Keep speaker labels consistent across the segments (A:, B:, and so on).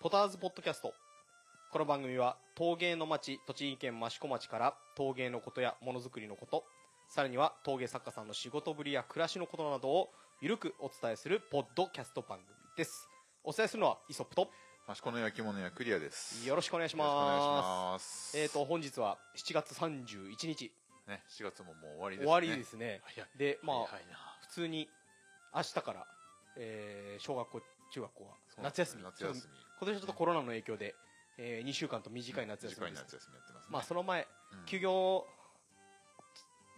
A: ポターズポッドキャスト。この番組は、陶芸の町、栃木県益子町から、陶芸のことやものづくりのこと、さらには陶芸作家さんの仕事ぶりや暮らしのことなどを、ゆるくお伝えするポッドキャスト番組です。お伝えするのは、イソップと、
B: 益子の焼き物屋クリアです。
A: よろしくお願いしま。
B: よろしくお願いしますす。
A: えっ、と、本日は7月31日、
B: ね、7月ももう終わりです、ね。
A: 終わりですね。
B: 早い。
A: で、まあ、
B: 早いな
A: 普通に明日から、えー小学校、中学校は
B: そうなん
A: 夏
B: です
A: 休
B: ね
A: み。
B: 夏休み
A: ちょっと今年はちょっとコロナの影響で、え2週間と短い夏休み
B: 短い
A: です、
B: 夏休みやってますね。
A: まあ、その前、
B: うん
A: 休業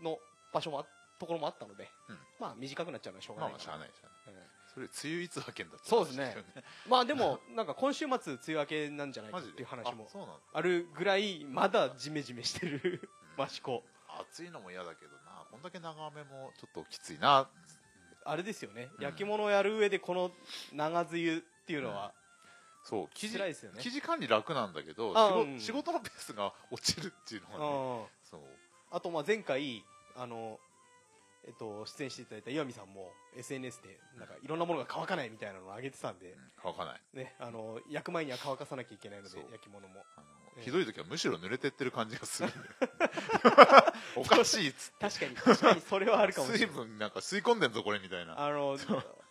A: の場所もあ、ところもあったので、
B: うん
A: まあ、短くなっちゃうのはしょうが
B: まあ
A: ないかな
B: まあ、しゃあないしゃあない。
A: うん
B: それ、梅雨いつ派遣だった
A: そうですね
B: ね。
A: まあ、でも、なんか今週末、梅雨明けなんじゃないか
B: マ
A: っ
B: ジで。
A: ていう話も
B: あそうなんだ。
A: あるぐらい、まだジメジメしてる、益子。
B: 暑いのも嫌だけどな、こんだけ長めもちょっときついな。
A: あれですよね、
B: うん
A: 焼き物をやる上でこの長梅雨っていうのは、
B: そう、生地、
A: 辛いですよね
B: 生地管理楽なんだけど、
A: あ
B: 仕事
A: うん
B: 仕事のペースが落ちるっていうのがね、
A: うん
B: そう。
A: あと、まあ、前回、あの、えっと、出演していただいた岩見さんも SNS で、なんかいろんなものが乾かないみたいなのを上げてたんで
B: う、ん乾かない。
A: ね、あの、焼く前には乾かさなきゃいけないので
B: そう、
A: 焼き物も。え
B: あ
A: え
B: のひどい時はむしろ濡れてってる感じがす る。おかしいっつって
A: 確かに、確かにそれはあるかもしれ
B: 水
A: ない。
B: 分なんか吸い込んでんぞこれみたいな
A: あの、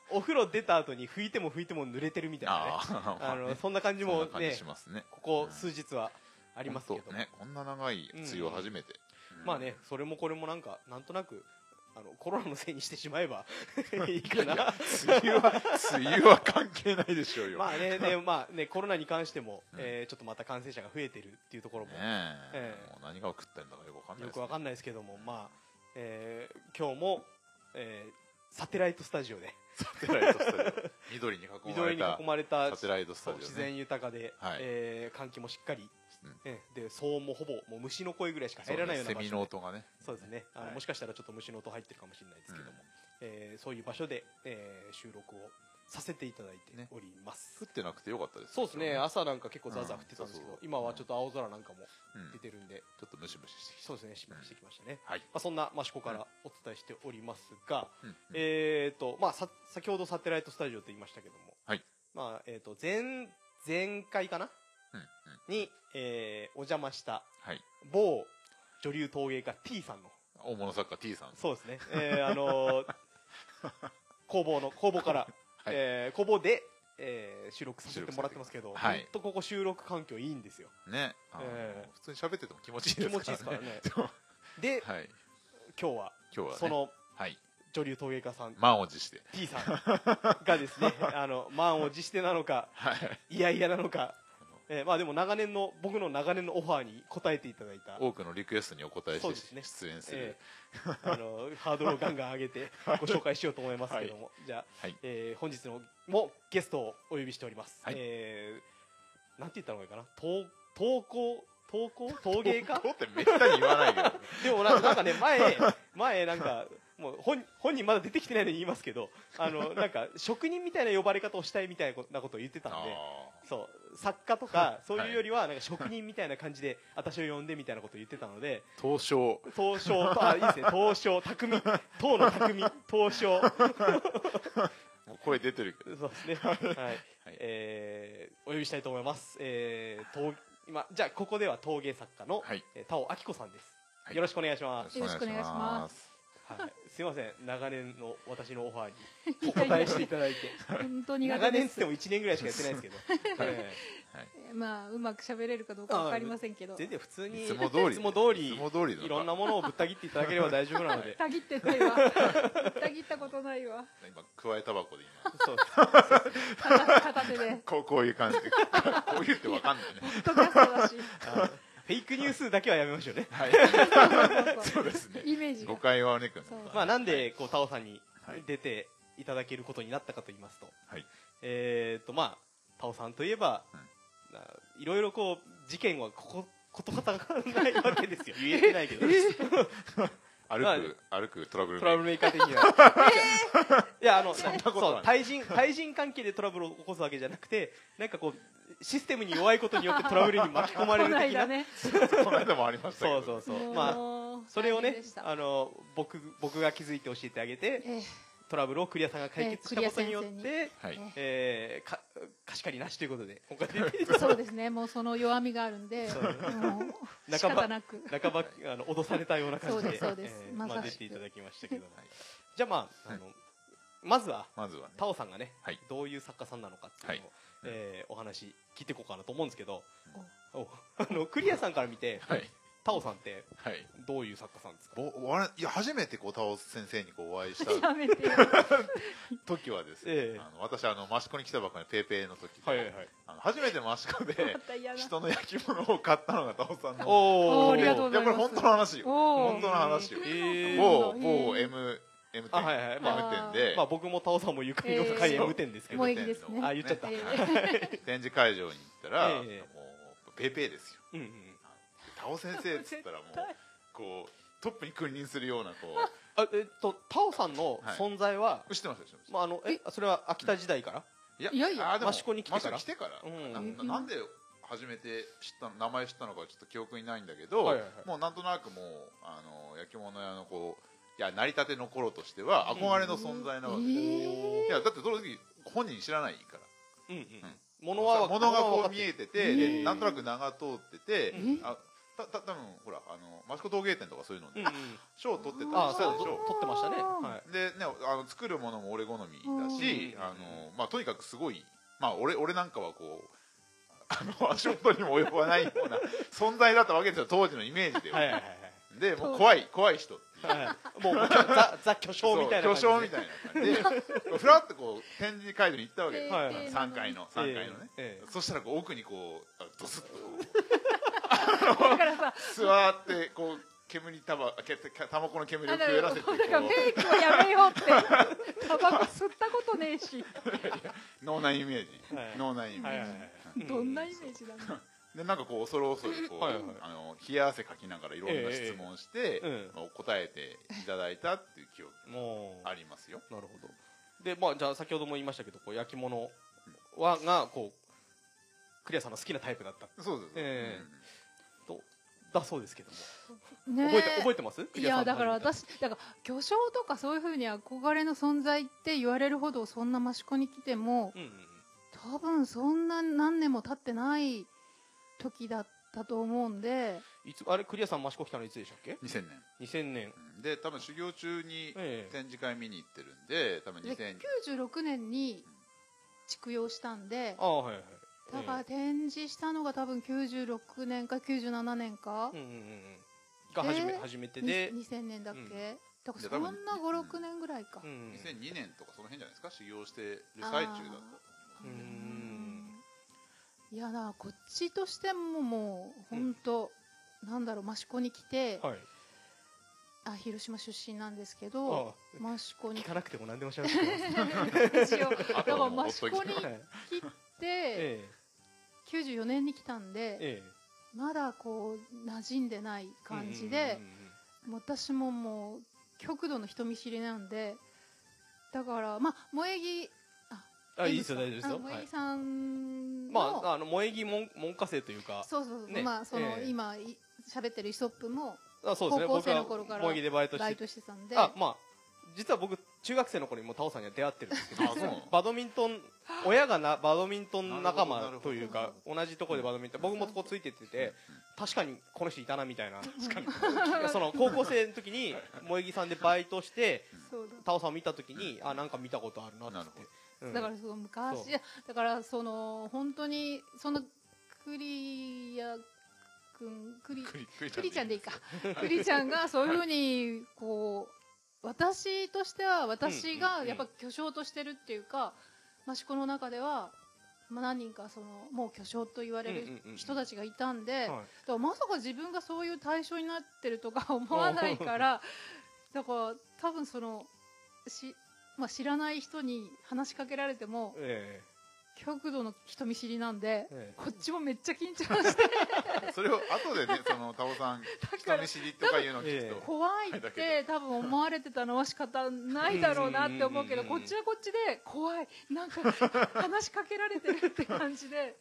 A: お風呂出た後に拭いても拭いても濡れてるみたいなね。
B: あ
A: あの、そんな感じ
B: そん
A: も
B: な感じ
A: ね
B: し、ますね
A: ここ数日はあ
B: あ
A: りますけど。
B: ねこんな長い梅雨を初めて、うん
A: まあね、それもこれもなんか、なんとなく、あの、コロナのせいにしてしまえば いいかな。
B: 梅雨は梅雨は関係ないでしょう よ、
A: まあね、でまあね、コロナに関しても、
B: うん
A: えーちょっとまた感染者が増えてるっていうところも
B: ね、
A: え
B: え
A: え
B: もう何が起こってんだかよくわかんな
A: よ
B: いです
A: く
B: ね、
A: わかんないですけども、まあ、えー今日も、えーサテライトスタジオで、
B: サテライトスタジオ緑に囲ま
A: 緑
B: れ
A: に
B: た
A: 囲まれた、
B: サテライトス
A: そ
B: タ
A: う
B: ジオ、ね、
A: 自然豊かで、
B: はい
A: えー換気もしっかり、
B: うん
A: えーで、騒音もほぼ、もう虫の声ぐらいしか入らないような
B: そう
A: 場
B: ねセミ
A: 所
B: の
A: で。
B: 音がね
A: そうですね。あの、
B: はい
A: もしかしたらちょっと虫の音入ってるかもしれないですけども、
B: うん
A: えーそういう場所で、えー収録をさせていただいております。
B: 降ってなくてよかったです
A: そうですね。
B: 今日
A: 朝なんか結構ザーザー降ってたんですけ
B: う
A: ど
B: んそう、そう
A: 今はちょっと青空なんかも
B: うん
A: 出てるんで、
B: ちょっとムシムシしてきて
A: そうですね、失敗してきましたね。
B: はい、
A: まあ、そんな益子からお伝えしておりますが、
B: うん
A: えーと、まあ、さ、先ほどサテライトスタジオと言いましたけども、
B: はい
A: まあ、えーと、前、前回かな
B: うんうん
A: に、えーお邪魔した
B: はい
A: 某女流陶芸家 T さんの、
B: 大物作家 T さん
A: そうですね、えーあ のー工房の、工房から、えー工房で、えー収録させてもらってますけど、
B: 収録さ
A: 本
B: れてますはい
A: 当ここ収録環境いいんですよ。
B: ね、あの
A: ええ
B: 普通に喋ってても気持ちいい
A: 気
B: です
A: 持
B: からね
A: ちいいですからね。
B: そう
A: で、
B: はい
A: 今日は、
B: 今日はね
A: その
B: はい
A: 女流陶芸家さん、
B: 満を持して
A: T さんがです ね、あの、満を持してなのか、
B: はい
A: いやいやなのか
B: あの、
A: えーまあでも長年の、僕の長年のオファーに応えていただいた、
B: 多くのリクエストにお答え
A: そう
B: し
A: です
B: て、
A: ね
B: 出演す
A: え
B: る、
A: ーあの、ハードルをガンガン上げてご紹介しようと思いますけども、じゃあ、
B: はい
A: えー本日のもゲストをお呼びしております。
B: はい
A: えーなんて言ったのがいいかな、投投稿、投稿陶芸家
B: こうってめったに言わないけど
A: でも ななんかね、前、前なんか、もう本本人まだ出てきてないのに言いますけど、あの、なんか職人みたいな呼ばれ方をしたいみたいなことを言ってたん
B: あ
A: で、そう、作家とか、そういうよりは、なんか職人みたいな感じで、私を呼んでみたいなことを言ってたので、
B: ー東証
A: 東証と、あ、いいですね、東証、匠、東の匠、東証、
B: もう声出てるけど
A: そうですね、はい、
B: はい
A: えー、お呼びしたいと思います。えー、陶今、じゃあここでは陶芸作家の、
B: はい
A: えー田尾明子さんです。
B: はい
A: よろしくお願いします。
C: よろしくお願いします
A: はい、すいません長年の私のオファーにお答えしていただいて
C: 本当に
A: 長
C: 苦手
A: 年
C: で
A: っつっ
C: す
A: て。も1年ぐらいしかやってないですけど、え
C: まあうまく喋れるかどうかわかりませんけ
A: え
C: ど。
A: 全然普通に
B: いつも通り
A: いつも通
B: い
A: り
B: つも通りだ
A: いろんなものをぶった切っていただければ大丈夫なの で
C: たぎってないわ。たぎったことないわ。
B: 今加えタバコで今
A: そう
C: 片片手で。
B: こう こういう感じでこういうってわかんないね
C: ポッドキャストだし。
A: あのフェイクニュースだけはやめましょうね
B: はいそ
C: そうそ
B: ううです
C: そ
B: ね
C: うイメージが
B: 誤。解はねくん
C: そう
A: まあなん
B: はい
A: でこうタオさんに
B: はい
A: 出ていただけることになったかと言いますと、
B: はい
A: えっとまあタオさんといえば、ないろいろこう事件はここことかたがないわけですよ言えてないけど
B: 歩く歩くトラブル
A: トラブ
B: ル
A: ルメーカー的には。いや、あの、
B: そんなこと
A: そう
B: は、ない
A: 対人、対人関係でトラブルを起こすわけじゃなくて、なんかこう、システムに弱いことによってトラブルに巻き込まれ
C: こ
A: る
C: ない
A: 的な。
C: だね。
B: この間もありましたけ
A: そ
B: ど
A: うそうそう。まあ、
C: もう
A: それを
C: 大変
A: ね
C: でし、た
A: あの、僕、僕が気づいて教えてあげて、
C: ええ
A: トラブルをクリアさんが解決したことによっ
C: えーク
A: て、
B: はい
C: ね
A: えーか貸し借りなしということ で今回で
C: そうですね。もうその弱みがあるんで、
A: そう
C: もう仕
A: 半ば
C: 方なく。
A: 半ばあの脅されたような感じで
C: そうですそうです
A: えーまあ、
C: まさ
A: 出
C: しく
A: ていただきましたけども、
B: はい
A: じゃあまああの、まずは
B: まずはね
A: タオさんがね、
B: はい
A: どういう作家さんなのかっていうのを、
B: はい
A: えーお話聞いていこうかなと思うんですけどお あのクリアさんから見て、
B: はい
A: タオさんって
B: はい
A: どういう作家さんですか
B: ぼわらいや初めてこう田尾先生にこうお会いした
C: やめてよ。
B: 時はですね、
A: ええ
B: あの私あの益子に来たばっかりのペーペーの時で、
A: はいはいはい
B: あの初めて益子
C: ま
B: で
C: た嫌だ。
B: 人の焼き物を買ったのが田尾さんの
A: おー
C: おーありがとうございます
B: やこれ本当の話よ
C: お
B: 本
C: ー
B: 当の話よ
A: えー
B: 某
C: うん
B: 某 M M
A: あ
B: 店、
A: はいはいま
B: ま
A: あ
C: あ
B: あ、M 店で、
A: まあ僕もタオさんもゆかりの深い縁無点ですけど、
C: もう
B: え
C: いいですね
A: あ言っちゃった
C: えー
B: 展示会場に行ったら、
A: ええ
B: もうペーペーですよ
A: うんうん、
B: 田尾先生っつったらもう
C: 絶対
B: こうトップに君臨するようなこ
A: あえっとタオさんの存在は、
B: う知ってますよ知ってます
A: まああのえそれは秋田時代から、
B: いや
C: いやいや
B: あーでも
A: 益子に来てから
B: 益子来てから、
A: うん
B: な
C: うん
B: ななんで初めて知ったの名前知ったのかはちょっと記憶にないんだけど、
A: はいはいはい
B: もうなんとなくもうあの焼き物屋のこういや成り立ての頃としては憧れの存在なわけで、
C: え
B: い
C: ー
B: やだってその時本人知らないから
A: うんうん
B: ん
A: 物は
B: 物がこう見
A: る
B: えてて、
A: え
B: で
A: ー
B: なんとなく名が通ってて、
A: うん
B: あたた多分ほらあの益子陶芸店とかそういうの
A: う
B: で
A: んうん、
B: 賞、取ってたり
A: あ
B: し
A: そうだ
B: たでし
A: と
B: ょ
A: 撮ってましたね、は
B: でねあの作るものも俺好みだし、
A: うん
B: あのまあ、とにかくすごい、まあ、俺俺なんかはこうあの足元にも及ばないよう な存在だったわけですよ当時のイメージで
A: い、
B: は、
A: はいはいはい
B: でもう怖い怖い人
A: はいはいもうもうザザ巨匠みたいな
B: そう
A: 感
B: 巨
A: じ
B: 匠みたいな感じでふらっとこう展示会場に行ったわけです、
A: はい
C: ペーペー
B: 3階の3階のね、
A: ええええ
B: そしたらこう奥にこうあドスッとこう
C: だからさ、
B: 座ってこう煙たばけタバコの煙を
C: あだ
B: く
C: か
B: え
C: ら
B: らせ
C: フ
B: て
C: ェ
B: こう
C: イクはやめようって。タバコ吸ったことねえし。
B: 脳内イメージ、
A: はい
B: 脳内イメー
A: は
B: ジ、
A: いはいはいうん
C: どんなイメージなんだ。
B: でなんかこう恐る恐るこう、
A: はいはい
B: あの冷や汗かきながらいろんな質問をし
A: え
B: て、
A: え
B: まあ答えていただいたっていう記憶
A: もう
B: ありますよ。
A: なるほどでまあじゃあ先ほども言いましたけどこう焼き物はがこうクリアさんの好きなタイプだった
B: そうです、
A: ええ
B: うん
A: とだそうですけども
C: ね
A: 覚えて覚えてますク
C: い
A: リアさ
C: や
A: んの
C: だから
A: 初めて
C: 私だから巨匠とかそういうふうに憧れの存在って言われるほどそんな益子に来ても
A: うんうんうん
C: 多分そんな何年も経ってない時だったと思うんで
A: いつあれクリアさん益子来たのいつでしたっけ
B: 2000年
A: 2000年
B: うんで多分修行中に
A: ええ
B: 展示会見に行ってるんで多分
C: で
B: 2000
C: 96年に築養したんで
A: ああはいはい
C: だから展示したのが多分96年か97年か
A: うんうんうんうんが初め
C: で
A: 初めてで
C: に2000年だっけ、
A: うん
C: だから
B: いや
C: そ
B: 多
C: ん
B: 分
C: な56年ぐらいか、
A: うんうん
B: 2002年とかその辺じゃないですか修行してる最中だと
A: うーん
C: いやなこっちとしてももう本当、なんだろう益子に来て、
A: はい
C: あ広島出身なんですけ
A: あ
C: ど益子
A: 聞
C: に
A: かなくても何でもしゃべってます
C: 一応だ
B: あ
C: か
B: とはもう
C: ら益子に
B: ほっとい
A: はい
C: 来て
A: え
C: 94年に来たん
A: え
C: で
A: え
C: まだこう馴染んでない
A: え
C: 感じで
A: うんうんうんうん
C: もう私ももう極度の人見知りなんでだからまあ萌木
A: あいいですよ大丈夫ですよ
C: あ
A: は
C: 萌木
A: い
C: さんの、
A: まああの萌え木門門下生というか
C: そうそうそう、
A: ね
C: まあその、
A: ええ
C: 今い喋ってるイソップも
A: あそうですね
C: 高校
A: 僕
C: 生
A: は
C: の頃から
A: 萌え木でバイトし
C: バイ
A: て
C: トしてたんで
A: あまあ実は僕中学生の頃にもうタオさんには出会ってるんですけど
B: あそうなの
A: バドミントン親がなバドミントン仲
B: な
A: 間
B: るほど
A: というか同じところでバドミントン僕もこうついてってて確かにこの人いたなみたいな その高校生の時に萌え木さんでバイトして
C: そうだ
A: タオさんを見た時にあなんか見たことあるなっ
B: な
A: つ
B: る
A: っ
B: ほ
A: て
B: ど
A: うん
C: だからその昔
A: そう
C: いやだからその本当にそのクリア君クリ
B: クリ
C: クリちゃんでいいか
B: い
C: クリちゃんがそういうふうにこう私としては
A: うん
C: 私
A: うんう
C: が
A: ん
C: やっぱ巨匠としてるっていうか益子の中では、まあ、何人かそのもう巨匠と言われ
A: うんうん
C: る
A: うんうん
C: 人たちがいたんで、
A: はい
C: だからまさか自分がそういう対象になってるとか思わな いからだから多分そのし、まあ、知らない人に話しかけられても
A: え
C: 極度の人見知りなんで
A: ええ
C: こっちもめっちゃ緊張 して
B: それを後でねその田尾さん人見知りとかいうのを聞くと、
C: 怖いっ
B: だけ
C: て多分思われてたのは仕方ないだろうなって思うけど
A: うんうん
C: こ
A: うん
C: っちはこっちで怖いなんか話しかけられてるって感じで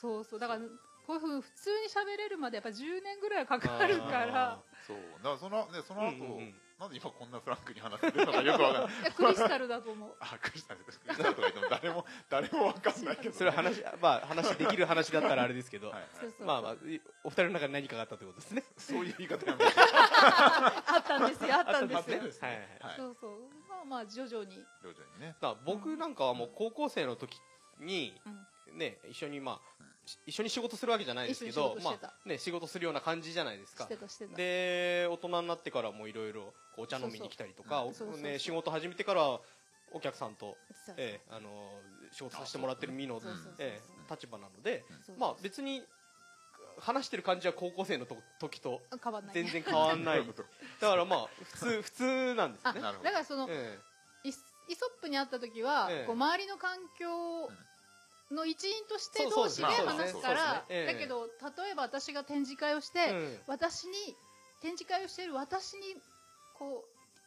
C: そうそうだからこういうふうに普通に喋れるまでやっぱ10年ぐらいはかかるから
A: あ。
B: そうだからそのねその後、
A: うんうんうん
B: なんで今こんなフランクに話してるのかよくわかんない
C: いやクリスタルだと思う
B: あクリスタルクリスタルとか言っても誰も誰もわかんないけど、ね、
A: それは話、 まあ、話できる話だったらあれですけど、
B: はいはい
C: そうそう
A: まあまあ、お二人の中に何かがあったということですね。
B: そういう言い方やめてはい
C: あったんですよあったんですよ
B: あったんですね
A: はいはいはい
C: そうそうまあまあ徐々に
B: 徐々にね
A: まあ僕なんかはもう高校生の時に、ね、一緒にまあ
B: うん、
A: し一緒に仕事するわけじゃないですけど
C: 一緒、に仕事
A: ま
C: してた
A: あ、ね、仕事するような感じじゃないです
C: し
A: か
C: て。たしてた
A: で、大人になってからもいろいろこうお茶飲みに来たりとか、
C: そうそう
A: お
C: うん
A: ね、仕
C: そうそうそう
A: 事始めてからお客さんと、
C: そう
A: ええ、あのー、仕事させてもらってる身の
C: そうそうそう、
A: ええ、立場なので、
C: そう
A: まあ別に、話してる感じは高校生のと時と
C: 変わんない
A: 全然変わんない
B: どう。うこと
A: だからまあ、普通、普通なんです
C: あ
A: ね
C: だ
B: なるほど
C: からその、
A: え
C: イスイソップに会った時は、
A: ええ
C: こう周りの環境の一員とし
A: そ
C: て
A: うそう
C: 同
A: です
C: 士で話すから、
A: まあそうですねええ
C: だけど例えば私が展示会をし
A: え。
C: て、
A: うん
C: 私に展示会をしている私にこ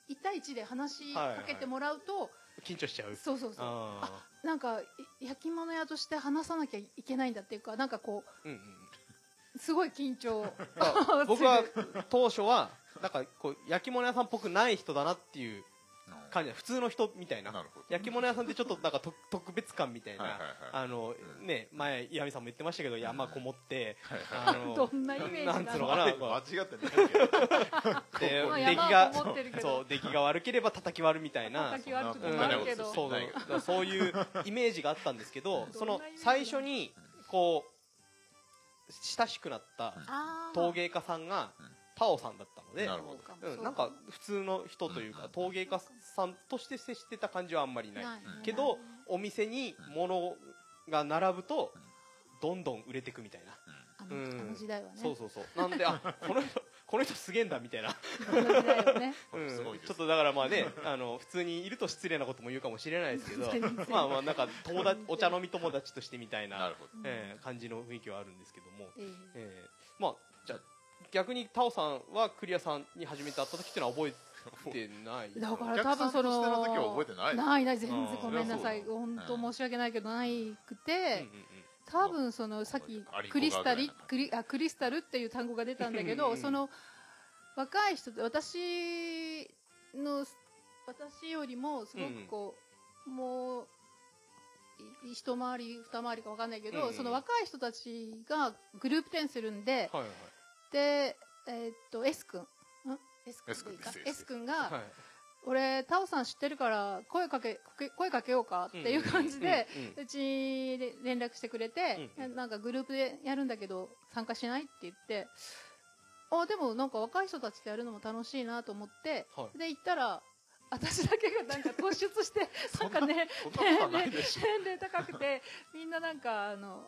C: う1対1で話しかけてもらうと、
A: 緊張しちゃう。
C: そうそうそう
A: ああ。
C: なんかい焼き物屋として話さなきゃいけないんだっていうかなんかこ
A: うんうん。
C: うすごい緊張
A: ま あ僕は当初は、なんかこう、焼き物屋さんっぽくない人だなっていう感じで、普通の人みたい
B: な
A: な。
B: るほど
A: 焼き物屋さんってちょっとなんかと 特別感みたい
B: はいはい
A: な。
B: はい
A: あの、
B: うん
A: ね、前、岩見さんも言ってましたけど、山こもって、
B: はいはい
A: あ
C: ど
A: の、
C: んなイメージ
A: なんつうのか
B: 間
A: な
B: 違ってないけど
A: で
B: ここ
A: 出来
C: 山
A: が
C: を持ってるけ、ど
A: そう、出来が悪ければ叩き割るみたいな
C: 叩。き割る時
A: うん
C: もあるけど、
B: そんな
A: そう
B: ことない
A: だからそういうイメージがあったんですけど
C: ん
A: そ
C: ど
A: の
C: んなイメージ
A: 最初にこう親しくなった
C: あー
A: 陶芸家さんが
B: うん
A: パオさんだったので
B: なるほど
C: そうも
A: うん
C: そう
A: なんか普通の人という
B: う
A: か
B: ん
A: 陶芸家さんとして接してた感じはあんまりない
C: ないね
A: けどお店に物が並ぶと
B: うん
A: どんどん売れてくみたいな
C: あの,、
A: うん
C: あの時代はね
A: そうそうそうなんであこの人この人すげえんだみたい な
C: あの時代はね
A: うん
B: すごいで
A: ちょ
B: す
A: っとだからまあねあの普通にいると失礼なことも言うかもしれないですけど
C: 全然
A: まあまあなんか友達お茶飲み友達としてみたい
B: な
A: な
B: るほど
A: えー感じの雰囲気はあるんですけども
C: ええ
A: えーまあじゃあ逆にタオさんはクリアさんに初めて会った時ってのは覚えてない
C: だか
B: お
C: ら
B: 客さ
C: 多分
B: んと
C: その
B: しての時は覚えてない
C: ないない全
A: あ
C: 然
A: ー
C: ごめんなさ
B: そり
C: い
B: ゃそう
C: 本
B: だ
C: 当申し訳ないけどないくて、
A: うんうんうん
C: 多分そのさっき
B: アリコ
C: クリス
B: ガー
C: タ
B: ぐらい
C: リ
B: な感じ
C: クリあクリスタルっていう単語が出たんだけ
A: うんう
C: ど
A: ん
C: その若い人って私の私よりもすごくこう、もうい一回り二回りか分かんないけど、
A: うんうん
C: その若い人たちがグループ展するんで、
A: はいはい
C: でえーっと S 君ん S 君
B: S 君
C: でいいか
B: です
C: S 君が、
A: はい
C: 俺タオさん知ってるから声かけ声かけようかっていう感じで、
A: うんうんうん
C: うちに連絡してくれて、
A: うんうん
C: ななんかグループでやるんだけど参加しないって言ってあでもなんか若い人たちとやるのも楽しいなと思って、
A: はい
C: で行ったら私だけがなんか突出して なんかね
B: そんなことはないでしょ
C: 年齢高くてみんななんかあの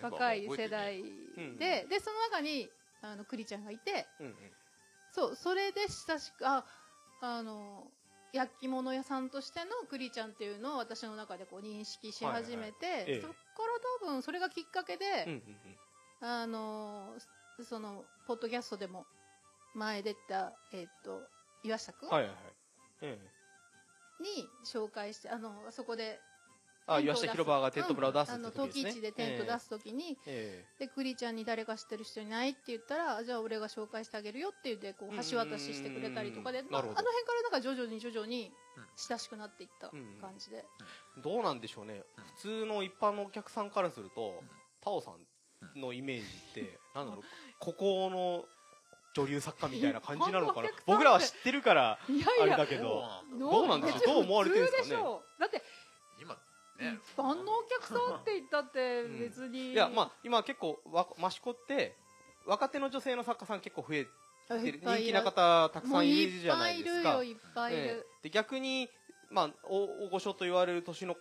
C: 若い世代
A: うん
C: で、でその中にあのクリちゃんがいて
A: うんうん
C: そうそれで親しくああの焼き物屋さんとしてのクリちゃんっていうのを私の中でこう認識し始めて、
A: ええ
C: そこから多分それがきっかけで、
A: うんうんうん
C: あのそのポッドキャストでも前出た、えっと岩下君、
A: はいはいはいええ
C: に紹介してあのそこで
A: あ
C: テ
A: 岩
C: ントを出す
A: 下広場がテントブラを出す
C: あ
A: って
C: の
A: 時
C: 陶器市でテント出す時に、
A: え
C: でクリちゃんに誰か知ってる人いないって言ったらあじゃあ俺が紹介してあげるよって言ってこう橋渡ししてくれたりとかで、
A: うん
C: まあ、あ
A: なるほ
C: の辺
A: ど
C: からなんか徐々に徐々に親しくなっていった
A: うん
C: 感じで、
A: えどうなんでしょうね
B: うん
A: 普通の一般のお客さんからすると
B: うん
A: タオさんのイメージってなんだろう孤高の女流作家みたいな感じなのかな
C: 一般のお客さんって
A: 僕らは知ってるから
C: い
A: あ
C: やい
A: れ
C: や
A: だけどど
C: ど
A: うなんです
C: 別
A: か
C: に
A: どう思われてるんですかね
C: 普通しょうだって
B: 今
C: 一
B: ね
C: 般のお客さんって言ったって
A: うん
C: 別に、
A: いやまあ今結構わ益子って若手の女性の作家さん結構増え
C: あ
A: て
C: い
A: る
C: っぱ
A: 人
C: いい
A: 気な
C: る
A: 方たく
C: も
A: さ
C: うん
A: い
C: い
A: る
C: っ
A: じゃ
C: ぱ
A: ない
C: いい
A: で
C: る
A: すか
C: よいっぱいいる、
A: ええで逆に、まあ、お大御所と言われる年の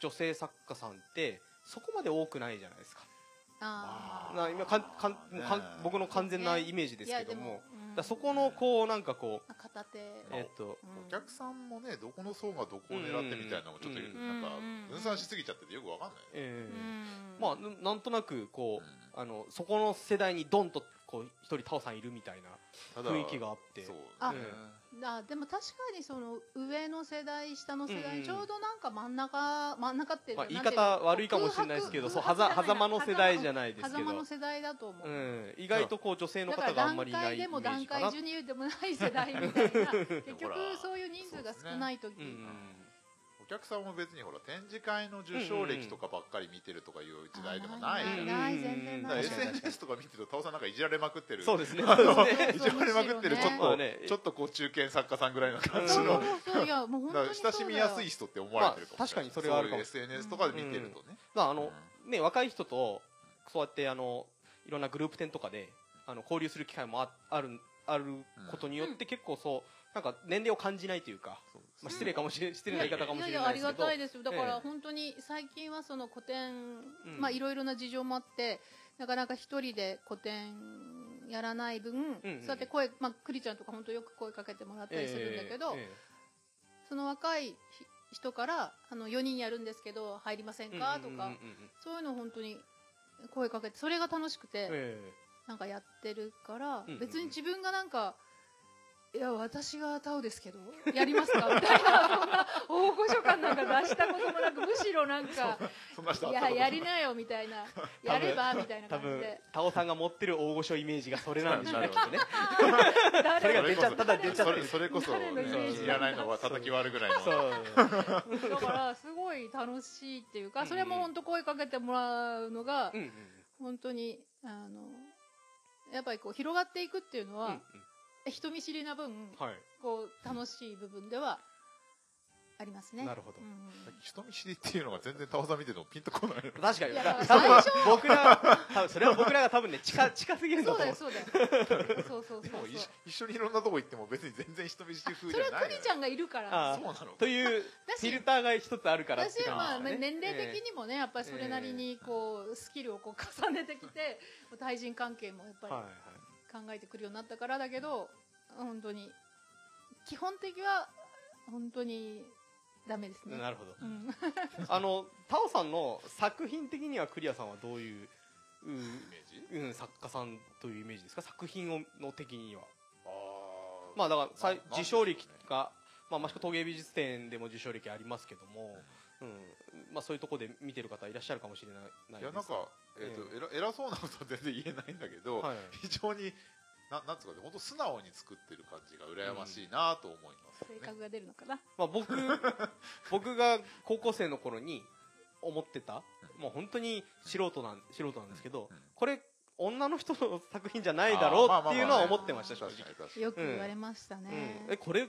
A: 女性作家さんってそこまで多くないじゃないですか
C: あ
A: な今かんかん
B: ね
A: かん僕の完全なイメージ
C: ー
A: ですけども
C: いやでうん
A: だからそこのこうなんかこう、
C: まあ片手、
A: えっと
C: うん
B: お客さんもねどこの層がどこを狙ってみたいなのもちょっと
A: うん
B: なんか
C: うん
B: 分散しすぎちゃっててよくわかんないね
A: え
C: う
A: え
C: ん
A: まあぬなんとなくこ
B: うん
A: うあのそこの世代にドンとこう一人タオさんいるみたいな
B: ただ
A: 雰囲気があって
B: そうね
C: ああでも確かにその上の世代下の世代、
A: うんうん
C: ちょうどなんか真ん中真ん中っていう
A: ま
C: か
A: あ、言い
C: なんてうの
A: 方悪いかもしれないですけどそうはざ狭間の世代じゃないですけ
C: 狭間の
A: ど、
C: 世代だと思う、
A: うん、意外とこう女性の
C: だから
A: 方があんま
C: 段
A: りいない
C: 階
A: イメ
C: でも
A: ー
C: 段
A: ジかな
C: 階ジュニアでもない世代 みたいな結局そういう人数が少ない時、
A: うんうん
B: お客さんも別にほら展示会の受賞歴とかばっかり見てるとかいう時代でもないじゃ
A: うんん
B: だ
C: ない全然
B: か
C: な
B: ら
C: い
A: 確かに確かに
B: SNS とか見てるとタオさんなんかいじられまくってる
A: そうですね
B: あ の
A: そうですね
B: いじられまくってる
C: む
B: ちょ
C: し
B: っ
A: ろ
B: と
A: ね
B: ちょっとこう中堅作家さんぐらいの感じ
C: そう
B: の
C: そうそういやもう本
B: だか
C: 当に
B: ら
C: そ
B: 親
C: うだよ
B: しみやすい人って思われてるかもしれ
A: まあ確か
B: ない、
A: にそれはあるかも
B: そういう SNS とかで見てるとね、
A: まあ
B: あ
A: あの、ね、若い人とそうやってあのいろんなグループ展とかであの交流する機会もああるあることによって結構そうなんか年齢を感じないというか、まあ、失礼かもしれ失礼な言い方かもしれ
C: やや
A: な
C: あ
A: いで
C: り
A: すけ
C: が
A: ど
C: たいですよだか
A: ええ
C: ら本当に最近はその古
A: う
C: 典、
A: ん
C: まあいろいろな事情もあってなかなか一人で古典やらない分、
A: うん
C: そうやって声、まあ、クリちゃんとか本当よく声かけてもらったりするんだけど、
A: ええ
C: その若いひ人からあの4人やるんですけど入りません
A: ええ
C: かとか、
A: うんうんうんうん
C: そういうのを本当に声かけてそれが楽しくて、
A: ええ
C: なんかやってるから、
A: うんうん
C: 別に自分がなんか、いや、私がタオですけど、やりますか みたいな、そんな大御所感なんか出したこともなく、むしろ なんか、
B: そんな人会
C: い
B: ったこ
C: や、
B: と
C: やりなよみたいな、やればみたいな
A: 多
C: 感じ
A: 分
C: で、
A: タオさんが持ってる大御所イメージがそれなんでしょ うねきっとねそれ
C: 誰
A: が出ちゃっただ出ちゃった
B: それそれこそ、
C: 誰のイメ
A: ージ
B: いらないのは叩き割るぐらいの
A: そう
C: だから、すごい楽しいっていうか、それも本当、声かけてもらうのが
A: う、んうん
C: 本当に、あの、やっぱりこう広がっていくっていうの
A: うんう
C: は
A: ん、
C: 人見知りな分、
A: は
C: こう楽しい部分ではあります
A: い
C: ね。
A: なるほど
C: うんうん
B: 人見知りっていうのが全然タオさん見ててもピンとこないの
A: 確かに
C: いやだから
A: 多分
C: 最初
A: 僕ら多分それは僕らが多分ね近近すぎるんだ
C: そ
A: と
C: うだ
A: 思
C: よ
A: う
C: そうだよそうそうそう
B: で
C: そう
B: も一緒一緒にいろんなとこ行っても別に全然人見知り風
C: そ
B: じ
C: れ
B: ゃ
C: は
B: ない
C: ク
B: の
C: リ
B: よ
C: ちゃんがいるから
A: あー
C: だ
B: そうなの
A: というフィ
C: し
A: ルターが一つあるからって
C: 私はまあ
A: 感じですね
C: 年齢
A: ええ
C: 的にもねやっぱりそれなりにこうスキルをこう重ねてきてもう対人関係もやっぱり
A: はいはい
C: 考えてくるようになったからだけど本当に基本的は本当にダメですね
A: なるほど
C: うん
A: あのタオさんの作品的にはクリアさんはどういう、
B: イメージ
A: うんうん、作家さんというイメージですか作品をの的には
B: あ
A: まあだからさい
B: ななんでしょうね
A: 受賞歴が、まあ、益子陶芸美術展でも受賞歴ありますけども、うんまあ、そういうところで見てる方いらっしゃるかもしれないない
B: いやなんか、えーと
A: え
B: 偉偉そうなことは全然言えないんだけど、
A: はい
B: 非常にななんつうかね本当素直に作ってる感じが羨ましいなと思います
C: 性
B: よね、
C: 格が出るのかな
A: まあ、僕僕が高校生の頃に思ってたもう本当に素人なん素人なんですけど
B: うんうん
A: これ女の人の作品じゃないだろうっていうのは思
C: あーまあまあまあ
A: ってました正直
B: 確かに確かに
C: よく言われましたね
A: うん、えこれ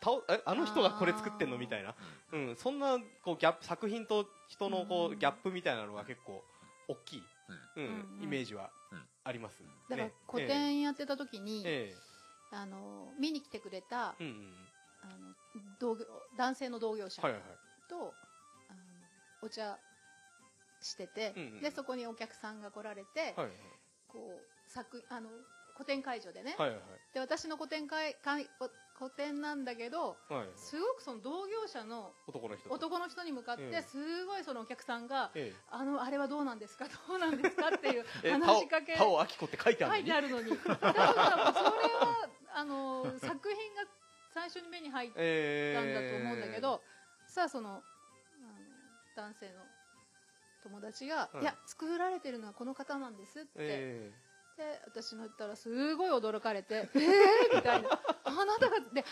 A: たおえあの人がこれ作ってんのみたいな、うん、そんなこうギャップ作品と人のこ
C: う
A: うんギャップみたいなのが結構大きい、うん
C: うんうん
A: イメージは
B: うん
A: あります、ね
C: だから古典やってた時に
A: ええ
C: あの見に来てくれた
A: ええうんうん、
C: あの同業男性の同業者と、
A: はいはいはい
C: あのお茶してて、
A: うんうん
C: でそこにお客さんが来られて、
A: はい
C: こう作あの個展会場でね、
A: はいはい
C: で私の個展会会お個展なんだけど
A: はいはい
C: すごくその同業者の
A: 男の人と
C: 男の人に向かって、
A: ええ
C: すごいそのお客さんが
A: え
C: 「あのあれはどうなんですかどうなんですか?」っていう
A: ええ
C: 話しかけ
A: タオタオアキコって書いてあ
C: 書
A: るの
C: い
A: に
C: てあるのにだ から多分それはあの作品が最初に目に入って
A: え
C: なん
A: え
C: だと思うんだけど、さあそのあの男性の友達が、
A: はい
C: い、や作られてるのはこの方なんですって、
A: え
C: で私の言ったらすごい驚かれ てえー、みたいなあなたがで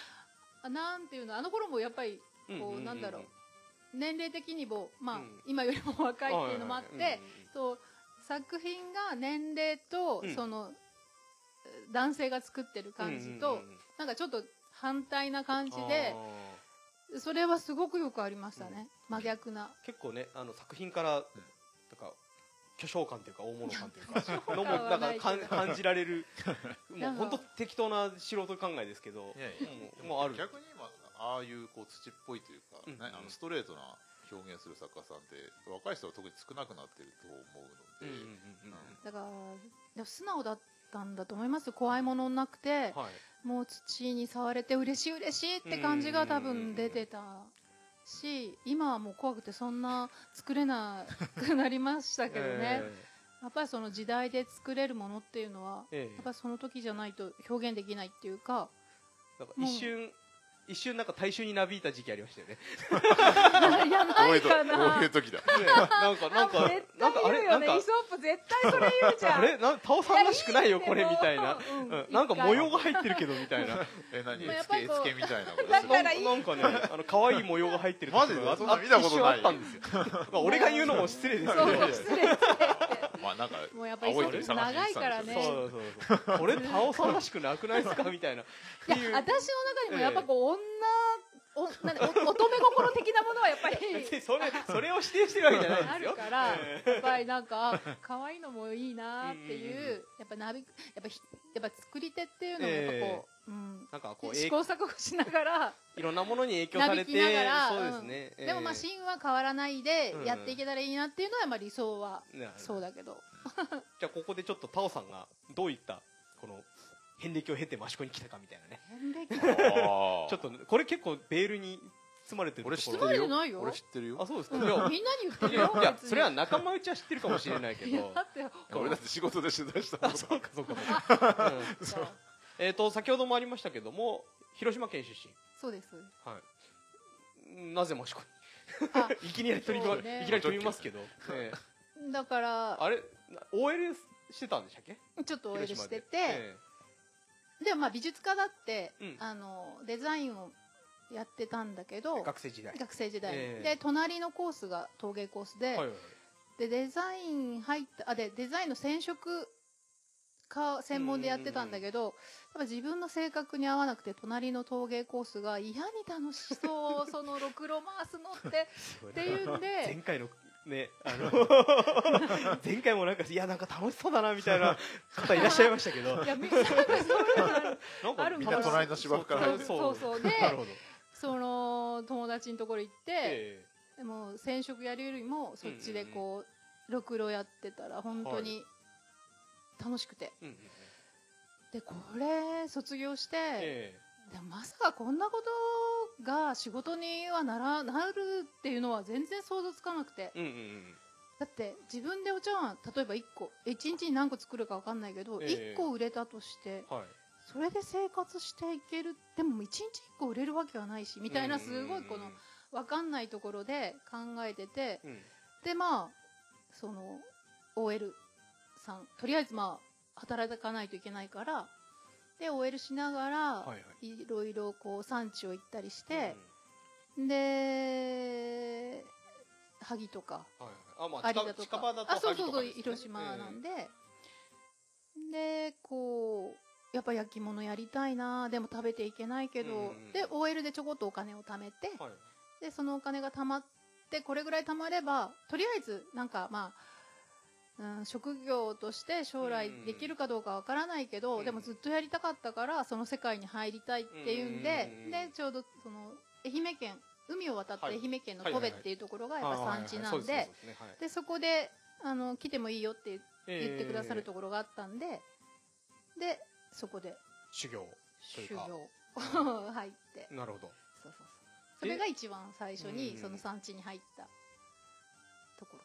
C: あなんていうのあの頃もやっぱり
A: え
C: こう,、なんだろう年齢的にも、まあ
A: うん
C: 今よりも若いっていうのもあって、
A: はいはいはい
C: そう作品が年齢と、
A: うん
C: その男性が作ってる
A: うんうん
C: 感じ
A: う
C: と、
A: んうんうん
C: なんかちょっと反対な感じで。
A: あー
C: それはすごくよくありましたね、真逆な
A: 結構ねあの作品からとか巨匠感というか大物感というかのも
C: 感
A: な
C: は
A: んか
C: ないけど
A: 感 感じられるも
C: な
A: うん
C: か
A: 本当適当な素人考えですけど
B: いやいや
A: もうもうある
B: 逆に今ああいうこう土っぽいというか、
A: うん
B: ねあのストレートな表現する作家さんって若い人は特に少なくなってると思う
A: うん
B: の
A: うん
B: で、
A: うん
C: だからでも素直だったんだと思いますよ怖いものなくて、
A: うんはい
C: もう土に触れて嬉しい嬉しいって感じが多分出てたし今はもう怖くてそんな作れなくなりましたけどね、 やっぱりその時代で作れるものっていうのは
A: ええええ
C: やっぱその時じゃないと表現できないっていうか
A: なんか一瞬一瞬なんか大衆になびいた時期ありま したよね
B: こう
C: いやな
B: いう
C: い
B: と
C: か
B: こうい
C: な
B: う時だ
A: ねなんかなん
D: あ
A: か
D: 絶
A: なんかあ
D: 対言
A: れ
D: う
A: な
D: よ
A: ん
D: ね
A: か
D: イソップ絶対それ言うじゃん
A: あれなんタオさんらしくないよこれみたいな
D: うん
A: うんなんか模様が入ってるけどみたいな
B: え何
C: まあや
B: 絵
C: っぱ
B: 付け絵
C: りこう
B: 付けみたいなこと
D: だ
A: な
D: っ
A: ん
D: た
A: から
D: いい
A: なんかねあの可愛い模様が入ってる時が
B: マジでそんな見たこと
A: あ一瞬
B: ない
A: あったんですよまあ俺が言うのも失礼ですけど
D: そう
A: ね
D: そう失礼
B: まあなんか
C: もうやっぱり
B: 青い鳥
C: そう
B: 探しに行っ
C: 長
B: て
C: い
B: た
C: か
B: ん
C: ら
B: ですよ
A: そ
C: ね
A: うそうそうこれタオさんらしくなくないですかみたいなって
D: い
A: い
D: や
A: う
D: 私の中にもやっぱこう女お なんでお乙女心的なものはやっぱり
A: 別 にそれそれを指定してるわけじゃないで
C: あ
A: すよ
C: るからや
A: え
C: っぱりなんかあ可愛いのもいいなって
A: うん
C: い
A: うんう
C: うやっぱなびやっぱひやっぱ作り手っていうのもやっぱこう、うん
A: なんかこうえ
C: 試行錯誤しながら、
A: いろんなものに影響されて
C: なびきながら
A: そうですね、ええ
C: でもまあ芯は変わらないで
A: うん
C: やっていけたらいいなっていうのはまあ理想は
A: なるほど
C: そうだけど、
A: じゃあここでちょっとタオさんがどういったこの遍歴を経て益子に来たかみたいなね
B: あー
A: ちょっとこれ結構ベールに包まれてる
B: 俺
A: と
B: 知
A: こ
B: って
A: ろ
B: る
C: 包まれてないよ
B: 俺知ってる
A: あ
B: よ
A: そうですかいや
C: みんなに言って
A: い
C: る
A: や
C: よ
A: いや
C: 別に
A: それは仲間内は知ってるかもしれないけ
C: いや
A: ど
C: だって
B: 俺だって仕事で取材した
A: あ
B: こと
A: そうかそうかそうか、うんえっと先ほどもありましたけども広島県出
C: そうですそうで
A: 身はいなぜ益子に
C: すあ
A: いきなり飛び,、
C: そうね
A: いきなり飛びますけど、ええ
C: だから
A: あれな OL してたんでしたっけ
C: ちょっと OL してて、
A: え
C: でもまあ美術家だって、
A: うん
C: あのデザインをやってたんだけ
A: え
C: ど
A: 学生時代
C: 学生時代に、
A: ええ
C: で隣のコースが陶芸コースで、
A: はいはいはい
C: でデザイン入ったあでデザインの染色か専門でやってたんだけど、やっぱ自分の性格に合わなくて隣の陶芸コースが嫌に楽しそうそのろくろ回すの ってっていう
A: 前
C: んで
A: 回のねあの 前回もなんかいやなんか楽しそうだなみたいな方いらっしゃいましたけど
C: いやみんながそういうのあ る
A: なんか
C: ある
A: み
C: み
A: ん
C: ん
A: な
C: な
A: 隣
B: 隣
A: の
B: の
A: 芝
B: 芝
A: 生
B: 生
A: か
B: からら
A: 入っ
B: 入ってて
C: そうそうそうで
A: なるほど
C: その友達のところ行って。
A: え
C: でも染色やるよりもそっちでこうろくろやってたら本当に楽しくて、
A: えうんうんうん
C: でこれ卒業して、
A: え
C: でもまさかこんなことが仕事にはならなるっていうのは全然想像つかなくて
A: えうんうんうん
C: だって自分でお茶碗例えば1個1日に何個作るか分かんないけど、
A: ええ
C: 1個売れたとして
A: はい
C: それで生活していけるでも1日1個売れるわけはないしみたいなすごいこの分かんないところで考えてて。
A: うんうんうん
C: でまあその OL さんとりあえずまあ働かないといけないからで OL しながら、、
A: はいはい
C: ろいろこう産地を行ったりし
A: い
C: て、で萩とか
A: うんはいはいあまあ
C: 有田
A: 近
C: と
A: 近
C: か
A: 場だと
C: あそう
A: 萩
C: そ
A: と
C: う
A: か
C: そう、
A: ですね
C: 広島なん
A: え
C: で、でこうやっぱ焼き物やりたいなでも食べていけないけど、
A: うんうんうん
C: で OL でちょこっとお金を貯めて、
A: えはい
C: でそのお金が貯まってこれぐらい貯まればとりあえずなんかまあ、うん、職業として将来できるかどうかわからないけど、
A: うん
C: でもずっとやりたかったからその世界に入りたいっていうんで、
A: うん
C: でちょうどその愛媛県海を渡って
A: はい
C: 愛媛県の
A: はい
C: 戸
A: はい
C: 部
A: はい
C: っていうところが
A: あ
C: やっ
A: ー
C: ぱ
A: はい
C: 産地なんで,、
A: そうすねそうすねはい
C: でそこであの来てもいいよって
A: ええ
C: 言ってくださるところがあったんで、でそこで
A: 修行という
C: 修
A: か
C: 行 入って
A: なるほど
C: そうそうそうそれが一番最初
A: うん
C: にその産地に入ったところ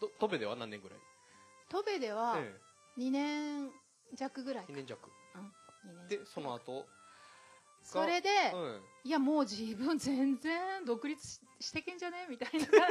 A: と戸部では何年ぐらい
C: 戸部では
A: え
C: 2年弱ぐらい
A: え
C: か
A: 2年弱
C: 二年弱
A: でその後
C: それで、
A: うん
C: いやもう自分全然独立ししてけんじゃねみたいな感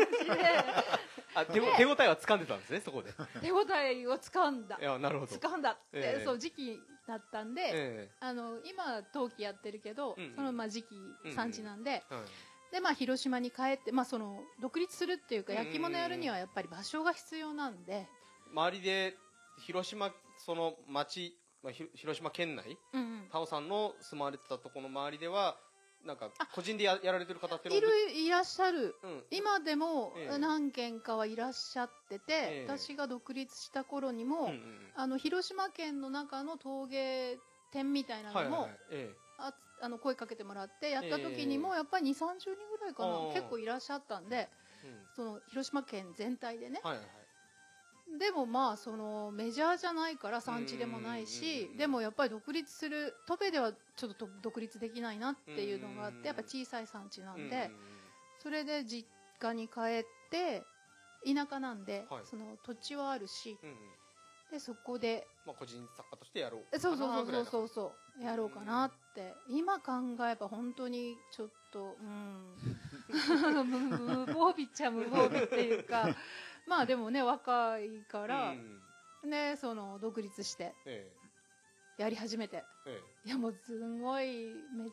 A: あ手ご手応えは掴んでたんですねそこで
C: じで手応えを掴んだ
A: いやなるほど
C: 掴んだって、
A: ええ
C: そう時期だったんで、
A: え
C: あの今冬季やってるけど、
A: うんうん
C: そのまあ時期
A: うん
C: 産地なんで、
A: えはい
C: でまあ広島に帰って、まあ、その独立するっていうか
A: うんうんうん
C: 焼き物やるにはやっぱり場所が必要なんで、
A: 周りで広島その町、まあ、ひろ広島県内
C: うんうん
A: タオさんの住まれてたところの周りではなんか
C: あ
A: 個人でややられてる方っての
C: いるいらっしゃる
A: うん、
C: 今でも
A: ええ
C: 何軒かはいらっしゃってて、
A: ええ
C: 私が独立した頃にも、
A: うんうんうん
C: あの広島県の中の陶芸店みたいな
A: はい
C: の
A: はい
C: も、
A: はいえ
C: ああの声かけてもらってやった時に
A: え
C: もやっぱり2 3 0人ぐらいかな
A: あー
C: 結構いらっしゃったんで
A: えうん
C: その広島県全体でね、
A: はいはいはい
C: でもまあそのメジャーじゃないから産地でもな
A: う
C: い
A: んうんうん
C: し
A: うん
C: でもやっぱり独立する戸部ではちょっとと独立できないなっていうのがあっ
A: うんうんうん
C: てやっぱ小さい産地な
A: うん
C: ん
A: うんうん
C: で。それで実家に帰って田舎なんで、
A: はい
C: その土地はあるし
A: うんうん
C: でそこで
A: まあ、個人作家としてやろう
C: そうそうそう
A: か
C: そ
A: な
C: うそうそうやろうかなって今考えば本当にちょっとうん 無無防備っちゃ無防備っていう かまあでもね若いか
A: ぐらいな
C: ら
A: う、ん
C: ねその独立して
A: え
C: やり始めて
A: ええ
C: いやもうすごいめ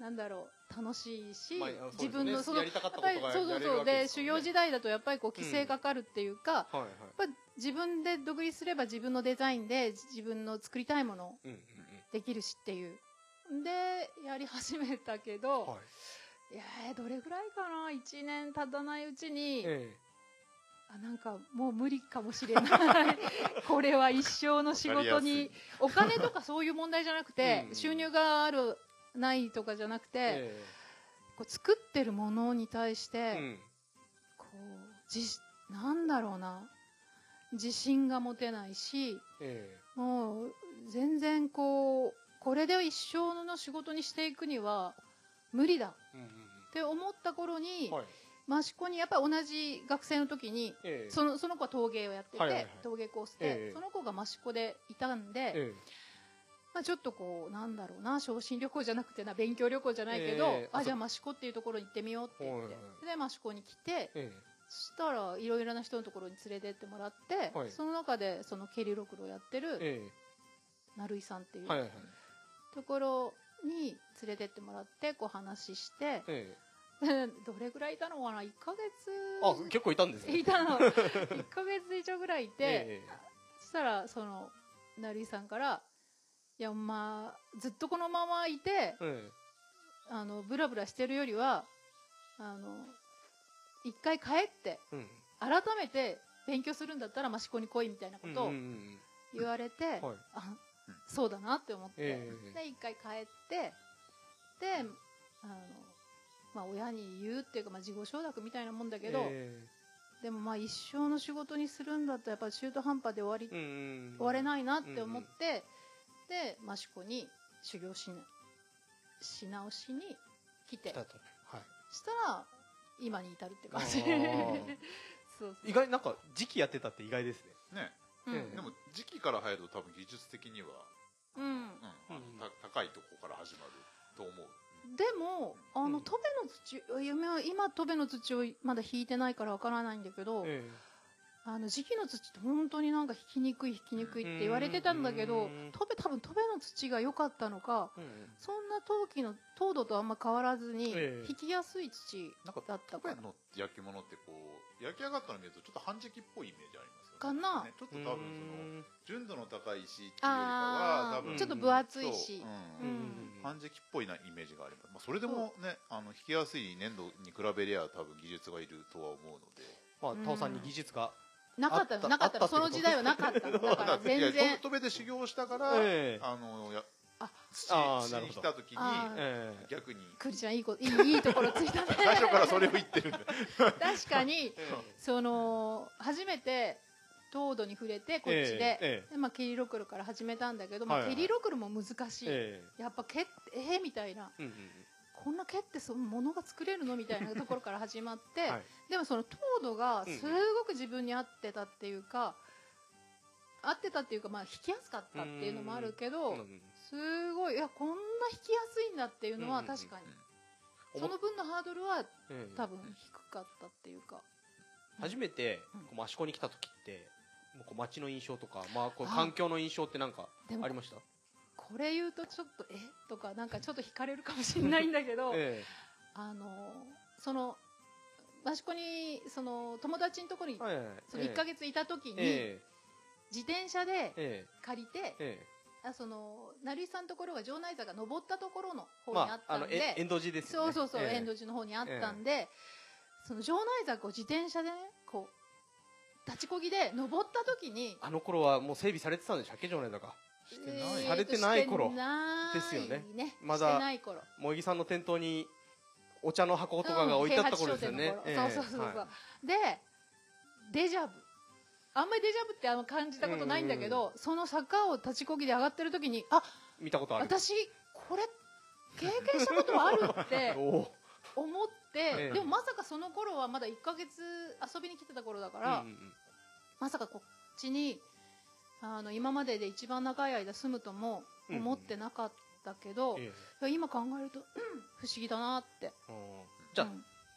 C: なんだろう楽しい
A: え
C: し、
A: まあそうです
C: 自
A: ね
C: 分のその
A: やりたかった
C: やっ
A: こ
C: ぱ
A: と
C: り
A: が
C: そ
A: やれ
C: うそう
A: る
C: そう
A: わけ
C: です修
A: から
C: 行
A: ね
C: 時代だとやっぱりこう
A: うん
C: 規制かかるっていうか、
A: はいはい
C: やっぱ自分で独立すれば自分のデザインで自分の作りたいもの
A: うんうん
C: できるしっていうでやり始めたけ
A: う
C: ど、
A: んはい
C: い、やーどれぐらいかな1年経たないうちに、
A: え
C: あなんかもう無理かもしれ ないこれは一生の仕事にお金とかそういう問題じゃなくて
A: うん
C: 収入があるないとかじゃなくて、
A: ええ
C: こう作ってるものに対して、
A: えうん
C: こうじなんだろうな自信が持てないし
A: え
C: もう全然こうこれで一生の仕事にしていくには無理だ
A: えうんうん
C: って思った頃に、
A: うんはい
C: 益子にやっぱり同じ学生の時に
A: ええ
C: そのその子は陶芸をやってて、
A: はいはいはい
C: 陶芸コース
A: え
C: で、
A: え
C: その子が益子でいたんで、
A: え
C: まあ、ちょっとこうなんだろうな昇進旅行じゃなくてな勉強旅行じゃないけど、
A: ええ
C: あ
A: あ
C: じゃあ益子っていうところに行ってみようって言って、
A: はいはい
C: で益子に来て
A: ええ
C: そしたらいろいろな人のところに連れてってもらって、
A: はい
C: その中でそのケリロクロをやって
A: え
C: る
A: え
C: 成井さんってい
A: えはいは
C: う
A: いはい
C: ところに連れてってもらってこう話して、
A: ええ
C: どれぐらいいたのかな1ヶ
A: あ
C: 月
A: 結構いたんですね
C: いたの1ヶ月以上ぐらいいて、
A: え
C: そしたらその成井さんから「いやまあずっとこのままいて
A: ええ
C: あのブラブラしてるよりはあの一回帰って
A: えうん
C: 改めて勉強するんだったら益子に来い」みたいなこ
A: うん
C: と
A: う
C: を
A: んうん
C: 言われて、
A: うんはい
C: あ
B: うん
C: そうだなって思って、
A: ええ
C: で一回帰ってであの、まあ、親に言うっていうか、まあ、自己承諾みたいなもんだけど、
A: え
C: でもまあ一生の仕事にするんだったらやっぱ中途半端で終わり
A: えうんうん
C: 終われないなって思って、で益子に修行しなし直しに来て
A: 来たとはい
C: したら今に至るって感じ
A: あー
C: そうそう
A: 意外なんか時期やってたって意外ですね
B: ね
C: うん
A: ええ
B: でも時期から入ると多分技術的には、
C: うん
B: うんあの
A: うん
B: た高いとこから始まると思う
C: でもあ
A: う
C: の
A: ん
C: 戸辺の土夢は今戸辺の土をまだ引いてないからわからないんだけど、
A: え
C: あの時期の土って本当になんか引きにくい引きにくいって言われてたんだけ
A: う
C: ど
A: ん
C: 戸辺多分戸辺の土が良かったのか
A: えうん
C: そんな陶器の糖度とあんま変わらずに
A: ええ
C: 引きやすい土
B: なんか
C: だったから
B: 僕らの焼き物ってこう焼き上がったの見るとちょっと半熟っぽいイメージありますよね
C: かな
B: ねちょっと
A: うん
B: 多分その純度の高い石っていうよりかは
C: あ
B: 多
C: あ
B: 分
C: ちょっと分厚いし
B: そう、
C: う
B: うん
C: ん
B: 半熟っぽいなイメージがあります、まあ、それでもねあの引きやすい粘土に比べりゃ多分技術がいるとは思うので
A: まあ
C: うん
A: タオさんに技術が
C: なかった
A: あった
C: のなかった
A: あ
C: の
A: ったってこと
C: その時代はなかったのだ から全
B: いや
C: 然
B: と戸辺で修行したから、
A: ええ
B: あのや
C: あ
B: 土
A: あー
B: 土
A: なる
B: に
A: ほ
B: 来
A: ど
B: た時に
C: あー
A: ええ
B: 逆に
C: クリちゃんいいこいいいいところついたね
B: 最初からそれを言ってるんで
C: 確かに
A: え
C: その初めて糖度に触れてこっち
A: え
C: で,、
A: ええ
C: でまあ、ケリロクルから始めたんだけど、まあ
A: はいはい
C: ケリロクルも難しい、
A: ええ
C: やっぱ毛ってえーみたいな
A: うんうん
C: こんな毛ってそのものが作れるのみたいなところから始まって、
A: はい
C: でもその糖度がすごく自分に合ってたっていうか、合ってたっていうか、まあ、引きやすかったっていうのもあるけど、
A: うんうん
C: すごいいやこんな引きやすいんだっていうの
A: う
C: は
A: んうんうん
C: 確かに、
A: うん
C: その分のハードルは
A: ええ
C: 多分低かったっていうか、
A: 初めて
C: うん
A: こう益子に来た時ってもうこう街の印象とか、まあ、こう
C: あ
A: 環境の印象ってなんか
C: でも
A: ありました
C: これ言うとちょっとえとかなんかちょっと惹かれるかもしれないんだけど、
A: え
C: あのその益子にその友達のところに、
A: えはいはいはい
C: その1か月いた時に、
A: え
C: 自転車で
A: ええ
C: 借りて、
A: ええ
C: あその成井さんのところが城内坂登ったところの
A: え
C: 方にあ
A: ま
C: っ
A: あ
C: た
A: あ
C: ん
A: の
C: で、
A: え遠藤寺ですよ
C: そう
A: ね
C: そうそう、
A: ええ
C: 遠藤寺の方にあったんで、その城内坂を自転車でねこう立ちこぎで登った時に
A: あの頃はもう整備されてたんでしょ鮭城内だか
B: してない
C: えー
A: されてない頃
C: してない
A: ですよねま
C: ま
A: だ
C: だしてない頃
A: 茂木さんの店頭にお茶の箱とかが置いてあった頃ですよね
C: うん、啓発商店の頃そうそうそうそう、でデジャブあんまりデジャブってあの感じたことないんだけど、その坂を立ちこぎで上がってる時にあ
A: う見たことある
C: 私これ経験したことあるって
A: おお
C: 思っ て、
A: ええ
C: でもまさかその頃はまだ1ヶ月遊びに来てた頃だから、
A: うんうんうん
C: まさかこっちにあの今までで一番長い間住むとも思ってなかったけど、い
A: え
C: や今考えると、うん不思議だなって
A: えうんじゃあ、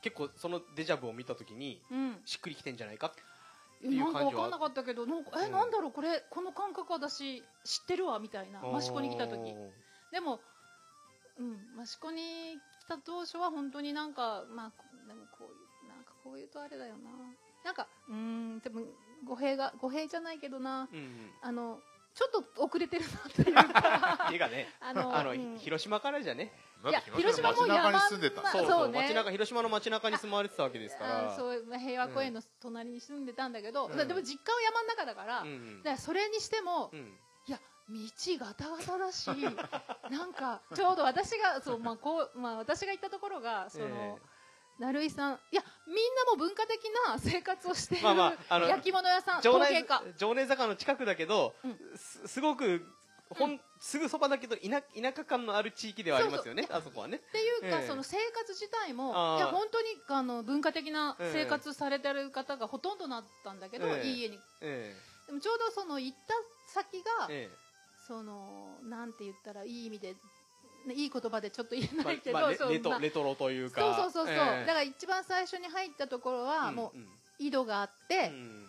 A: 結構そのデジャブを見た時に
C: うん、うん
A: しっくりきてんじゃないか
C: いやなんか
A: いう感
C: 分
A: じは
C: かんなかったけどなんかえ、
A: うん
C: なんだろうこれこの感覚私知ってるわみたいな益子に来た時
A: おー
C: でも、うん、益子に来た当初は本当になんか、まあ、こでもこういう、なんかこういうとあれだよな。なんか、うーん、でも、語弊が、語弊じゃないけどな、
A: うんうん
C: あの、ちょっと遅れてるなっていうか、
A: っていうかね
C: あ の
A: あの、
C: うん
A: 広島からじゃね
B: だって広島
C: いや広島
B: の
C: も
B: 街中に
C: 山
B: 住んでた
C: まあ
A: そう
C: そ
A: そうう
C: ね
A: 街中広島の街中に住まわれてたわけですか
C: あ
A: ら
C: そうまあ平和公園の隣に住んでたんだけど、
A: うん
C: でも実家は山の中だから、
A: う
C: だか
A: ん
C: らそれにしても、
A: うん
C: いや道ガタガ タだしなんかちょうど私がそう、まあこうまあ、私が行ったところがその、
A: え
C: 成井さんいやみんなも文化的な生活をしている、
A: まあまああの
C: 焼き物屋さん陶
A: 常
C: 芸
A: 連
C: 家
A: 常連坂の近くだけど、
C: うん
A: すすごくほん、すぐそばだけど田田舎感のある地域ではありますよねあそこはね
C: っていうか、
A: ええ
C: その生活自体も
A: あー
C: いや本当にあの文化的な
A: ええ
C: 生活されてる方がほとんどなったんだけど、
A: ええ
C: いい家に
A: え
C: でもちょうどその行った先が、
A: ええ
C: そのなんて言ったらいい意味で、ねいい言葉でちょっと言え
A: え
C: ないけど、
A: まあまあレ
C: その
A: レ
C: まあ
A: トレトロというか
C: そうそうそうそう、
A: ええ
C: だから一番最初に入ったところはも
A: う
C: うん井戸があっ
A: う
C: て、
A: ん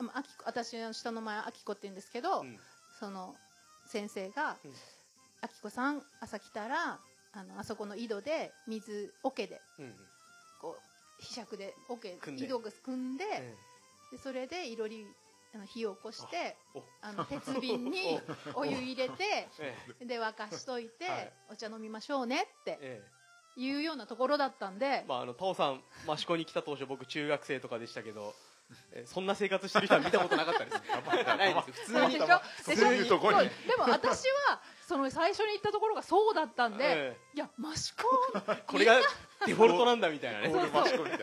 C: まあ、あき私の下の前はあきこって言うんですけど、
A: うん
C: その先生が
A: うん
C: 「あきこさん朝来たらあのあそこの井戸で水桶で
A: うん
C: こう柄杓で桶
A: 組んで
C: 井戸が組んで,、
A: え
C: でそれでいろりあの火を起こして
A: お
C: あの鉄瓶 にお湯入れて
A: ええ
C: で沸かしといて、
A: はい
C: お茶飲みましょうねって
A: え
C: いうようなところだったんで
A: え、まああのタオさん益子に来た当初僕中学生とかでしたけど、えそんな生活してる人は見たことなかったです ないです普通
C: で
A: に
C: しょでし
B: そ
C: ょ
B: ういうとこ
C: そ
B: に
C: うでも私はその最初に行ったところがそうだったんで、
A: え
C: いや益子
A: えこれがデフォルトなんだみたいなね
B: ゴールマシコみたい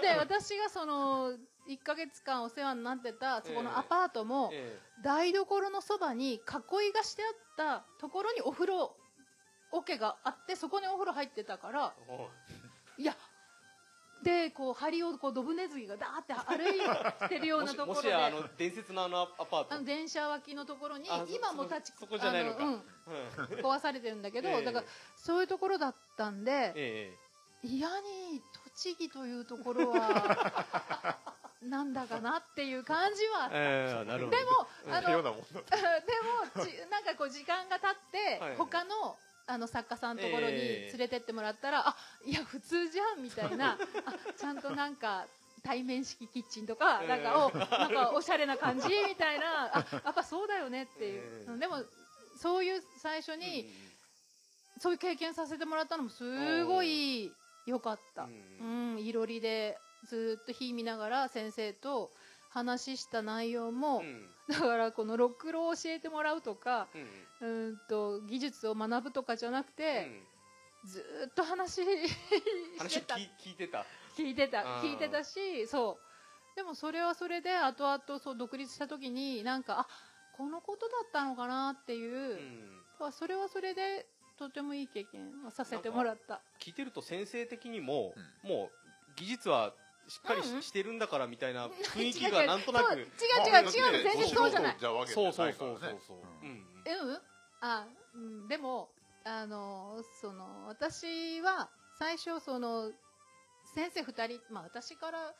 C: で私がその1ヶ月間お世話になってたそこのアパートも
A: え
C: 台所のそばに囲いがしてあったところにお風呂桶があってそこにお風呂入ってたから
A: えもう
C: いやでこう針をこうドブネズミがダーって歩いてるよう
A: も
C: な
A: し
C: とこ
A: も
C: ろ
A: し
C: で
A: やあの伝説のあのアパート
C: あの電車脇のところに
A: あそ
C: 今も立ち
A: そこじゃないのか
C: あうん
A: うん
C: 壊されてるんだけ ど、
A: ええ
C: だからそういうところだったんで、
A: え
C: いやに栃木というところは なんだかなっていう感じ
A: え
C: は
A: ええなるほ
C: で
A: ど
C: もあ
B: なよ
C: の
B: うなもんだ
C: でもじ なんかこう時間が経って、
A: はい
C: 他のあの作家さんのところに
A: ええ
C: 連れてってもらったら、あいや普通じゃんみた いなあちゃんとなんか対面式キッチンとか、
A: ええ
C: なんかおなんかおしゃれな感じみたいなあやっぱそうだよねっていう、
A: ええ
C: でもそういう最初に、そういう経験させてもらったのもすごい良かった。
A: うん
C: うん、いろりでずっと火見ながら先生と話した内容も、
A: うん
C: だからこのろくろを教えてもらうとか
A: うん
C: うーんと技術を学ぶとかじゃなくて、ずーっと話し
A: 話
C: て
A: を
C: た
A: 聞い聞いてた
C: 聞いてた
A: あー
C: 聞いてたしそうでもそれはそれで後々そう独立した時になんかあこのことだったのかなっていうう、
A: ん
C: まあそれはそれでとてもいい経験をさせてもらった。
A: 聞いてると先生的にも
B: うん
A: もう技術はしっかり
C: うんうん
A: ししてるんだからみたいな雰囲気
C: 違う違
A: が
C: う
A: なんとな
C: そう違
A: く
C: う違う違う
B: まあ
C: 全然そうじゃない
B: ご仕事じゃわけじゃ
A: そうそ
B: な
A: う
B: いか
A: そう
B: ら
A: そう
B: ね
A: そう
B: うん
A: うん
C: うんあ、うん、でも、あの、その、私は、最初、その、先生二人、まあ私から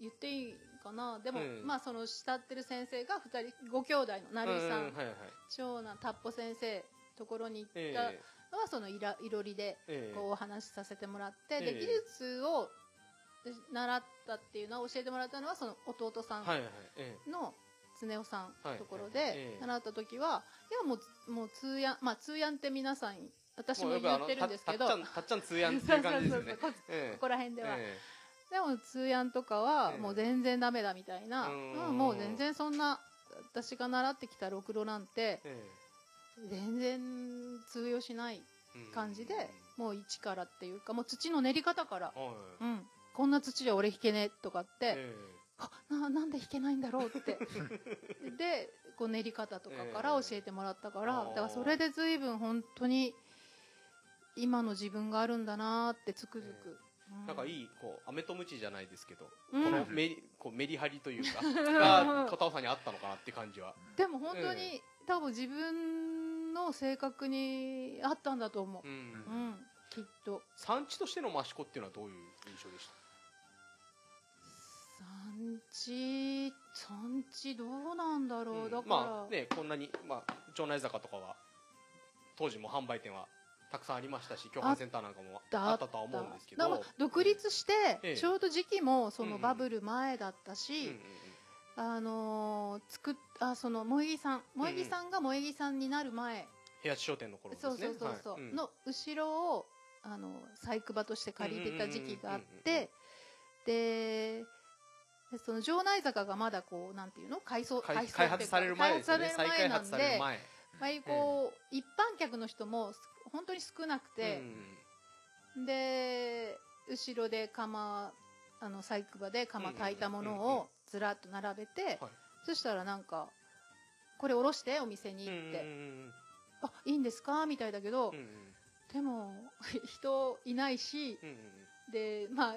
C: 言っていいかな。でも、
A: うん
C: まあその、慕ってる先生が二人、ご兄弟の、成井さん、
A: うんはいはい
C: 長男、田っぽ先生、ところに行った
A: え
C: のは、そのいら、いろりで、
A: えええ
C: こうお話しさせてもらって、
A: ええ
C: で、技術を習ったっていうのは、教えてもらったのは、その弟さん
A: はいはいえ
C: の常雄さんのところ
A: はいはい
C: で
A: ええ
C: 習った時は、いやもう、もう通訳、まあ通訳って皆さん、
A: え
C: 私も言ってるんですけど、
A: も
C: そうう
A: よくあのたたっちゃんたっちゃん通やんって
C: そ
A: いうう感じです
C: そ
A: よ
C: う
A: ね
C: こ、
A: え
C: ここら辺で
A: え
C: は。
A: え
C: でも通訳とかは
A: ええ
C: もう全然ダメだみたいな、
A: うん
C: うんもう全然そんな、私が習ってきたろくろなんて、
A: ええ
C: 全然通用しない
A: うん
C: 感じで、もう一からっていうか、もう土の練り方から、
A: はい
C: うん、こんな土じゃ俺弾けねえとかって、
A: え
C: あななんで弾けないんだろうって でこう練り方とかから
A: ええ
C: 教えてもらったから、
A: あー
C: だからそれで随分本当に今の自分があるんだなーってつくづく、
A: なんかいいこう飴とムチじゃないですけど、
C: うん
A: このメリこうメリハリという かが片岡さんにあったのかなって感じは、
C: でも本当
A: え
C: に多分自分の性格に合ったんだと思
A: う
C: う。
A: ん
C: うん、きっと
A: 産地としての益子っていうのはどういう印象でした
C: 産地産地どうなんだろう、
A: うん
C: だから、
A: まあねこんなに、まあ、町内坂とかは当時も販売店はたくさんありましたし共犯センターなんかも
C: た
A: あったとは思うんですけど
C: だから独立して、
A: ええ
C: ちょうど時期もそ
A: うんう
C: の
A: ん
C: バブル前だった
A: うん
C: し、
A: うん
C: あのー作っあその萌木さん
A: ん
C: 萌木さんが萌木さんになる前、
A: 平地商店の頃です
C: そ
A: ね
C: うそうそうそう、
A: はいん
C: の後ろをあの細工場として借りてた時期があっ
A: うんうんうんうん
C: てでその城内坂がまだこうなんていうの改装
A: 開
C: 改装
A: 開発される前ですよね
C: 開
A: 再
C: 発
A: 開
C: なん
A: 発され
C: で
A: る前
C: まあこう一般客の人も本当に少なくて、
A: うんうん
C: で後ろで釜あの細工場で釜炊いたもの
A: うんうんうんうん
C: をずらっと並べて、
A: はい
C: そしたらなんか「これおろしてお店に」
A: うん
C: っ
A: うん
C: て「あいいんですか?」みたいだけど、
A: うんうん
C: でも 人いないし
A: うんうんうん
C: でまあ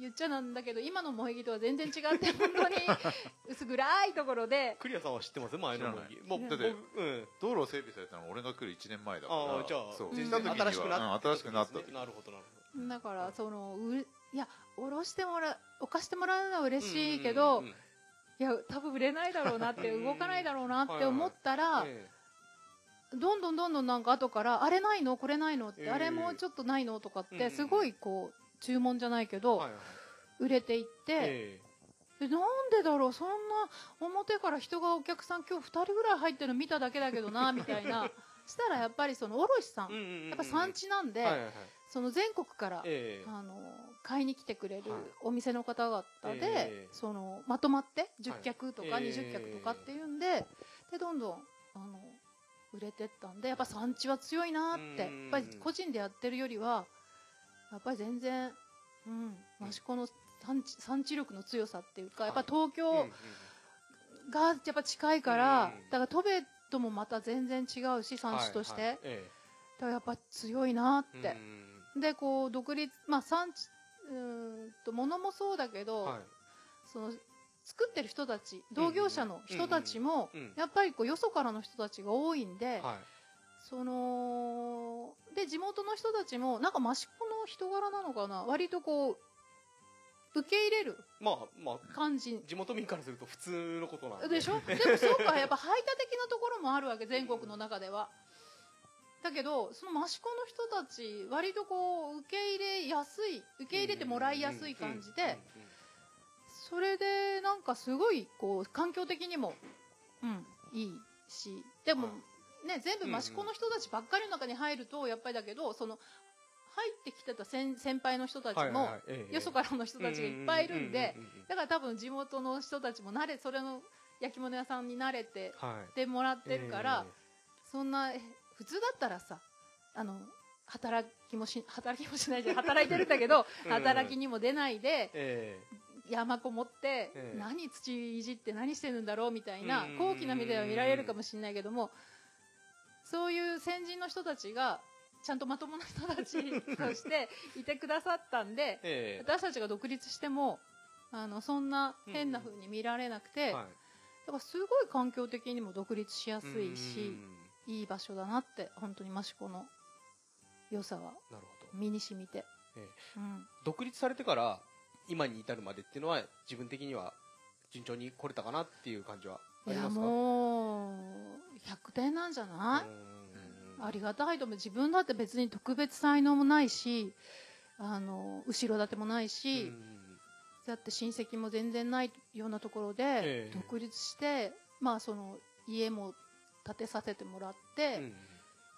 C: 言っちゃなんだけど今の萌木とは全然違って本 当に薄暗いところで
A: クリアさんは知ってます前の麦
B: 知
A: もう
C: だ
B: って
A: 僕うん
B: 道路を整備されたのは俺が来る1年前だから
A: ああじゃあ
B: そう
A: 全
B: 来た時に
A: 然
B: は
A: 新しくな
B: う
A: っ
B: ん
A: て
B: 新しくなった時
A: ねなるほどなる
C: だか
A: うん
C: らそのういやおろしてもらお貸してもらうのは
A: ほど
C: 嬉しいけど、
A: うんうんうん
C: いや多分売れないだろうなって
A: うん
C: 動かないだろうなっ
A: はい
C: て
A: はい
C: 思ったら
A: え
C: どんどんどんどんなんか後からあれないのこれないのっ
A: ええ
C: てあれもうちょっとないのとかっ
A: うんうん
C: てすごいこう注文じゃないけ
A: え
C: ど
A: はいはい
C: 売れていって
A: え
C: でなんでだろうそんな表から人がお客さん今日2人ぐらい入ってるの見ただけだけどなみたい なしたらやっぱりその卸さん
A: えうんうんうんうん
C: やっぱ産地なんで
A: はいはいはい
C: その全国から
A: ええ
C: あの買いに来てくれる
A: はい
C: お店の方々で、
A: ええ
C: そのまとまって10客とか
A: はい
C: 20客とかっていうんで,、でどんどんあの売れてったんでやっぱ産地は強いなって
A: う
C: やっ
A: ん
C: ぱり個人でやってるよりはやっぱり全然、うん、益子の産地産地力の強さっていうかやっぱ東
A: うん
C: 京
A: うん
C: がやっぱ近いから、
A: うん
C: だから戸部ともまた全然違うし産地として、
A: はいはいえ
C: だからやっぱ強いな
A: え
C: って。
A: うんうん
C: でこう独立まあ産地うーんと物もそうだけど、
A: はい
C: その作ってる人たち同業者の人たちも、
A: うんうん
C: やっぱりこうよそからの人たちが多いんで、
A: はい
C: そので地元の人たちもなんか益子の人柄なのかな割とこう受け入れる
A: まあまあ
C: 感じ
A: 地元民からすると普通のことなんで
C: でしょでもそうかやっぱ排他的なところもあるわけ全国の中では。だけどその益子の人たち割とこう受け入れやすい受け入れてもらいやすい感じで
A: うんうんうん
C: それでなんかすごいこう環境的にも、うん、いいしでも、
A: は
C: ね、全部益子の人たちばっかりの中に入るとやっぱりだけどその入ってきてた先先輩の人たち
A: はいはい
C: も
A: はいええ
C: よそからの人たちがいっぱいいるんで
A: うううんうんうん
C: だから多分地元の人たちも慣れそれの焼き物屋さんに慣れて
A: はい
C: ってもらってるから、そんなえ普通だったらさあの働きもし 働きもしないじゃん働いてるんだけど
A: うん
C: 働きにも出ないで
A: え
C: 山こもって、
A: ええ
C: 何土いじって何してるんだろうみたいな
A: うん
C: 高貴な目では見られるかもしれないけどもそういう先人の人たちがちゃんとまともな人たちとしていてくださったんで
A: ええ
C: 私たちが独立してもあのそんな変な風に見られなくて、
A: え
C: だ
A: は
C: からすごい環境的にも独立しやす
A: い
C: いし、いい場所だなって本当に益子の良さが
A: なるほど
C: 身に染みて、
A: え
C: うん、
A: 独立されてから今に至るまでっていうのは自分的には順調に来れたかなっていう感じはあ
C: い
A: り
C: や
A: ますか
C: もう100点なんじゃな
A: う
C: い、
A: ん
C: ありがたいと思う自分だって別に特別才能もないしあの後ろ盾もないし、
A: うん
C: だって親戚も全然ないようなところで、
A: ええ
C: 独立して、まあ、その家も建てさせてもらっ
A: う
C: て、っ
A: ん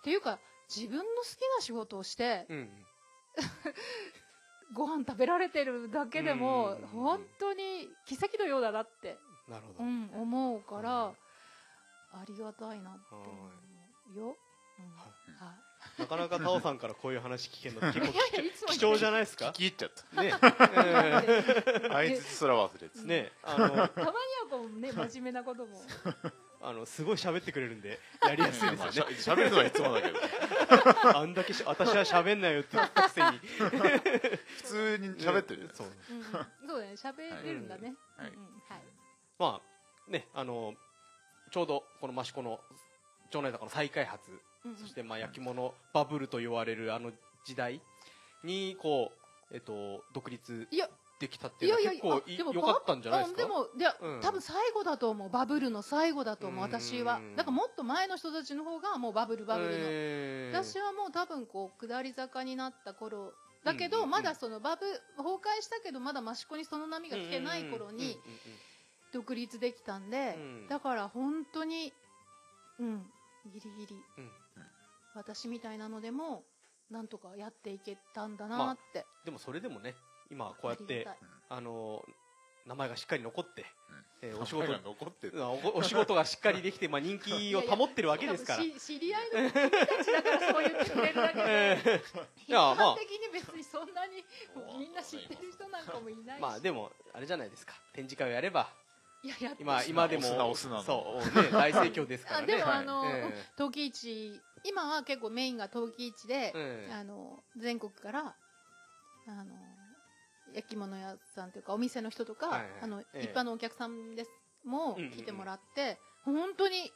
C: ていうか自分の好きな仕事をして、
A: うん
C: ご飯食べられてるだけでも、
A: うん
C: 本当に奇跡のようだなって、
A: なるほど
C: うん、思うから、
A: うん
C: ありがたいなって思うよ。うん
A: は
C: はい
A: なかなかタオさんからこういう話聞け るのって結構
C: いやいやいつも
A: 貴重じゃないです
B: 聞
A: か
B: き入っちゃっ
A: ね
B: たあいつすら忘れてた
A: ねあの
C: たまにはこうね真面目なことも
A: あのすごい喋ってくれるんでやりやすいですよね
B: まあしゃ喋るのはいつもだけど
A: あんだけし私は喋んないよって言ったくせに
B: 普通に 喋ってる
A: そう
C: うんうんそうだね喋れるんだね、
B: はい
C: うんうんはい
A: まあねあのちょうどこの益子の町内坂の再開発
C: うんうん
A: そしてまあ焼き物バブルと言われるあの時代にこうえっと独立
C: いや
A: できたっていうのはい
C: やい
A: 結
C: やいや
A: 構
C: あでも
A: い良かったんじゃないですか
C: あでもいや、
A: うん
C: 多分最後だと思うバブルの最後だと思う
A: うん
C: 私はなんかもっと前の人たちの方がもうバブルバブルの、
A: えー
C: 私はもう多分こう下り坂になった頃だけ
A: うん
C: ど、
A: うんうん
C: まだそのバブ崩壊したけどまだ益子にその波が来てない頃に独立できたんで、
A: うん
C: だから本当にうんギリギリ、
A: うん
C: 私みたいなのでもなんとかやっていけたんだ
A: まあ
C: なって、
A: でもそれでもね今こうやっ
C: あり
A: て
C: がたい
A: あの名前がしっかり残って、え ーお仕
B: 名
A: 事
B: 前が残ってる
A: まあおお 仕事がしっかりできて、まあ、人気を保ってるわけですから。
C: 多分し知り合いの
D: だからそう言ってくれるだけ で
A: えーい
C: 一
A: やまあ
C: 般的に別にそんなにみんな知ってる人なんかもいないし、
A: まあでもあれじゃないですか展示会をやれば
C: いややって
A: 今
B: 押すな
A: 今でも
B: 押すな押す
A: そ
B: な
A: う、ね、大盛況ですから
C: あ
A: ね
C: でも
B: はい
C: あの、
A: え
C: 陶器市今は結構メインが陶器市
A: え
C: で、
A: え
C: あの全国からあの焼き物屋さんというかお店の人とか、
A: はいはい
C: あの
A: ええ
C: 一般のお客さんですも
A: うんうんうん
C: 来てもらって、本当に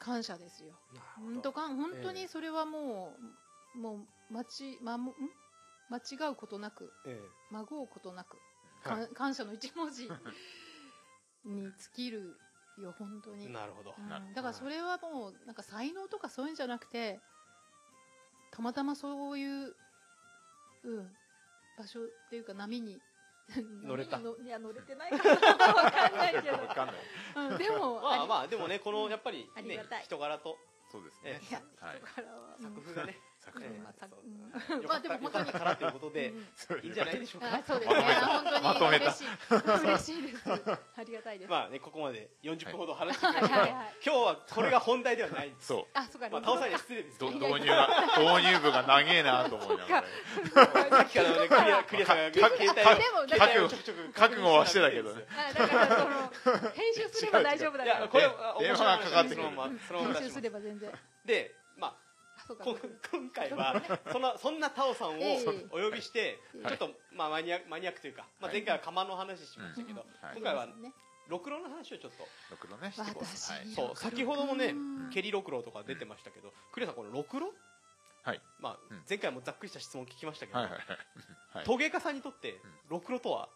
C: 感謝ですよ
A: え
C: 本当か本当
A: ええ
C: にそれはもう、もう間ち、ま、もん間違うことなく
A: え
C: まごうことなく、
A: え
C: かん感謝の一文 字に尽きるよ本当に、
A: なるほど、
C: うん
B: なる
C: だからそれはもうなんか才能とかそういうんじゃなくてたまたまそういう、うん、場所っていうか波に
A: 乗 れた
C: 波に
D: いや乗れてないからわかんない けど
B: わかんない
C: のうんでも
A: まあま
C: あ
A: あでもねこのやっぱり
D: あ、り
A: ね
D: がたい、
A: 人柄と
B: そうです
A: え
B: ね
C: りいや
B: はい
C: 人からは、うん
A: 工夫がね、
B: 作
A: え
B: 品
A: え
C: まあさ
A: そう
C: うん
A: よ
C: ま
A: か
C: あ
A: っ
C: で
A: た
C: も
A: よ
C: 本
A: か
C: 当
A: っ
C: に
A: たからということで
C: う、
A: い
C: ん
A: いんじゃないでしょうか
C: あそうです
B: ま
C: ね本
B: と
C: 当に
B: めた
C: 嬉しい嬉しい ですありがたいです、
A: まあねここまで40分ほど話して
D: はい
A: きました
D: は
A: が
D: いはい
A: 今日はこれが本題ではないです
B: そう
C: あそうか
A: まあ倒されて失礼ですけ
B: ど
A: ど
B: 導入が導入部が長えなと思い ながら
A: さっきからねクリアクリアさんが携帯を
C: でもだ
A: 携
C: から
A: 帯をちょくちょく
B: 覚悟はしてたけどね
D: あだからその編集すれば大丈夫だ
A: い
D: から
A: やこれは
B: 電話がかかってくる
A: そのままそのまま
C: 編
A: 出します
C: 集すれば全然
A: でまあ
C: あそうか
A: こん今回はそんなそんなタオさんを
C: ええ
A: お呼びしてち
C: は
A: ょ
C: い
A: っとまあマニアマニアックというかまあ
B: はい
A: 前回は釜の話しましたけど
B: うんはい
A: 今回は
C: そうですね
A: 六郎の話をちょっと
B: 録のねしてこう
C: 私
B: はい
C: に
A: そう
C: 六郎
A: 先ほどもね
C: うん
A: 蹴り六郎とか出てましたけどクリアさんこの六郎
B: はい
A: まあ
B: うん
A: 前回もざっくりした質問聞きましたけど
B: はいはいはいはい
A: 陶芸家さんにとって六郎とは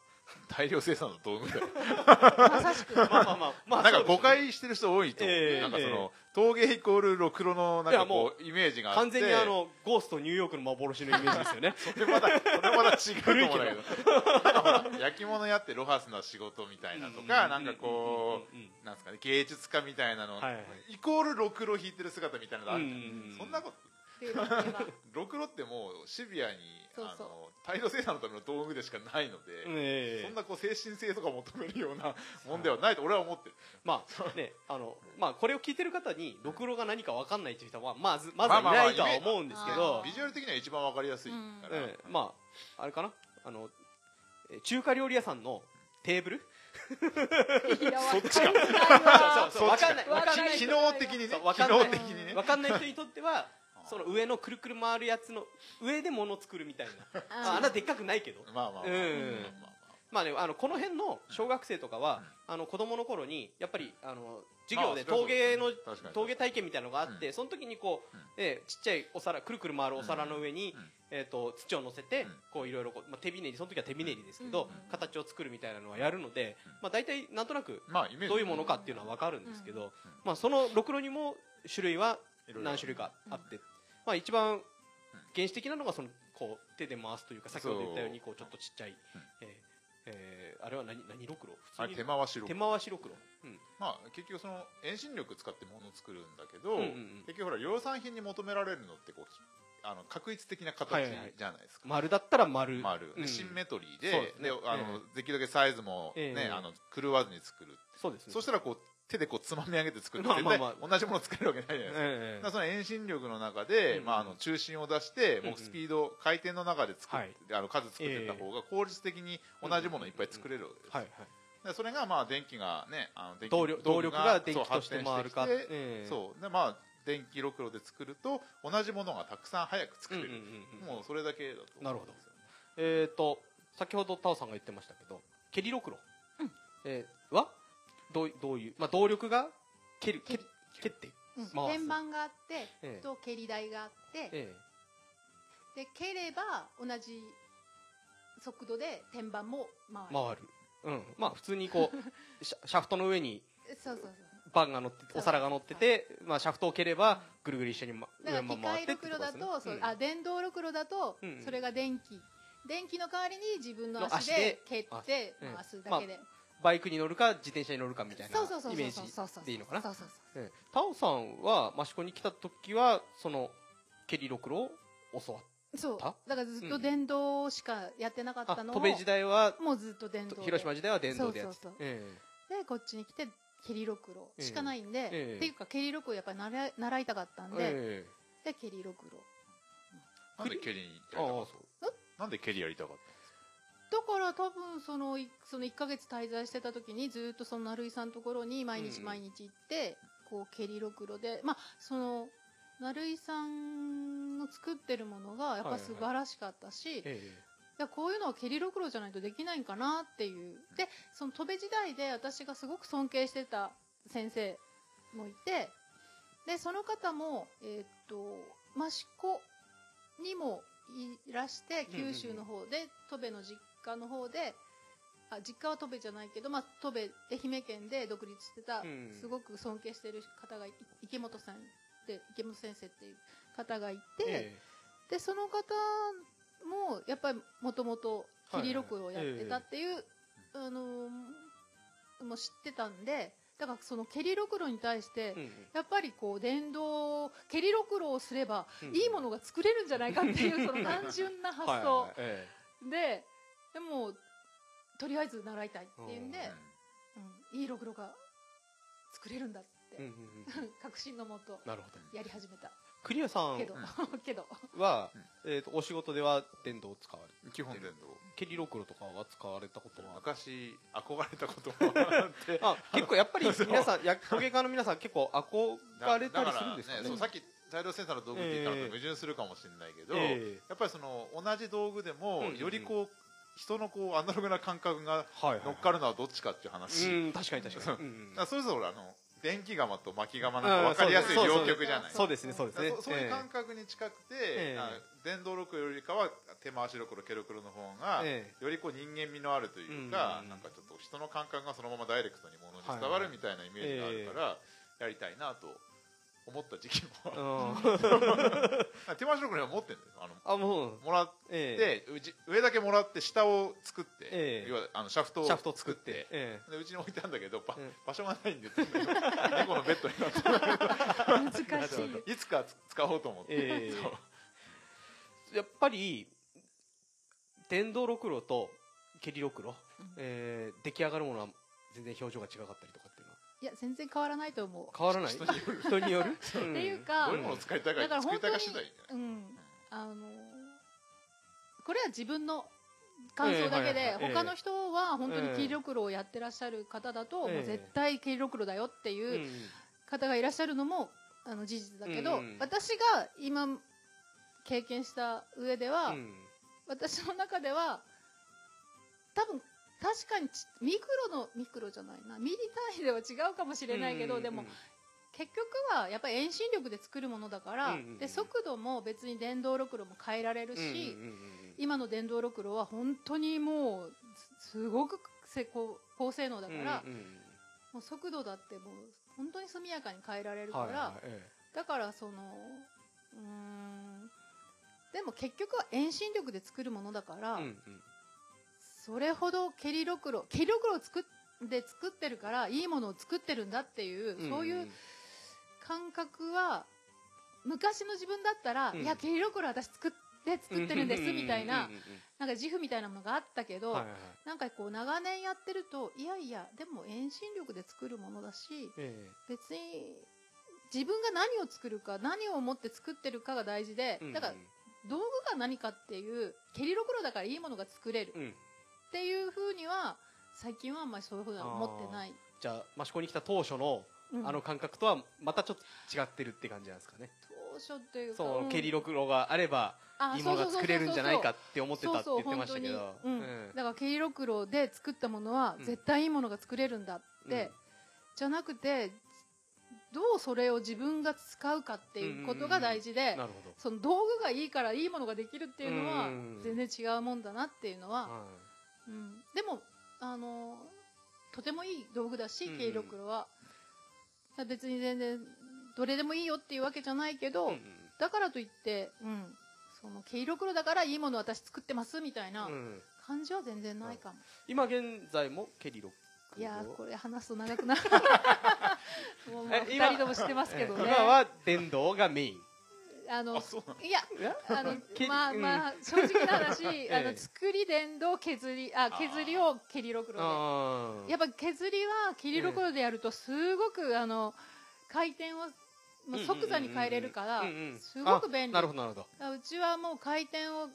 B: 大量生産の道具だよ
C: まさしく
A: まあまあまあ まあ
B: なんか
A: そうですね
B: 誤解してる人多いと思う、
A: ええ
B: なんかその、陶芸イコールろくろのなんかこうイメージがあって
A: 完全にあのゴーストニューヨークの幻のイメージですよね
B: それまだそれまだ違うと思うんだけどなんかほら焼き物やってロハスな仕事 みたいなとか、なんかこう、
A: うんうんうん
B: なんですかね芸術家みたいなの、
A: はいはい
B: イコールろくろ弾いてる姿みたいなのあるじゃん、
A: うん
B: そんなこと
C: ではでは
B: ろくろってもうシビアに
C: そうそう
B: あの大量生産のための道具でしかないの
A: うん
B: で、
A: ええ
B: そんなこう精神性とか求めるよ うなもんではないと俺は思ってる
A: まあね、あの、まあこれを聞いてる方に、ろくろが何かわかんないという人は、まず、まずい
B: まあまあま
A: な
B: あ
A: いとはい
B: ね
A: 思うんですけ
C: あ
A: ど
C: ー、
B: ビジュアル的には一番わかりやすいから、
A: ええまあ、あれかなあの、えー中華料理屋さんのテーブル
D: いや
B: そっちか
A: そうそう、わかんない。わ
D: わ
A: かん
D: かん
A: な。
D: ない
B: 機能的にね
A: そうわかん
B: 機
A: ない
B: 能的にね
A: わかんない人にとって は、その
B: うん
A: 上のくるくる回るやつの上で物を作るみたいな。まあ、あんなでっかくないけど。
B: まあまあまあ
A: うんまあね、あの、この辺の小学生とかは、あの、子供の頃に、やっぱり、あの、授業で
B: まあ
A: 陶芸の
B: 確かに
A: 陶芸体験みたいなのがあって、
B: う
A: その時にこう、
B: うん
A: えーちっちゃいお皿くるくる回るお皿の上に、
B: うんうん
A: えー、と土を乗せて、
B: うん
A: こういろいろこう、まあ、手びねりその時は手びねりですけど、
C: うんうん
A: 形を作るみたいなのはやるので、
B: うん
A: まあ、大体なんとなく
B: まあイメージ
A: どういうものかっていうのは分かるんですけど、
B: うん
A: まあ、そのろくろにも種類はい
B: ろいろ
A: 何種類かあって、まあ、一番原始的なのがそのこう手で回すというか先ほど言ったようにこうちょっとちっちゃい、えーえーあれは何何ろくろ普
B: あれ
A: 通
B: 手
A: に
B: 回しろ
A: 手回しろくろ、うん
B: まあ結局その遠心力使ってものを作るんだけど、
A: うんうんうん
B: 結局ほら量産品に求められるのってこうあの確率的な形
A: は
B: じ
A: い
B: ゃ
A: はい
B: な
A: はいい
B: ですか、
A: 丸だったら丸
B: 丸、
A: うん
B: シンメトリーで
A: そうですね
B: であの、
A: え
B: できるだけサイズも、
A: え
B: ね
A: え
B: あの狂わずに作る、
A: そうですね
B: そしたらこう手でこうつまみ上げて作ると
A: まあ
B: 絶
A: まあ
B: 対
A: まあ
B: 同じものを作れるわけないじゃないですか、
A: ええ
B: だからその遠心力の中で、
A: うん
B: まあ、あの中心を出して、
A: ん
B: もうスピード回転の中で作っ
A: はい
B: あの数作っていった方が効率的に同じものをいっぱい作れるわけです、
A: はいはい
B: でそれがまあ電気がねあの電気
A: 動力動力が電気として
B: そう発
A: 回る
B: 展
A: か
B: きて
A: ええ
B: そうでまあ電気ろくろで作ると同じものがたくさん早く作
A: うん
B: れ
A: うんう
B: る、
A: んうん
B: もうそれだけだと
A: なるほどえっ、と先ほどタオさんが言ってましたけど蹴りろくろ、えーはどういどういう、まあ、動力が蹴る蹴
C: 蹴り
A: 蹴って、
C: う
A: 回
C: ん
A: す
C: 天板があって、
A: ええ
C: と蹴り台があって、
A: え
C: で蹴れば同じ速度で天板も回
A: え
C: る、
A: 回る、うん、まあ普通にこ うシャシャフトの上に
C: そうそうそう
A: バンが乗っててお皿が乗ってて、まあ、シャフトを蹴ればぐるぐる一緒に、ま、
C: だから
A: 上ま
C: 機
A: ま回っ
C: 械
A: て
C: ろ
A: って
C: く
A: こ
C: ろ
A: とで
C: だ
A: すね
C: と、そう
A: うん
C: あ電動ろくろだと、
A: うんうん
C: それが電気電気の代わりに自分の足
A: の足で
C: で蹴って
A: あうん
C: 回すだけで、
A: バイクに乗るか自転車に乗るかみたいな
C: そうそうそう
A: イメ
C: そう
A: ー
C: そうそうそう
A: ジでいいのかな
C: そうそうそう
A: ええタオさんは益子に来た時はその蹴りろくろを教わっ
C: そう
A: た
C: だからずっ
A: う
C: と
A: ん
C: 電動しかやってなかったたのを
A: 戸部時代は
C: もうずっと電動で
A: 広島時代は電動でやってた
C: そうそうそう
A: え
C: でこっちに来て蹴りろくろしかないんで、
A: ええ
C: っていうか蹴りろくろやっぱり習い習いたかったん
A: え
C: で、
A: え
C: で蹴りろくろ
B: なんで蹴りやり
A: え
B: たか
A: あ
B: ったの
A: あそう
B: なんで蹴りやりたかっ
C: だから多分そのいその1ヶ月滞在してた時にずっとその成井さんのところに毎
A: うんう
C: 日
A: ん
C: 毎日行って、こう蹴りろくろでまあその成井さんの作ってるものがやっぱ素晴らしかったし、い
A: え
C: やこういうのは蹴りろくろじゃないとできないんかなっていうでその戸部時代で私がすごく尊敬してた先生もいてでその方もえーっと益子にもいらして
A: うんうんうん
C: 九州の方で戸部の実家の方であ実家は戸部じゃないけど、まあ、戸部愛媛県で独立してた、
A: うん
C: すごく尊敬してる方がい池本さんで池本先生っていう方がいて、
A: ええ
C: でその方もやっぱりもともと蹴りろくろをやってたっていう、あのーもう知ってたんでだからその蹴りろくろに対し
A: え
C: て、
A: うん
C: やっぱりこう電動蹴りろくろをすれば
A: うん
C: いいものが作れるんじゃないかって いうその単純な発
A: はい
C: 想、
A: はいえ
C: ででもとりあえず習いたいっていうんで
B: たの、
C: うんいいろくろが作れるんだって、
A: えうんうんうん
C: 確信のもと
A: なるほど
C: やり始めた
A: クリアさ
C: けど、 けど
A: んは、えー、とお仕事では電動を使われ
B: うん基本電
A: 蹴りろくろとかは使われたこと
B: 動
A: は
B: 昔憧れたこと があって
A: あ結構やっぱり 皆さんや陶芸家の皆さん結構憧れたりするんですか
B: だ
A: ね
B: らそうさっき大量生産の道具って言ったのと矛盾するかもしれないけど、
A: え
B: やっぱりその同じ道具でも
A: うんうん
B: よりこう、人のこうアナログな感覚が
A: えはいはい
B: 乗っかるのはどっちかっていう話、
A: うん確かに確かに、
B: そう
A: うんうん
B: だからそれぞれあの電気釜と巻き釜なんか分かりやすい
A: うんそうそう
B: 両極じゃない
A: そうですねそうですね
B: だからそうそうい
A: え
B: う
A: え
B: 感覚に近くて、
A: ええ
B: あ電動ろくろよりかは手回しろくろ蹴ろくろの方が、
A: ええ
B: よりこう人間味のあるというか、
A: うん
B: なんかちょっと人の感覚がそのままダイレクトにものに伝わるみたいなイメージがあるから、やりたいなと思った時期もある、
A: うん
B: 手回しろくろは持ってるんですよあの
A: あもう
B: もらっ
A: ええ
B: て、うち上だけもらって下を作って、
A: ええ
B: 要はあのシャフトを
A: シャフトを作って、え
B: でうちに置いたんだけどば
A: うん
B: 場所がない んで猫のベッドになって
C: 難しい
B: いつか使おうと思って、
A: ええ
B: そう
A: え やっぱり電動ろくろと蹴りろくろ、
C: うん
A: ええ出来上がるものは全然表情が違かったりとかっていうのはい
C: や全然変わらないと思う
A: 変わらない
B: 人による
A: 人による、ん
C: っていうか
B: どういうものを使いたい
C: だか
B: から作り
C: 本当
B: たい
C: に
B: か次第じゃない
C: うん、あのーこれは自分の感想だ
A: ええ
C: け
A: はい
C: で、
A: はいはい
C: 他の人は本当
A: ええ
C: に黄色黒をやってらっしゃる方だと、
A: ええ
C: もう絶対黄色黒だよって
A: うん
C: いう方がいらっしゃるのもあの事実だけど、
A: うんうん
C: 私が今経験した上では、
A: うん
C: 私の中では多分確かにちミクロのミクロじゃないなミリ単位では違うかもしれないけど、
A: うん
C: でも結局はやっぱり遠心力で作るものだから、
A: うんうんうん
C: で速度も別に電動ろくろも変えられるし、
A: うんうんうん
C: 今の電動ろくろは本当にもうすすごくせ高高性能だから、
A: うんうん
C: もう速度だってもう本当に速やかに変えられ
A: う
C: る
A: ん
C: から、
A: はいはいえ
C: だからそのうーんでも結局は遠心力で作るものだから、
A: えうんうん
C: それほど蹴りろくろ蹴りろくろを作っで作ってるからいいものを作ってるんだっていう、そういう感覚は昔の自分だったら、
A: うん
C: いや蹴りろくろ私作って作ってるんですみたいな
A: うんうんうん
C: なんか自負みたいなものがあったけ
A: うん
C: ど、
A: はいはいはい
C: なんかこう長年やってるといやいやでも遠心力で作るものだし
A: え
C: 別に自分が何を作るか何を思って作ってるかが大事で、
A: え
C: だから道具が何かっていう蹴りろくろだからいいものが作れる
A: うん
C: っていうふうには最近はあんまりそういうふうには思ってない、
A: じゃあ益子に来た当初の
C: うん
A: あの感覚とはまたちょっと違ってるって感じなんですかね、
C: 当初っていうか
A: そう、
C: ん
A: 蹴りろくろがあれば
C: あ
A: いいものが作れるんじゃないか
C: っ
A: って思ってたって言ってましたけど
C: うん
A: うん
C: だから蹴りろくろで作ったものは
A: うん
C: 絶対いいものが作れるんだって、
A: うん
C: じゃなくてどうそれを自分が使うかっていうことが大事で、
A: なるほど
C: その道具がいいからいいものができるっていうのは
A: うん
C: 全然違うもんだなっていうのは、
A: はい
C: うんでもあのとてもいい道具だし
A: うん
C: 軽力ロは、別に全然どれでもいいよっていうわけじゃないけど、
A: うん
C: だからといって、うん、その軽力ロだからいいもの私作ってますみたいな
A: うんうん
C: 感じは全然ないかも、
A: 今現在もケリロ
C: い、やー
A: こ
C: これ話すと長くなるもうまあ
A: え今
C: 二人とも知ってますけどね、
A: 今は電動がメイン
C: あの
B: あそうなの
C: いや
A: いや
C: あの
A: け
C: まあ
A: うん
C: まあ正直 な話、
A: え
C: あの作り伝道削りあ
B: あー
C: 削りを蹴りろくろ
A: あー
C: でやっぱ削りは蹴りろくろでやるとすごくあの回転を、まあ、即座に変えれるから
A: うんうんうん
C: すごく便利
A: なるほどなるほど
C: だからうちはもう回転を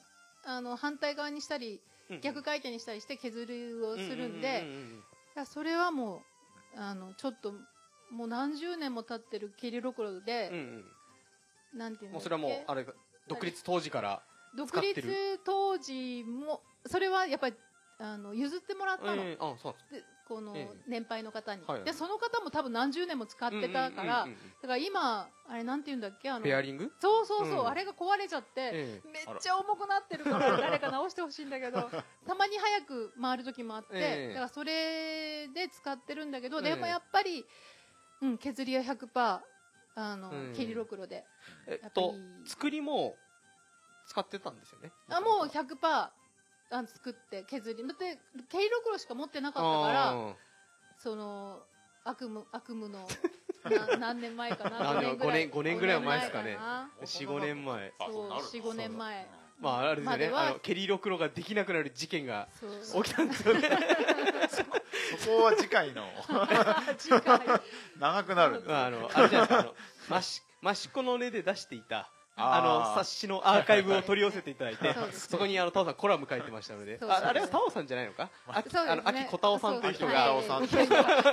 C: あの反対側にしたり
A: うんうん
C: 逆回転にしたりして削りをするんで、
A: うううんうん
C: いやそれはもうあのちょっともう何十年も経ってる蹴りろくろで
A: う、ん
C: なんていううん
A: も
C: の
A: うそれはもうあれ独立当時から使
C: 独
A: ってる
C: 立当時もそれはやっぱりあの譲ってもらったの、
A: ええあそうなん
C: でこの
A: ええ
C: 年配の方に、
A: はいはい
C: でその方も多分何十年も使っ
A: で
C: て
A: す
C: たから、
A: うんうんうんうん
C: だから今あれなんて言うんだっけあの
A: ペアリング
C: そうそうそう、
A: うん
C: あれが壊れちゃって、
A: ええ
C: めっちゃ重くなってるから誰か直してほしいんだけ どたまに早く回る時もあって、
A: ええ
C: だからそれで使ってるんだけ
A: え
C: ど、
A: え
C: でもやっぱり、うん、削りは100%あの、
A: ええ
C: 蹴りろくろで
A: え
C: や
A: っ
C: っぱり
A: と作りも使ってたんですよね
C: あもう100%あ作って削りだって毛色黒しか持ってなかったから
A: あ
C: その悪夢悪夢の な何年前かな
A: あでも
C: 5年
A: 五
C: ぐらい
A: 年ぐらい前ですかね
C: 五年前
A: ー45年前
C: な
B: あそ
C: そうう
B: なる
C: 45年前
A: まああれですよね
C: までは
A: あの蹴りろくろができなくなる事件が
C: そう
A: 起きたんですよね
B: そこは次回の
C: 近い
B: 長くなるんですよ
A: まああのあれじゃないですかあのマシマシコの根で出していたあの冊子のアーカイブを取り寄せていただいて
C: そうです
A: そこにあのタオさんコラム書いてましたので
C: そうです
A: ああれはタオさんじゃないのかあ
C: そうですね
A: あの秋小太郎さんという人
B: あ
A: が
B: おさん
C: は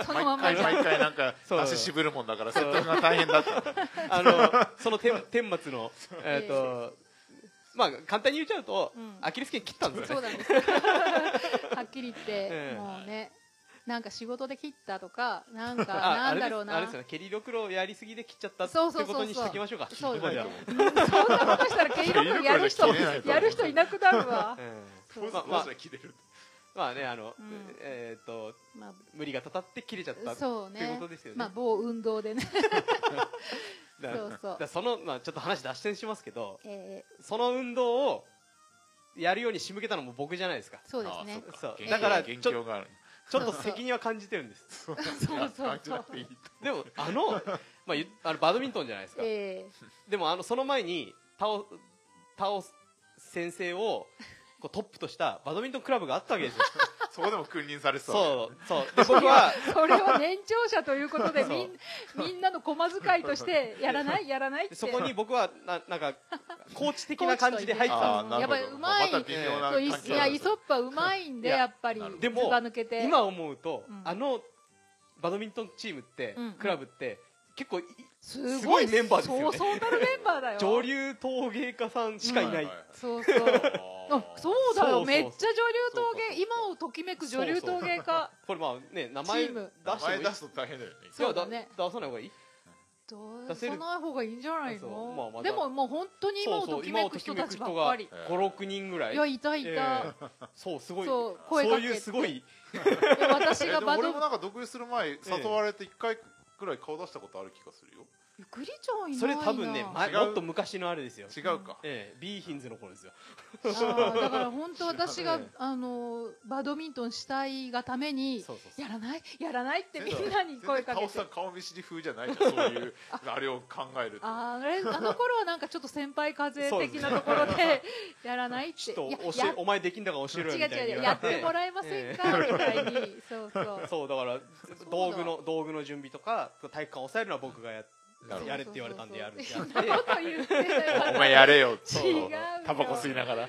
C: い そのまんま
B: 毎
C: じゃん
B: 回毎回なんか
A: そう
B: 出し渋るもんだから説得が大変だったの
A: あのその天顛末 のえっとまあ簡単に言っちゃうと
C: うん
A: アキレス腱切ったんです
C: そ
A: よ
C: う
A: ね
C: なんです はっきり言って
A: ええ
C: もうねなんか仕事で切ったとかなんか
A: あ
C: な
A: あ
C: ん
A: れです
C: だろう
A: あ
C: な
A: れですよね蹴りろくろをやりすぎで切っちゃったって
C: そうそうそう
A: ことにしときましょうか
C: そう
A: ここでは
C: だねそんなことしたら毛色黒やる人
B: 毛色黒じゃ切れないと思う
C: やる人いなくな るわ
A: うん
C: そ
A: ま
C: う
A: あまあ
B: ポーズが切れる
A: まあねあの
C: うん
A: えっと
C: まあ
A: 無理がたたって切れちゃった
C: そう
A: って
C: ね
A: ことですよね
C: まあ某運動でね
A: だ
C: そうそう
A: だからそのまあちょっと話脱線しますけど
C: え
A: その運動をやるように仕向けたのも僕じゃないですか
C: ーそうですね
B: あそっ
A: そう
B: か
A: だから
B: 元
A: ち
B: 凶
A: ょ
B: がある
A: ちょっと責任は感じてるん です
B: そう
C: そうそう
B: 感じなくていいと
A: でもあの,、まあゆ、あのバドミントンじゃないですか、
C: え
A: でもあのその前にタオタオ先生をこうトップとしたバドミントンクラブがあったわけですよ
B: そこでも君臨されてたう
A: そうそうで僕は
C: ーそれは年長者ということ で
A: そう
C: みんみんなの駒遣いとしてやらないやらないっ て
A: そこに僕はななんかコーチ的な感じで入ってた
B: あ
A: ん
B: ー
A: で
B: なるほど
C: やっぱうまい
B: また微妙な
C: そう
B: 関
C: い
B: 係
C: いやイソッパうまいんで
A: いや
C: やっぱり
B: なるほ
A: どでも
C: ずば抜け
A: す
C: て
A: 今思うと、
C: うん
A: あのバドミントンチームって、
C: うん
A: クラブって結構い
C: す
A: すごいメンバーですよね
C: そうそうなるメンバーだよ
A: 上流陶芸家さんしかいない、
C: そうそうあそう
A: そ
C: だ
A: うそうそ
C: よ
A: う
C: めっちゃ女流
B: そう
C: 陶
B: そうそう
C: 芸今をときめく女流陶芸家
A: これまあね名前出してもい
C: チーム
A: い
B: 名前出すと大変だよね
A: いや
C: そうだね
A: だ出さない方がいい出せ
C: どうそ
A: る
C: ない方がいいんじゃない
A: そうまあ
C: の、
A: まあ
C: でももう本当に今をときめく人たちばっかり
B: そうそう今をときめく
A: 56人
B: 人が
A: ぐらい
C: いやいたいた、
A: ええそうすごい
C: そ
A: そ
C: う
A: う
C: 声かけて
A: いうすごい
C: で私
B: えで
C: が
B: も
C: バド
B: 俺もなんか独立する前誘われて一回くらい顔出したことある気がするよ
C: ゆくりちゃんいないな
A: それ多分ね、ま、
B: 違う
A: もっと昔のあれですよ、
B: 違うか
A: ええ、ビーヒンズの頃ですよ
C: あーだから 本当私が、
A: ええ
C: あのバドミントンしたいがために
A: そうそうそう
C: やらないやらないってみんなに声か
B: 全然タ
C: け
B: オさん
C: て
B: 顔見知り風じゃないじゃんそういうあれを考えると
C: あーあれあの頃はなんかちょっと先輩風的なところで やらないって
A: ちょ
C: い
A: っ
C: や
A: と教えお前できんだから教えろよみ
C: や違う
A: たい
C: 違う
A: に
C: や
A: 言わ
C: ってもらえませんかみたいにそうそう
A: そうだから
C: そうだ
A: 道具の道具の準備とか体育館押さえるのは僕がや
B: なるほど
A: やれって言われたんでやるってや
C: そ
A: っ
C: う
A: て
C: そうそうそんなこと言ってない
B: お前やれよって
A: そう
C: 違うよ
B: タバコ 吸いながら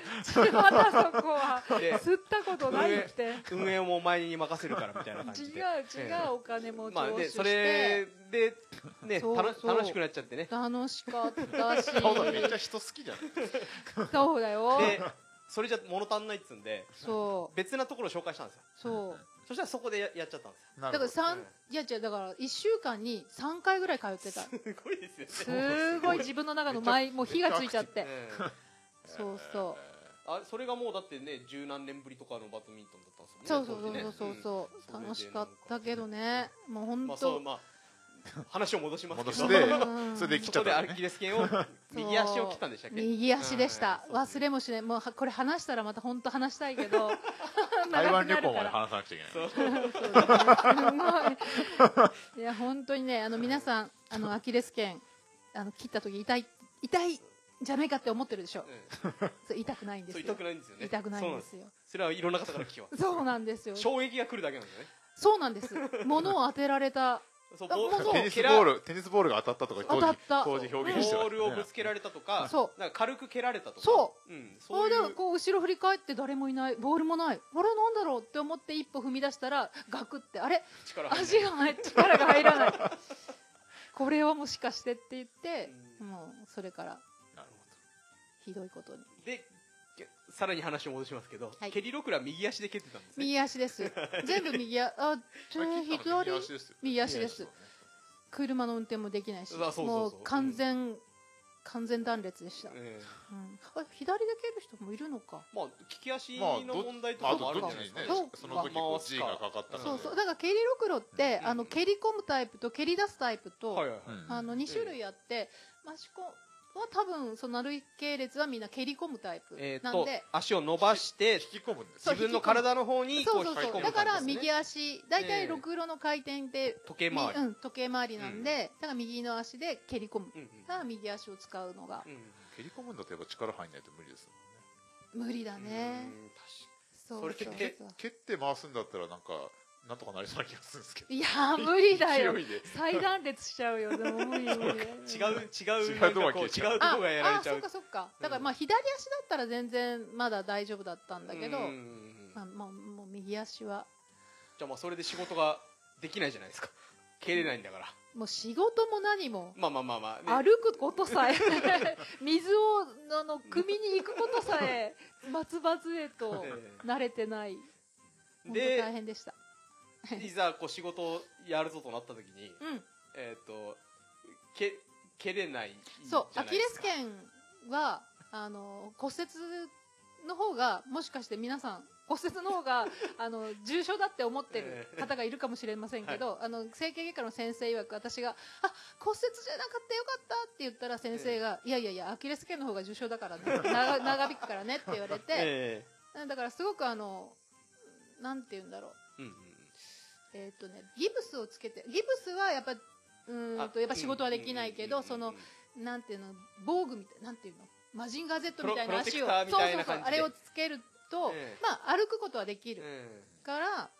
C: またそこは
A: で
C: 吸ったことないって
A: 運営もお前に任せるからみたいな感
C: 違う
A: じで
C: 違うお金も
A: まあ
C: 徴収
A: で
C: し
A: そ
C: て
A: れでね
C: そう
A: 楽
C: そう
A: 楽しくなっちゃってね
C: 楽しかったし
B: 顔だめっちゃ人好きじゃない
C: そうだよ
A: でそれじゃ物足んないっつうんで
C: そう
A: 別なところを紹介したんですよ
C: そう
A: そしたらそこでややっちゃったんです
B: な
C: だから
B: るほど
C: 三いや違うだから一週間に三回ぐらい通 ってた
A: よすごいです
C: す
A: よね
C: ごい自分の中の前もう火がついちゃって
A: うん
C: そうそ
A: あそれがもうだってね十何年ぶりとかのバドミントンだったんで
C: う
A: すも
C: そ
A: んね
C: うそ
A: 当時
C: う
A: ね
C: そうそうそう
A: うん
C: 楽しかったけどねもう
A: うんま
C: 本
A: あそう
C: 当
A: まあ話を戻しますけど
B: 戻して
C: うん
B: それで切
A: そ
B: っ
A: こで
B: ちゃった
A: ア
B: の
A: ル
B: ね
A: キレス腱を右足を切ったんでしたっけ
C: 右足でした
A: うん
C: 忘れもしないもうはこれ話したらまた本当話したいけど
B: 台湾旅
C: 長
B: 行まで
C: くなるから
B: 話さなくちゃいけ
A: そ
B: な
A: う
B: い
C: す ごい。いや本当にねあの皆さんあのアキレス腱あの切った時痛い痛いんじゃないかって思ってるでしょ。
A: う
C: そう痛くないんで
A: ん
C: す
A: そう痛
C: よ。
A: くないんですよね
C: 痛くない
A: そうんん
C: で
A: です
C: すよ。
A: それはいろんな方から聞きます
C: そうなんですよ。
A: 衝撃が来るだけなんですよね
C: そうなんです。物を当てられた。
A: そう
C: あ
A: ボ
C: もうそう
A: ー
B: テニ
A: ル
B: ス
A: 蹴
B: ボ
A: ら
B: ールテニスボールが当たったとか当
C: 当たっ
B: 時
C: た
B: 当時
A: ボ
B: 表現してた
A: ールをぶつけられたとか
C: そ
A: なんか軽く蹴られたとか、
C: そう
A: ん、
C: う。あ
A: そうい
C: で
A: う
C: こう後ろ振り返って誰もいないボールもないあれなんだろうって思って一歩踏み出したらガクってあれ
A: 力入んない
C: 足が入力が入 らないこれはもしかしてって言ってもうそれから
B: なるほ
C: ひどいことに
A: でけさらに話を戻しますけど、
C: はい
A: ケリロクラ右足で蹴ってたんですね
C: 右足です。全部 右足、あ、ちょ
B: どまあ切ったの右
C: 左
B: 足ですよ
C: 右足です。車の運転もできないし、
A: うわそうそうそう
C: もう完全、完全断裂でした。うん
A: ええ
C: あ左で蹴る人もいるのか。
A: まあ利き足
B: まあ
A: の
B: ど
A: 問題と
B: ま
A: か
B: ああ
A: もあ
B: と
A: るん
B: どっ
A: じ
B: ち
A: ゃないですかね
B: にねそ
C: そう
B: の時こう G がかかった
A: うん
C: そうそう。
B: だ
C: だから蹴りろくろって、
A: うん
C: あの蹴り込むタイプと蹴り出すタイプと、
A: はいはいはい
C: あの2種類あって、マシコは多分その歩い系列はみんな蹴り込むタイプ
A: えー
C: な
A: っ
C: ん
A: と
C: で、
A: 足を伸ばして
B: 引き込むんです
C: そう
A: 自分の体の方に
C: そ
A: こ
C: う
A: う
C: そ
A: 引
C: う
A: き込
C: そう。
A: む
C: だから
A: 感じですね
C: 右足、だいた
A: ええ
C: い6路の回転で、
A: 時計回り、
C: みうん、時計回りなんで、だから右の足で蹴り込む
A: うんうん
C: ただ右足を使うのが
A: うん
B: 蹴り込むんだとやっぱ力入んないと無理ですもんね
C: 無理だね
A: うん確か
C: そう
A: それ
C: そう
A: で
C: そう
B: 蹴って回すんだったらなんかなんとかなりそうな気がするんですけど
C: いや無理だよ
B: 勢いで
C: 再断裂しちゃうよで も無理無
A: 違う違
C: 理
A: う
B: 違う
A: なんか
B: とこ
A: こ
B: が
A: う
B: 消えちゃう
A: 違うと
C: あ
A: こがやられちゃ
C: あそっ
A: う
C: かそっかだからまあ左足だったら全然まだ大丈夫だったんだけど、
A: うんうんうん
C: まあ、もうもう右足は
A: じゃあまあそれで仕事ができないじゃないですか蹴れないんだから
C: もう仕事も何も
A: まあまあまあまあ、
C: 歩くことさえ水をあの汲みに行くことさえ松葉杖と慣れてない本当
A: で
C: 大変でした
A: いざこう仕事をやるぞとなった時に
C: うん
A: えっ、とけ蹴れないじゃ
C: そう、
A: な
C: ア
A: い
C: キ
A: で
C: レ
A: す
C: ス
A: か
C: 腱は、あの、骨折の方が、もしかして皆さん、骨折の方 が、あの、重症だって思ってる方がいるかもしれませんけど、あの、整形外科の先生曰く、私が、あ、骨折じゃなかったよかったって言ったら先生が、いやいやいや、アキレス腱の方が重症だからね、長長引くからねって言われて、
A: え
C: だからすごくあの、なんて言うんだろう。
A: えうんうん
C: えっ、とね、ギブスをつけて、ギブスはやっぱ、う
A: うん
C: ーんと、やっぱ仕事はできないけ
A: う
C: ど、
A: んうん
C: その
A: うん、う
C: なんていうの防具みたいなんていうのマジンガー Z みたい
A: プロ
C: な足を
A: プロテクターみたいな
C: そうそうそう
A: 感じで
C: あれをつけると、
A: ええ
C: まあ歩くことはできる
A: んうん
C: から、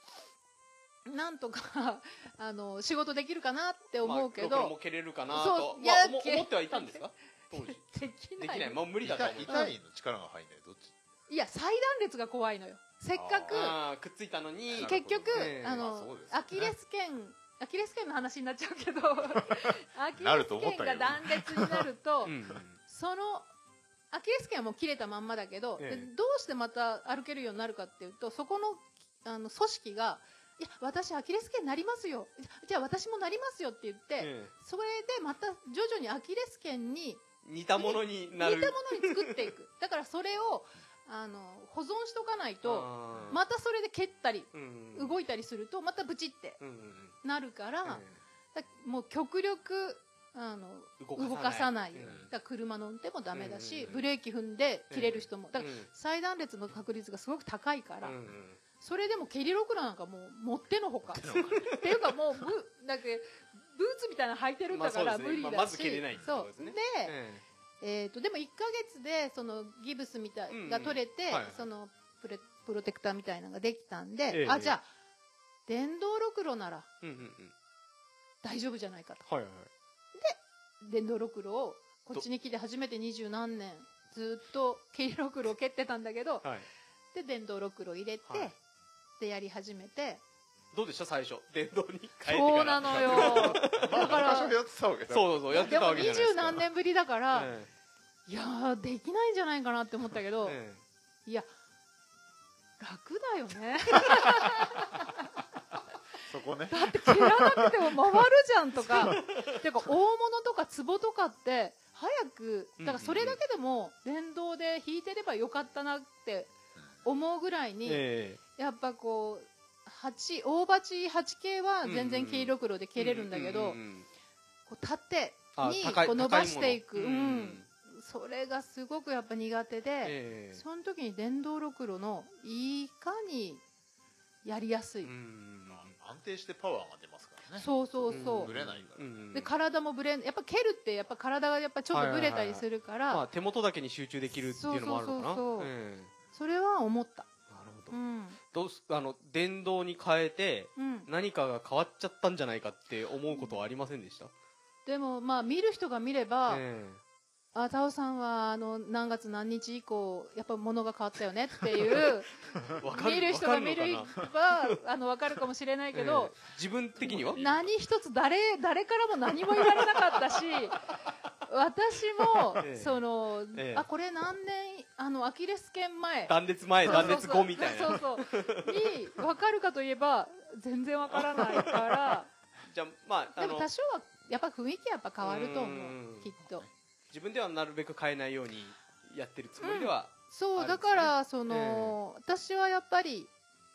C: なんとか あの仕事できるかなって思うけど、
A: まあ、ロクロも蹴れるかな
C: そ
A: と
C: う
A: まあ
C: いや
A: 思
C: 蹴
A: 思ってはいたんです か当時
C: でき
A: で
C: ない
A: きないもう無理だと思
B: 痛いう痛いの力が入んないどっち
C: いや再断裂が怖いのよせっかく
A: あーくっついたのに
B: ー
C: 結局、
A: ええ
C: あ
B: まあ
C: の
B: そうですね
C: アキレス腱アキレス腱の話になっちゃ うけどアキ
B: な
C: レ
B: る
C: ス
B: と思っ
C: 腱
B: たけど
C: が断裂になる と、
A: うん
C: そのアキレス腱はもう切れたまんまだけど、
A: ええ
C: でどうしてまた歩けるようになるかっていうとそこのあの組織が「いや私アキレス腱になりますよじゃあ私もなりますよ」って言って、
A: え
C: それでまた徐々にアキレス腱に
A: え似たものに
C: 似
A: な
C: た
A: る
C: ものに作って いくだからそれをあの保存しとかないと
A: あー
C: またそれで蹴ったり
A: うん
C: 動いたりするとまたブチって
A: うんうんうん
C: なるから,、だもう極力あの
A: ええ
C: 動かさない、
A: うん
C: だから車の運転もダメだし、
A: うん
C: ブレーキ踏んで切れる人も、だから
A: うん
C: 再断裂の確率がすごく高いから、
A: うんうん
C: それでも蹴りロクラなんかもう持ってのほかっていうかもうブだってブーツみたいなの履いてるんだか
A: まあ
C: ら
A: そうですね
C: 無理だし、
A: まあまず蹴れないってことですね
C: そうで、
A: え
C: えー、とでも1か月でそのギブスみたいが取れて、
A: うんうんはいはい
C: そのプレプロテクターみたいなのができたんで、
A: ええ
C: あじゃあ電動ロクロなら
A: えうんうんうん
C: 大丈夫じゃないかと
A: はいはいはい
C: 電動ろくろをこっちに来て初めて二十何年ずっと蹴りろくろを蹴ってたんだけど
A: はい。
C: で電動ろくろ入れて、
A: はい
C: でやり始めて
A: どうでした最初。電動に変えてから。
C: そうなのよ
B: まあ
C: だから
B: 昔はやってたわけだ
A: そうそうそう、やって
C: で
A: た
C: も
A: わけじゃ
C: 二
A: ないです
C: 十
A: か。
C: 何年ぶりだから、
A: え
C: いやーできないんじゃないかなって思ったけ
A: え
C: ど、
A: え
C: いや楽だよね
B: そこね
C: だって蹴らなくても回るじゃんとかていうか大物とか壺とかって早くだからそれだけでも電動で引いてればよかったなって思うぐらい
A: え。
C: に、
A: え
C: やっぱこう鉢大鉢鉢系は全然黄色黒で
A: え
C: 蹴れるんだけど、
A: うんうんうん
C: こう縦
A: あ
C: に
A: 高い
C: こう伸ばしていく、
A: 高
C: う
A: もの
C: ん、それがすごくやっぱ苦手で、
A: ええ
C: その時に電動ろくろのいかにやりやすい、
A: うん
B: 安定してパワーが出ますからね
C: そうそうそう、
B: ぶれないから
A: うん
C: で体もぶれんやっぱ蹴るってやっぱ体がやっぱちょっとぶれたりするから、
A: まあ手元だけに集中できるっていうのもあるのかな。
C: そうそうそうそう
A: ええ
C: それは思った
A: なるほ
C: う
A: ど。
C: ん
A: どうすあの電動に変えて
C: うん
A: 何かが変わっちゃったんじゃないかって思うことはありませんでした。
C: でもまあ見る人が見れば、
A: え
C: あ、タオさんは、あの、何月何日以降、やっぱ物が変わったよねっていう、
A: え わかる
C: 見る人が見る
A: わかのか
C: は、あの、わかるかもしれない
A: な
C: けど
A: え、 え自分的には。
C: 何一つ誰、誰からも何も言われなかったし、私
A: ええ
C: も、その
A: ええ、
C: あ、これ何年、あの、アキレス腱前。
A: 断熱前
C: そうそう
A: 断熱後みたいな。
C: そうそう。に、わかるかといえば、全然わからないか
A: じゃあまあ
C: ら、
A: あ
C: でも
A: の
C: 多少は、やっぱ雰囲気はやっぱ変わると思
A: うん
C: う、きっと。
A: 自分ではなるべく変えないようにやってるつもりでは。
C: そ
A: ある
C: う
A: ん
C: だ
A: ですね
C: からその、私はやっぱり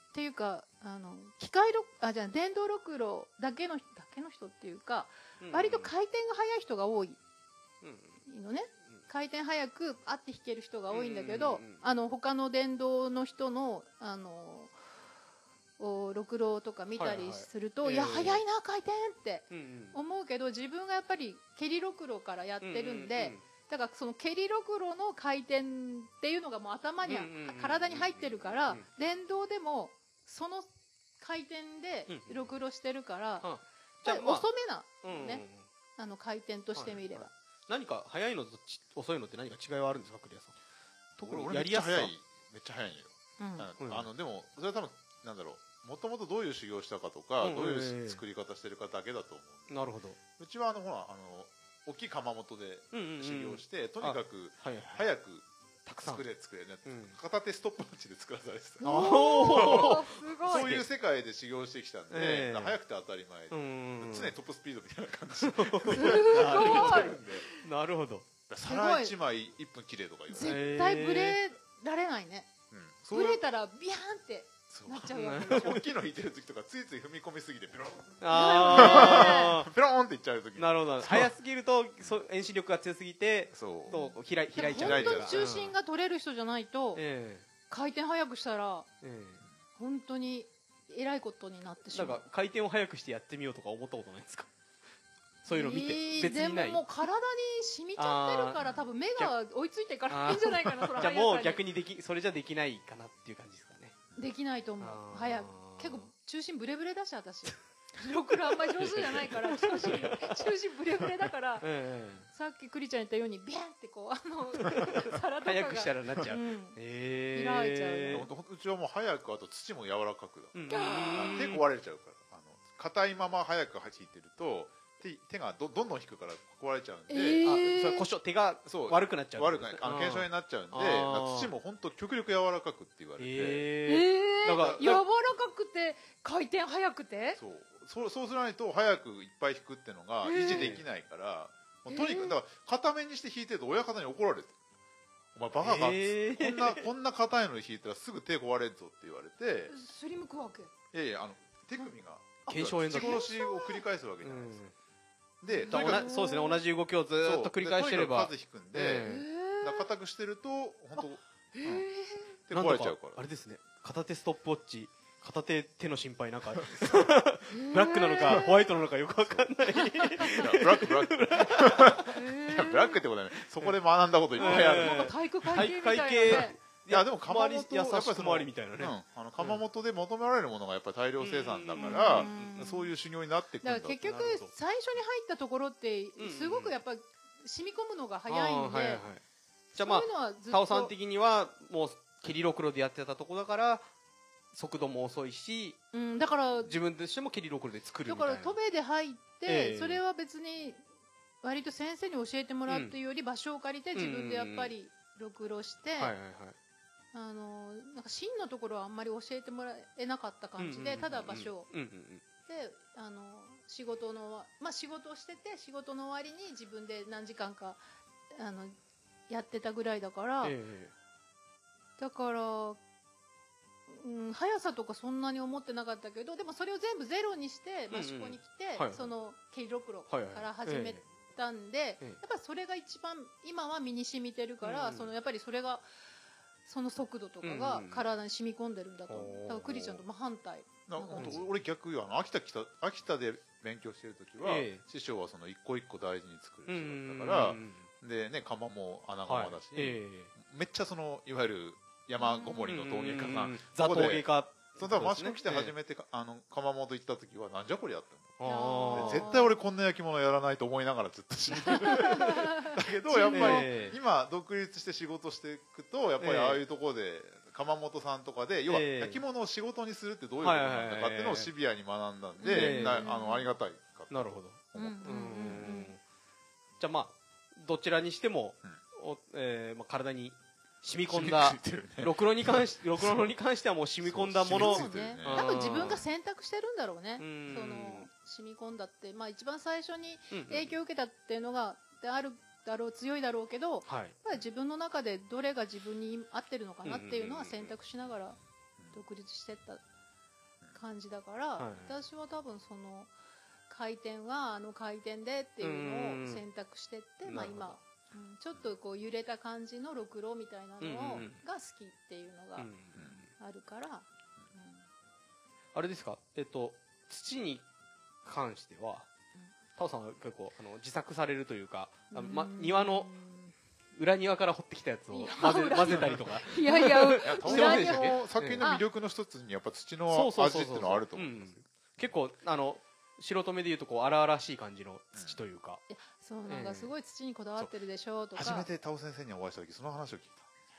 C: っていうかあの機械ろあじゃあ電動ろくろだけのだけの人っていうか、
A: うん
C: 割と回転が速い人が多い
A: うんうん
C: のね回転速くあって弾ける人が多いんだけど、
A: うんうんうん
C: あの他の電動の人のあのおろくろとか見た
A: はいは
C: り
A: い
C: すると、
A: ええ
C: いや速いな回転って
A: うんうん
C: 思うけど自分がやっぱり蹴りろくろからやってるんで。
A: ううう
C: だからその蹴りろくろの回転っていうのがもう頭には
A: うんうんうんうん
C: 体に入ってるか
A: う
C: ら
A: ん
C: 電動でもその回転で
A: うん
C: ろくろしてるから
A: あ
C: ちょっと遅めな
A: うんうんうん
C: ねあの回転としてみれば
A: はい何か早いのとち遅いのって何か違いはあるんですかクリアさん特
B: 俺
A: に
B: 俺
A: や
B: めっ
A: り
B: ちゃ
A: やす
B: 早
A: さ
B: いめっちゃ早いんよ
C: うん
B: あ
A: うん
B: あのでもそれは多分なんだろうもともとどういう修行したかとか、
A: うん
B: どういう
A: ええ
B: し作り方してるかだけだと思
A: なるほど
B: ううちはあのほらあの大きい窯元で
A: うんうんうん
B: 修行して、とにかく
A: はいはい
B: 早く
A: たくさん
B: 作れ作れね、
A: うん
B: 片手ストップウォッチで作らされてた、
A: あ
C: おーすごい
B: そういう世界で修行してきたんで、
A: ええ
B: だから早くて当たり前で、
A: うんうんうん
B: 常にトップスピードみたいな感じで
C: すごい
B: るんで
A: なるほど
B: 皿1枚1分綺麗とか言わない、
C: 絶対ブレられないね
B: うん、そう
C: ブ
B: い
C: レ
B: う
C: たらビャーンって
B: そう
C: なっちゃうわけ
B: 大きいの引いてる時とかついつい踏み込みすぎてペロン
A: あ
B: ペロンっていっちゃう時
A: あなるほど早すぎるとそう遠心力が強すぎて
B: そう
A: そうこう開い開いちゃう
B: 開
C: 本
B: いちゃ
C: 当
B: う
C: に中心が取れる人じゃないと
A: え
C: 回転速くしたら
A: ええ
C: 本当にえらいことになって
A: え
C: し
A: なん
C: まう
A: か回転を早くしてやってみようとか思ったことないですかそういうの見て
C: えー
A: 別にな
C: で
A: い
C: ももう体に染みちゃってるから多分目が追いついていかないんじゃないかなそ の
A: じゃあもう
C: 速さ
A: 逆にできそれじゃできないかなっていう感じですかね
C: できないと思う
A: あー
C: 早く結構中心ブレブレだし私ロクロあんまり上手じゃな いから中心中心ブレブレだから
A: ええ
C: さっきクリちゃん言ったようにビャンってこうあ の皿とかが
A: 早くしたらなっちゃう、
C: うん
A: ええ
C: 開いちゃう
B: で
C: よ
B: もほんとうちはもう早くあと土も柔らかくだ、
A: うん
B: 手壊れちゃうからあの硬いまま早く弾いてると手手がどどんどん引くから壊れちゃうんで、
C: えー
A: あそれ故障手が
B: そう
A: 悪くなっちゃう
B: 悪くないあの
A: うん
B: 腱鞘炎になっちゃうんで
A: あー
B: だから土も本当極力柔らかくって言われて、
C: え
A: ええ
C: ー、
A: だから
C: 柔らかくて回転速くて
B: そうそうそうすらないと早くいっぱい引くってのが
C: えー
B: 維持できないから、
C: えー
B: もうとにかくだから片面にして引いてると親方に怒られて「お前バカか」
A: えー
B: こんなこんな硬いのに引いたらすぐ手壊れんぞって言われて
C: スリム食うわけ
B: いやいやあの手首が
A: 腱鞘炎だ
B: 打ち殺しを繰り返すわけじゃないですか、で
A: だ
B: と
A: から
B: にか
A: おな
B: く
A: そうですね同じ動きをずーっと繰り返してれば
B: そうでとにかく数引くんで、
A: え
C: え
A: ー
B: だから
C: ー、
B: 硬くしてると本
C: えー
B: 当手
A: なんと
B: 壊れちゃうから
A: あれですね片手ストップウォッチ片手手の心配なんかブラックなのかホワイトなのかよくわかんない
B: いやブラックブラックい
C: えー
B: やブラックってことはないそこで学んだこといっぱいある、
A: えー
C: なんか体育会系みたいな
A: 体育会
C: ね
A: 系
B: いやでも
A: 周
B: 窯
A: り
B: 元
A: 優し
B: そ
A: く
B: の
A: 周りみたいなね、
B: うん、あの窯元で求められるものがやっぱり大量生産だか
C: う
B: ら
C: ん、
B: そういう修行になってくる
C: だ
B: ん
C: か
B: だ
C: ら
B: と
C: 結局
A: なるほど
C: 最初に入ったところって
A: うん
C: すごくやっぱ染み込むのが早
A: あ
C: い
A: ー
C: んで、
A: はいはいじゃあまあ
C: そういうのはずっと
A: タオさん的にはもう蹴りろくろでやってたとこだから速度も遅いし
C: うん、だから
A: 自分としても蹴りろくろで作る
C: だ
A: みた
C: か
A: いな
C: ら戸部で入って、
A: ええ
C: それは別に割と先生に教えてもらうというより場所を借りて
A: うん
C: 自分でやっぱりろくろして、
A: はいはいはい
C: あのなんか芯のところはあんまり教えてもらえなかった感じで、
A: うんうんうんうん
C: ただ場所を
A: うんうんうん
C: であの仕事のまあ仕事をしてて仕事の終わりに自分で何時間かあのやってたぐらいだから、
A: ええ
C: だから、うん、速さとかそんなに思ってなかったけどでもそれを全部ゼロにして
A: うんうん
C: 益子に来て、
A: はいはい
C: その蹴りろくろ
A: は
C: か
A: いはい
C: ら始め
A: え
C: たんで、
A: ええ
C: やっぱそれが一番今は身に染みてるから、
A: うん
C: そのやっぱりそれがその速度とか
A: う
C: が
A: んうん
C: 体に染み込んでるんだと思う、
A: おー
C: だからクリちゃんと真反対
B: な
C: うん
B: 本当俺逆よあの秋田来た秋田で勉強してる時は、
A: ええ
B: 師匠はその一個一個大事に作
A: うんう
B: る
A: んう
B: 人
A: ん
B: だから、でね窯も穴窯
A: はい
B: だし、
A: え
B: めっちゃそのいわゆる山ごもり
A: え
B: の陶芸家さ
A: う
B: ん、
A: ううザ陶芸家
B: その多分益子来て初
A: て
B: めて、あの窯元行った時はなんじゃこりゃって
C: あ
B: 思
C: ー
B: って絶対俺こんな焼き物やらないと思いながらずっと死んでるだけどやっぱり、
A: ええ
B: 今独立して仕事していくとやっぱ
A: ええ
B: りああいうところで、窯元さんとかで要は
A: ええ
B: 焼き物を仕事にするってどういうことなんだかっていうのをシビアに学んだんで、
A: ええ
B: なあのありがたいかと
A: なるほど
B: 思って
A: うんうんうんじゃあまあどちらにしても、おえーまあ、体に染み込んだ
B: 染みついてるね
A: ろくろに関しろくろに関してはもう染み込んだもの
B: そう染みついてるね
C: 多分自分が選択してるんだろうね、
A: うん
C: その染み込んだって、まあ、一番最初に
A: うんうん
C: 影響を受けたっていうのがであるだろう強いだろうけどやっ
A: はい
C: ぱり自分の中でどれが自分に合ってるのかなっていうのは
A: うんうんうんう
C: 選
A: ん
C: 択しながら独立してった感じだから、
A: はい
C: 私は多分その回転はあの回転でっていうのを選択してって、
A: うん
C: まあ、
A: なる
C: 今、うんちょっとこう揺れた感じのろくろみたいなのを、
A: うんうんうん
C: が好きっていうの
A: うん
C: があるから。うん
A: あれですかえっと土に関してはタオさんは結構あの自作されるというかあの、ま、庭の裏庭から掘ってきたやつを混ぜ混ぜたりとか
C: いやい や、
B: いや多
A: してませんで
B: 分
A: したっけ
B: ね作品の魅力の一つにやっぱ土
A: そ
B: の
A: うそう
B: 味
A: そ
B: っ
A: う
B: て
A: そう
B: いうのはあると思いますよ
A: 結構あの素人目で言うとこう荒々しい感じの土というか、
C: そうなんかすごい土にこだわってるでしょうとか。
B: 初めて田尾先生にお会いした時その話を聞い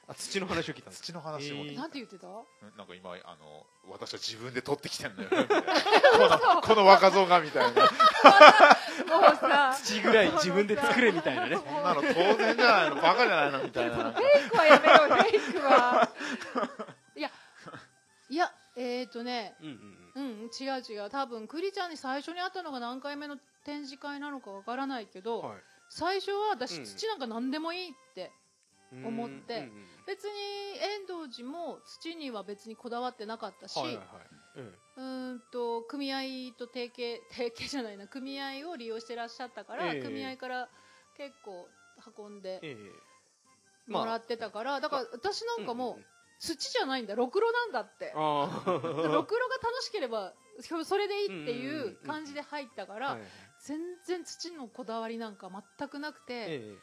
A: あ土の話を聞いたん
B: た
A: です
B: 土の話を
A: え
C: なんて言ってた？
B: なんか今あの私は自分で取ってきてんのよこの この若造がみた いな
C: もうさ、
A: 土ぐらい自分で作れみたい なね
B: そんなの当然じゃないのバカじゃないのみたいななんか
C: フェイクはやめろ、フェイク は。いや、いや、えっ、ー、とね、
A: うんうんうん
C: うん、違う違う。多分クリちゃんに最初に会ったのが何回目の展示会なのかわからないけど、
A: はい
C: 最初は私、
A: うん
C: 土なんか何でもいいって。思って
A: うんうんうん
C: 別に遠藤寺も土には別にこだわってなかったし、
A: はいはいはい、うん
C: うーんと組合と提携 提携じゃないな組合を利用してらっしゃったから、
A: ええ
C: 組合から結構運んで
A: ええ
C: もらってたから、だから私なんかもう、
A: んんん
C: 土じゃないんだろくろなんだって
A: ああ
C: ろくろが楽しければひょそれでいいって
A: うんうん
C: い
A: うん
C: う感じで入ったから、
A: はいはい
C: 全然土のこだわりなんか全くなくて、
A: え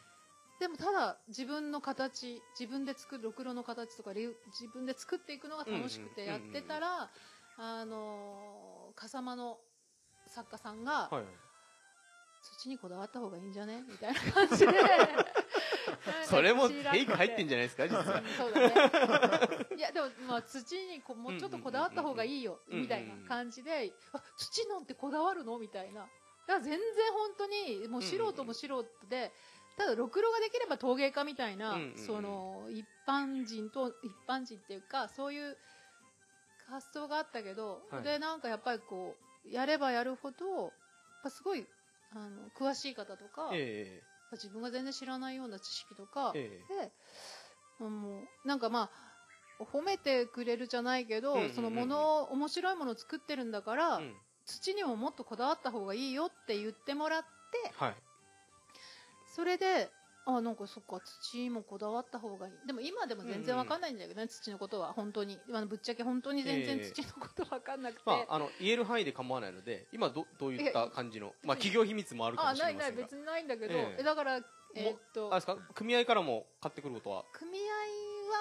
C: でもただ自分の形自分で作るろくろの形とかりゅ自分で作っていくのが楽しくて
A: うんうん
C: や
A: う
C: っ
A: んうん
C: てたら、あのー笠間の作家さんが、
A: えはい
C: 土にこだわった方がいいんじゃねみたいな感 じで
A: それもフェイク入ってんじゃないですか 実は
C: ゃんそうだねいやでも、まあ、土にこうもうちょっとこだわった方がいいよ
A: うんうんうん
C: みたいな感じで、あ土なんてこだわるのみたいなだから全然本当にもう素人も素人で、ただろくろができれば陶芸家みたいな、
A: うんうんうん
C: その一般人と一般人っていうかそういう発想があったけど、
A: はい
C: でなんかやっぱりこうやればやるほどやっぱすごいあの詳しい方とか、やっ
A: え
C: ぱ自分が全然知らないような知識とか、
A: ええ
C: で、あのなんかまあ、褒めてくれるじゃないけど、
A: うんうんうん
C: そのもの、面白いものを作ってるんだから、
A: えうん
C: 土にももっとこだわった方がいいよって言ってもらって、
A: はい
C: それで、あ、なんかそっか、土もこだわった方がいい。でも今でも全然わかんないんだけどね、土のことは、本当に。あのぶっちゃけ本当に全然
A: ええ
C: 土のことわかんなくて。
A: まああの言える範囲で構わないので今どどういった感じのまあ企業秘密もあるか
C: あ、
A: もし
C: な
A: れ
C: い
A: ま
C: な
A: せ
C: い、
A: んが
C: 別にないんだけど、
A: ええ
C: えだから、えーっと
A: あれで、すか組合からも買ってくることは
C: 組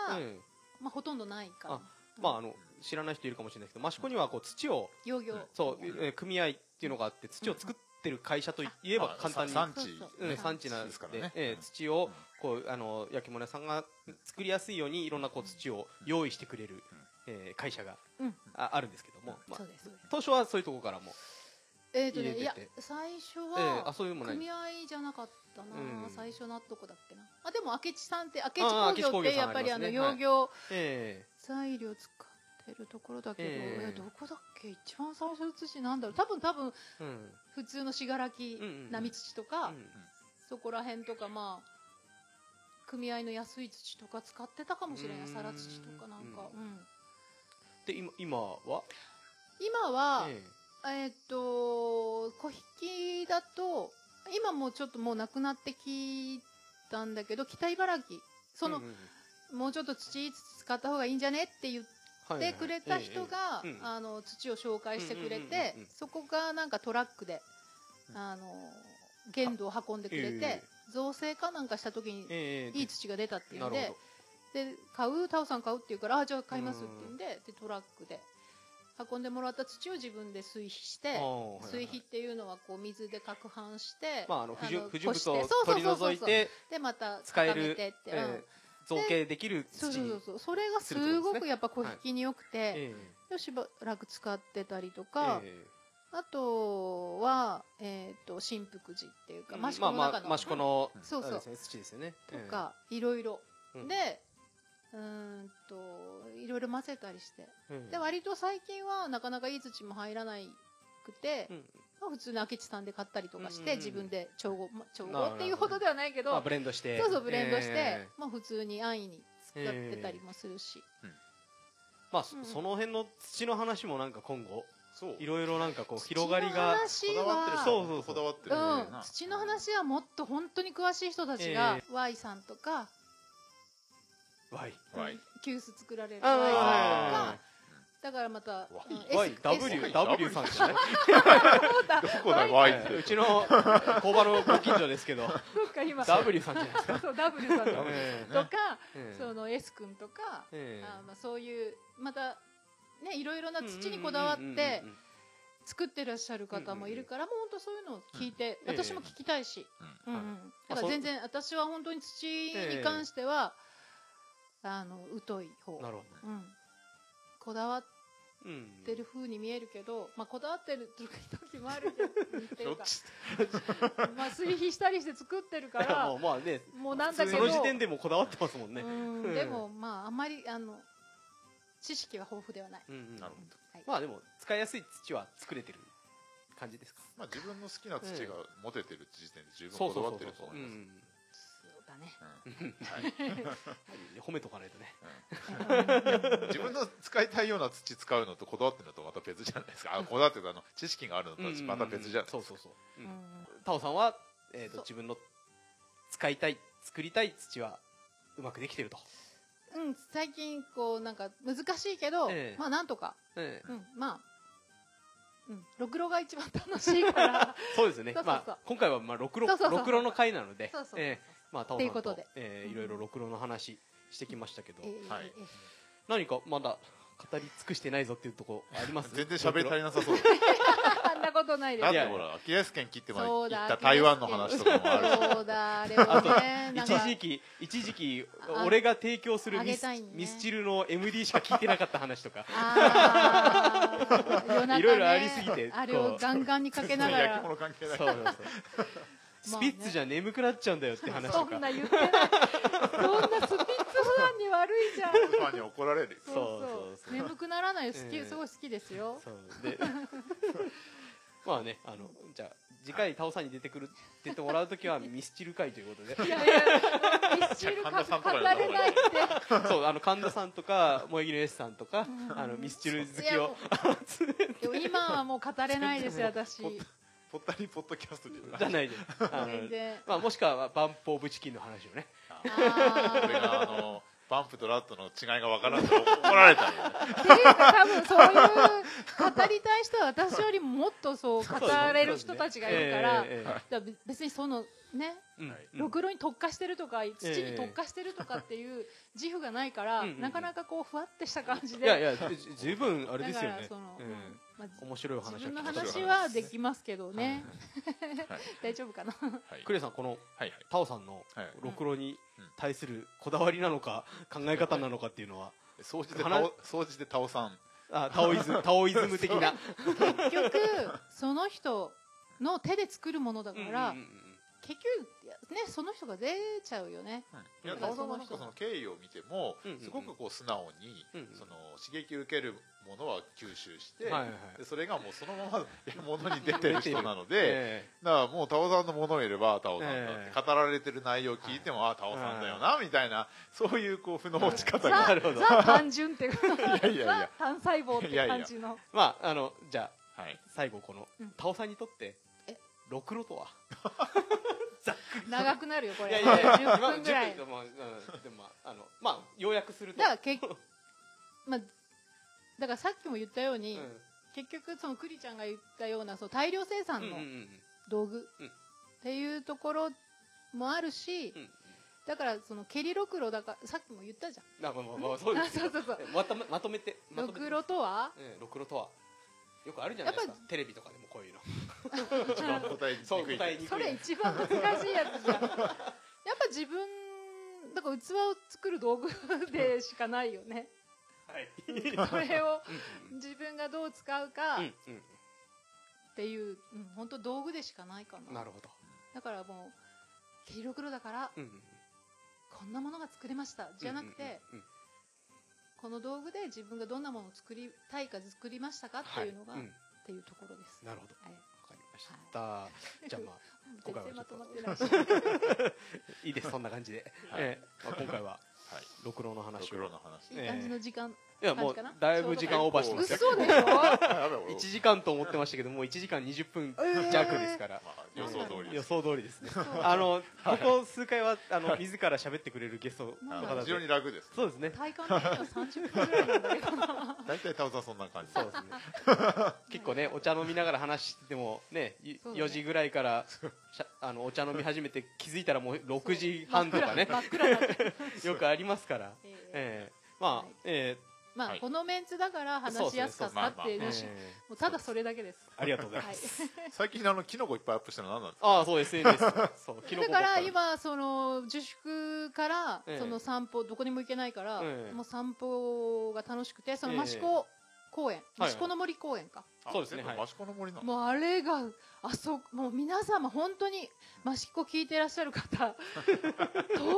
C: 合は、
A: え
C: まあ、ほとんどないから
A: あまああの知らない人いるかもしれないですけど益子にはこう土を
C: 漁業
A: そう、えー組合っていうのがあって土を作ってる会社とい言えば簡単に、
B: 産地
C: そう
A: うん
C: ね
A: 産地なんで
B: ですからね
A: ええ
B: うん
A: 土をこうあの焼き物屋さんが作りやすいようにいろんなこう土を用意してくれる、えー会社が、
C: うん
A: ああるんですけども、まあ
C: そうですそうです
A: 当初はそういうとこからも、
C: えっ、とねい
A: 入れ
C: や
A: てて
C: 最初
A: ええあ
C: は
A: そういうのもない
C: 組合じゃなかったな、
A: うん
C: 最初のとこだっけなあでも明智さんって明
A: あ
C: 智
A: ー
C: 工業ってやっぱり
A: 明
C: あ
A: 智工業さんありますね
C: の養業
A: え
C: 材料使ってるところだけど、
A: ええ
C: えどこだっけ一番最初の土なんだろう多分多分
A: えうん
C: 普通の信楽
A: うんうん
C: 並土と
A: う
C: か、
A: ん
C: そこら辺とかまあ組合の安い土とか使ってたかもしれな
A: う
C: い
A: ん
C: 皿土とかなんか、
A: う
C: うん
A: で今今は、
C: 今は、
A: え
C: えーっと小引きだと今もうちょっともうなくなってきたんだけど北茨城その
A: うん、うんうん
C: もうちょっと土使った方がいいんじゃねって言っ
A: はいはい
C: てくれた人が、
A: ええええうん
C: あの土を紹介してくれ
A: うんうんうん
C: て
A: うんうん
C: そこがなんかトラックで
B: うん
C: あの限度を運んでくれ
A: え
C: て造成かなんかした時に
A: ええええ
C: いい土が出たっていうん
A: なる
C: で
A: ほ
C: で買うタオさん買うって言うからあじゃあ買いますって言うんででトラックで運んでもらった土を自分で水肥して
A: どああはいはい
C: 水肥っていうのはこう水で攪拌して、
A: まああの不純不純
C: こして
A: 物を
C: そうそう
A: 取り
C: そうそう
A: 除いて
C: でまた
A: 使え
C: 固め
A: る
C: てって、うん
A: ええ造形できる
C: そう
A: 土
C: そうそう
A: に
C: そうそれがすごくやっぱ小引きに良くて、
A: ええ
C: でしばらく使ってたりとか、
A: ええ
C: あとは、えー、と新福寺っていうか益
A: ま
C: 子
A: あ
C: の
A: ま
C: 中
A: あ
C: の
A: 益子の
B: うん
C: そうそう
A: あれですね土ですよね
C: とかいろいろ
A: うん
C: でうーんといろいろ混ぜたりして
A: ええ
C: で割と最近はなかなかいい土も入らないくて、
A: うん
C: まあ普通の明智さんで買ったりとかして、
A: うんうんうん
C: 自分で調合、ま、調
A: なるほ
C: 合
A: ど
C: っていうほどではないけど
A: まあブレンドして
C: そうそうブレンドし
A: え
C: て、
A: え
C: まあ、普通に安易に使ってたりもするし、
A: まあそ
C: うん
A: その辺の土の話もなんか今後
B: そう
A: いろいろなんかこう広がりが
C: 土
B: こ
C: の
B: だわってる
C: 話は
A: そうそうそう
B: こだわってるよね
C: うん、土の話はもっと本当に詳しい人たちが、Y さんとか
A: わい
B: はい
C: 急須作られる Y
A: あーは
C: さんとかだからまた、
B: Y？
C: うん S-
A: Y
C: S
A: W W さんですね
B: どこだワイっ
A: う
B: て
A: ちの工場のご近所ですけど
C: そうか今
A: W さんじゃない ですか
C: そう W さんとか
A: え
C: とか、
A: えええ
C: その S 君とか、
A: ええ
C: あーまあ、そういうまたねいろいろな土にこだわっ
A: うんうんうん
C: て
A: うんうん
C: 作ってらっしゃる方もいるから、もう本当そういうのを聞いて、
A: うん
C: 私も聞きたいし、
A: う
C: うんん
A: はい
C: うんだから全然私は本当に土に関しては、あの疎い方
A: なるほど
C: うん、こだわっ
A: うん
C: てる風に見えるけど、まあ、こだわってる時もある け
B: ど
C: ど
B: っち
C: まあ、水肥したりして作ってるか
A: だから も
C: ら
A: うまあね
C: もうなんだけど
A: その時点でもうこだわってますもんね
C: う
A: うん
C: ん、でもまああんまりあの知識は豊富ではない、
A: うんうん
B: なるほど
C: はい
A: まあでも使いやすい土は作れてる感じですか
B: まあ自分の好きな土が持ててる時点で十分こだわってると思います
A: ん
C: そうだね
B: うん
A: 褒めとかないとね
B: はい自分の使いたいような土使うのとこだわってるのとまた別じゃないですかあこだわってるあの知識があるのとまた別じゃない
A: そうそうそう
C: うん
A: タオさんは、えー、と
C: そう
A: 自分の使いたい作りたい土はうまくできてると、
C: うん、最近こうなんか難しいけど、
A: ええ
C: まあなんとか、
A: ええ
C: うん、まあうんろくろが一番楽しい から
A: そうですよね
C: そうそう
A: ま
C: そう
A: あ今回はまあろくろ
C: そうそうそう
A: ろくろの回なので
C: そうそう
A: ええまあタオさん
C: ということ
A: と
C: で
A: ええいろいろろくろの話してきましたけど、
C: ええ
B: はい
C: ええ
A: 何かまだ語り尽くしてないぞっていうところあります
B: 全然喋り足りなさそう
C: あんなことないで
B: だっ
C: す
B: て
A: や
B: ほらアキレス腱切ってまで
C: そ
B: 行
C: う
B: っ
C: だ
B: た台湾の話とかもあるし
C: そうだあれは
A: ろ
C: ねなん
A: くろ
C: か
A: 一時期一時期
C: あ
A: 俺が提供するミス,、
C: あげたいね
A: ミスチルの MD しか聞いてなかった話とか
C: あー夜中ね
A: いろいろありすぎて
C: あれをガンガンにかけなが
B: 焼き
C: ら
B: 物関係な
A: そう
B: い
A: そうそう
C: ま
A: ス
C: あ
A: ピ
C: ね
A: ッツじゃ眠くなっちゃうんだよって話と
C: そ
A: か
C: んな言ってないそんなスピッツファンに悪いじゃん
B: ファンに怒られる
C: そう
A: そう そうそ
C: そうう眠くならないよ好き、
A: ええ
C: すごい好きですよ
A: そうで まあねあのじゃあ次回タオさんに出てくる出てもらう時 はミスチル会ということで
C: いやいや一瞬語
B: 神田さんとか
C: れ
B: や
C: な
B: っ
C: いった
B: 方がいい
C: て
A: そうあの神田さんとか萌木のエスさんとかあのミスチル好
C: い
A: き
C: や
A: を
C: も うでも今はもう語れないですよ私
B: 全ポッタリポッドキャストじゃ
A: じ
B: な
A: ゃ
B: い
A: ないであの
C: 全然
A: まあもしくはバンプオブチキンの話をね
C: あ
B: 俺
C: ー
B: があのバンプとラットの違いがわからんと怒ら れたよね
C: っていうか多分そういう語りたい人は私よりももっとそう語れる人たちがいるから
A: ええええ
C: だから別にそのね
A: うん
B: はい
A: うん
C: ろくろに特化してるとか土に特化してるとかっていう自負がないから
A: うんうんうん
C: なかなかこうふわってした感じ
A: いやい
C: で
A: やじ十分あれ
C: だ
A: です
C: か
A: よ
C: ら
A: ね
C: その
A: ええ
C: うんまあ
A: 面白い話
C: 自
A: は聞き
C: 分の
A: ました
C: 話はできますけどね
B: はい
C: 大丈夫かな
B: はい
A: クレイさんこの
B: はい
A: タオさんの
B: はい
A: ろくろに
B: うん
A: 対するこだわりなのか考え方なのかっていうのは
B: 掃除で
A: 話
B: 倒掃除で倒さん
A: あタオイズ ムタオイズム的な
C: 結局その人の手で作るものだか
A: うんうんうん
C: ら結局ねその人が出ちゃうよね
B: いや
C: うん
B: 田尾さんのなんかその経緯を見ても
A: うんうんうん
B: すごくこう素直に
A: うんうん
B: その刺激受けるものは吸収して
A: うんはいはいはい
B: でそれがもうそのままものに出てる人なの で
A: え
B: だからもう田尾さんのものを入れば田尾さんだ
A: え
B: って語られてる内容を聞いてもああ田尾さんだよなみたいなそういうこう負の落ち方
A: な
B: が
A: るほど
C: ザ単純っていう か
B: いやいやいや
C: ザ単細胞って感じの
A: えまああのじゃあ
B: はい
A: 最後この
C: うん
A: タオさんにとって
C: え
A: ろくろとは
C: 長くなるよこ
A: いや
C: れ
A: いやいや
C: 10
A: 今
C: 分ぐらい
A: 10分まあうんでもまああのまあ要約すると
C: だからけ、まあ、だからさっきも言ったよう
A: うん
C: に、結局そのクリちゃんが言ったようなそう大量
A: う
C: 生
A: ん
C: 産
A: うん
C: の
A: うん
C: 道具
A: うん
C: っていうところもあるし、
A: うん
C: だからその蹴りろくろだからさっきも言ったじ
A: まあまあまあまあ そう
C: ゃ
A: で
C: んあ
A: す
C: そうそうそう
A: まとめまとめてま
C: ろ
A: とめて
C: くろとは
A: ええろくろとはよくあるじゃないですかテレビとかでもこういうの
B: 一番答えに
A: そう
B: くい
A: 答えにくい
C: それ 一番難しいやつじゃんやっぱ自分だから器を作る道具でしかないよね
A: はい
C: それを自分がどう使うか
A: う
C: っ
A: んうん
C: ていう、うん、本当道具でしかないかな
A: なるほど
C: だからもう黄色黒だから
A: うんうん
C: こんなものが作れましたじゃなくて、
A: うんうん
C: この道具で自分がどんなものを作りたいか作りましたかっていうのが、
A: はん
C: っていうところです、
A: なるほど
C: はい、
A: わかりましたじゃあまあ今
C: 全
A: 回はちょ
C: 然ま
A: っと
C: とまってないし
A: いいですそんな感じで
B: はい
A: ええまあ今回は
B: はい
A: ろくろの
B: ろ
A: 話
B: く
A: を
B: ろの話
C: いい感じの時間、
A: いやもう
C: 感じかな
A: だいぶ時間オーバーして
B: そう
A: ま
B: だ
A: す
B: ね
A: よ
C: 嘘でしょ
B: あ やべ俺
A: 1時間と思ってましたけどもう1時間20分
D: えー
A: 弱ですから
B: まあ予想通り
A: 予
B: です
A: 想通りですね
C: そう
A: あのここ数回はあの自ら喋ってくれるゲスト
C: な
A: の方
C: んだ
B: あ
A: で
B: 非常に楽です
A: そうですね
C: 体感的には30分ぐらいなんだけど
B: 大体田尾さんそんな感じ
A: そうですね。 結構ね、お茶飲みながら話してても、ね、ゆ
C: そうだね
A: 4時ぐらいから、しゃ あの、お茶飲み始めて気づいたらもう6時半と かね、
C: 真っ暗真っ暗だった、
A: よくありますから。
C: ええ
A: ええまあ、え
C: まあ、
B: はい
C: このメンツだから話しやすかったってい
A: え
C: うし、
A: ええ
C: もうただそれだけです。
A: ありがとうござい
C: は
A: ま
C: い
A: す。、
B: 最近あのキノコいっぱいアップしたの何なんですか
A: ああ、そう、SNS。そう、 キノ
C: だ
A: コ
C: から今その自粛から
A: ええ
C: その散歩どこにも行けないから、
A: ええ
C: もう散歩が楽しくてその
A: ええ
C: 益子公園、
A: はい
C: 益子の森公園か、
B: あ
A: そうですね
B: 全部
A: はい
B: マシコの森なの
C: もうあれがあそもう皆様本当に益子聞いてらっしゃ る方とっても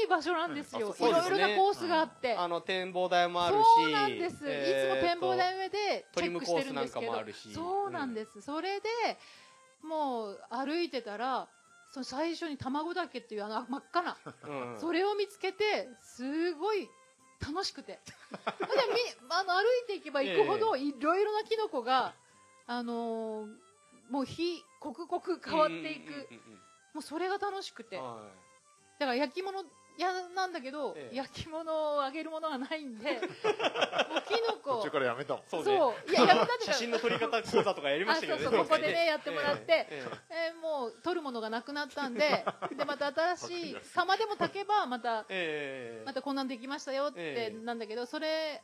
C: いい場所なんです
B: うん
C: よ
B: あ、
C: い
B: そう
A: です
C: ろ
A: ね
C: いろなコースがあって、
A: あの、展望台もあるし。
C: そうなんです、
A: え
C: い
A: え
C: つも展望台上で
A: とトリ
C: チェッ
A: ム
C: クし
A: コ
C: て
A: ー
C: る
A: ス
C: ん
A: な
C: で
A: ん
C: すけ
A: か
C: ど
A: もあるし。
C: そうなんです、それでもう歩いてたらその最初に卵だけっていうあの真っ 赤な、
A: うん。うん
C: それを見つけてすごい楽し くてでみあの歩いていけば行くほどいろいろなキノコが、あのーもう火刻々変わっていく、
A: うんうんうんうん
C: もうそれが楽しくてだ
A: は
C: から焼き物屋なんだけど、
A: ええ
C: 焼き物をあげるものはない んでもうキノコ
B: 途中からやめたもん
A: い
C: そ,、
A: そううね。
C: いややめたって
A: 写真の撮り方講座とかやりましたけどね。
C: あそうそうここでねやってもらって
A: ええ。ええ
C: えーもう取るものがなくなった んででまた新しい釜でも炊けばまた
A: ええ
C: またこんなんできましたよっ
A: え
C: て
A: え
C: なんだけどそれ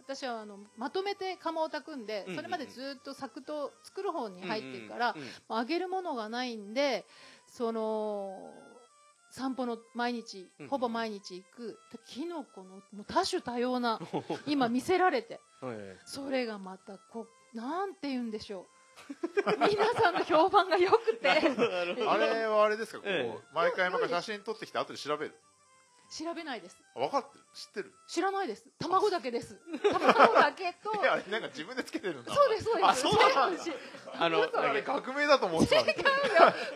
C: 私はあのまとめて釜を炊くん
A: う
C: で
A: んうんうん
C: それまでずっと作と作る方に入ってるから
A: うんうんうん
C: 揚げるものがないんでその散歩の毎日
A: うんうん
C: ほぼ毎日行くでキノコのもう多種多様な今見せられて
A: え
C: それがまたこなんて言うんでしょう皆さんの評判が良くて。
B: あれはあれですかこう、
A: え
B: 毎回毎回写真撮ってきて後で調べる
C: 調べないです
B: あ分かってる知ってる
C: 知らないです卵だけです卵だけと
B: いやあれなんか自分でつけてるんだ
C: そうですそうです
A: あそうなん
C: 全部し
A: あの
C: 嘘
B: あれ革命だと思ってたんだけど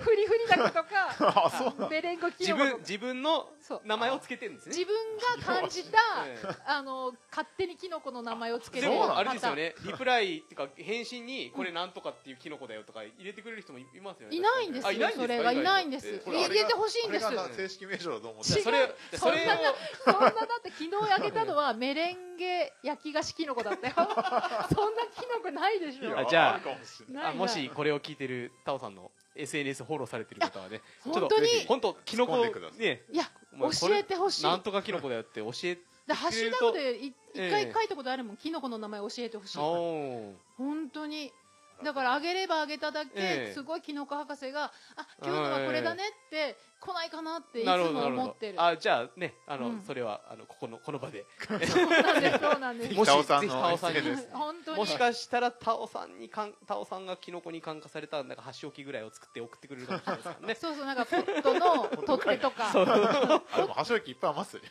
C: フリフリだけとか
B: あそう
C: ベレンコキ
A: 自
C: ノコ
A: 分
C: とか
A: 自分の
C: そう
A: 名前をつけてるんですね
C: 自分が感じた
A: え
C: あの勝手にキノコの名前をつけ
A: で
C: て
B: そう
A: も
B: なん
A: あれですよねリプライっていうか返信にこれなんとかっていうキノコだよとか入れてくれる人もいますよね
C: いないんです
A: あ
C: よ
A: いないんです
C: そ
A: か
C: れがいないんです
A: ええ
B: これあ
C: 入れてほしいんです
B: あれが正式名称だと思って
A: じゃあそれ
C: 違う
A: じゃあそれを
C: そんなだって昨日あげたのはメレンゲ焼き菓子キノコだっ たよそんなキノコないでし
B: い
C: ょ
B: や
A: あじゃあ
B: るかもしれない
C: ないな
A: あもしこれを聞いてるタオさんの SNS フォローされてる方はねちょっ
C: 本
A: と
C: 当に
B: ぜひ
A: 本当キノコ
B: 突っ込んでください
A: ね
C: いや
A: お前こ
C: 教
A: れ
C: えてほしい
A: なんとかキノコだよって教え
C: でハッシュタグでい
A: ええ
C: 一回書いたことあるもん、キノコの名前教えてほしい
A: お
C: 本当にだからあげればあげただけ、
A: ええ
C: すごいキノコ博士があ今日のはこれだねって来ないかなっ
A: ー
C: ていつ
A: なるほど
C: も
A: なる
C: 思
A: ほ
C: ってる
A: どあじゃあねあの、
C: うん
A: それはあのここのこの場で
C: そうなんですそうなんです
A: もし
B: タオさん
A: ぜひタ
B: の
A: オさんに
B: SNS
C: 本当に
A: もしかしたらタオさんにかんタオさんがキノコに感化されたなんか箸置きぐらいを作って送ってくれるかもしれないです からね
C: そうそうなんかポットの 取っ手とか
A: そう
B: あでも箸置きいっぱい余すよ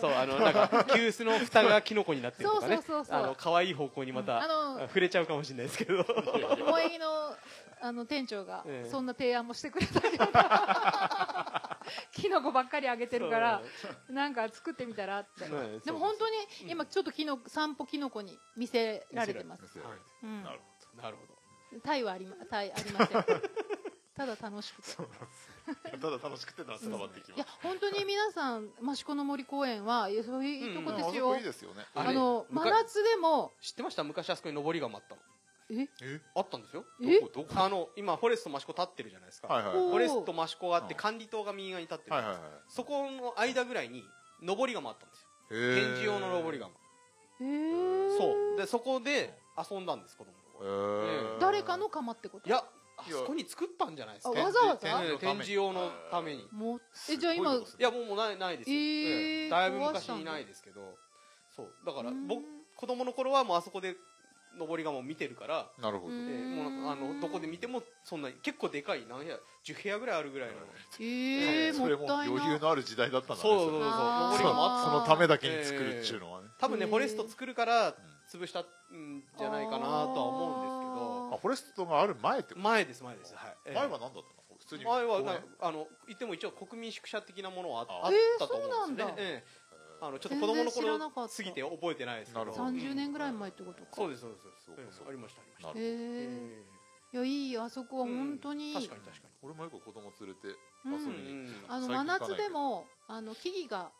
A: そうあのなんか急須の蓋がキノコになってるとかね
C: そうそうそうそう
A: あの可愛い方向にまた、
C: あの
A: 触れちゃうかもしれないですけど
C: 萌え木のあの店長が
A: ええ
C: そんな提案もしてくれたりとか キノコばっかりあげてるからなんか作ってみたらって
A: ねえ
C: でも
A: そう
C: 本当に今ちょっとキノコ散歩キノコに見せられてます、
B: 見せられて
C: うん
B: なる
A: なるほ
C: タイはありまタイあり ませんただ楽しくて
B: ほどただ楽しくてのは伝わってき
C: い
B: ま
C: や
B: す
C: 本当に皆さん益子の森公園はいやそういうとこ
A: うん
C: で
B: あ
C: す
B: そ
C: よ、
B: こいいですよね
A: あ
C: あ
A: れ
C: の
A: む
C: 真
A: か
C: 夏でも
A: 知ってました昔あそこに上りがあったの
C: え
B: え
A: あったんですよ
C: え
B: どこどこ
A: あの今フォレスト益子立ってるじゃないですか、
B: はいはい
C: お
A: フォレスト益子があって
B: うん
A: 管理棟が右側に立ってる、
B: はいはいはい
A: そこの間ぐらいに上り釜あったんですよ
B: へ
A: 展
B: ー
A: 示用の上り釜
C: えー
A: そうでそこで遊んだんです子供の
B: へ
A: 頃
B: ー
C: 誰かの釜ってこと
A: いやあそこに作ったんじゃないですか
C: あわざわざ
A: ええ展示用のために
C: もう
B: す
C: えじゃ
B: ご
C: あ
B: いこと
C: 今
B: す
A: いやもうもうないないですよ、
C: えー
A: ええだいぶ
C: 壊し
A: 昔
C: たんだ
A: にないですけどそうだから
C: うん
A: 僕子供の頃はもうあそこで上り釜を見てるから
B: なるほど
C: うん
A: えーもうあのどこで見てもそんなに結構でかい何部屋10部屋ぐらいあるぐらいの
C: ええ
B: それ
C: もっ
B: も
C: たいな
B: 余裕のある時代だったんだね
A: そうそうそう
B: れ
A: そう
C: あー
A: 上り
B: そ
A: 窯
C: も
A: あっ
C: あ
A: た
C: ー
B: そのためだけに作るっちゅうのはね
A: 多分ね
C: へー
A: フォレスト作るから潰したんじゃないかなとは思うん
C: あ
A: で
B: あフォレストがある前って
A: す
B: こ
A: けど前です前ですはいえ
B: と
A: え
B: 前は何だったの普通に
A: 前は
B: 公
A: な
B: 園
A: あの言っても一応国民宿舎的なものはああ
B: あ
A: ったと思うんですよね
C: えーそうなんだ
A: ええあのちょっと子供の
C: 全然知らなか
A: 頃
C: った
A: 過ぎて覚えてないですけど
B: なるほど
C: 30年ぐらい前ってことか
A: そうですそうですそうです
B: そ
A: え
B: うか
A: えありましたありました
B: なる
C: ええいやいいよあそこは
A: うん
C: 本当にいい
A: 確かに確か
B: ほど俺もよく子供連れて
C: うん
B: 遊びに行ってた
C: あの
B: 最
C: 真
B: 近行かないけど
C: 夏でもあの木々が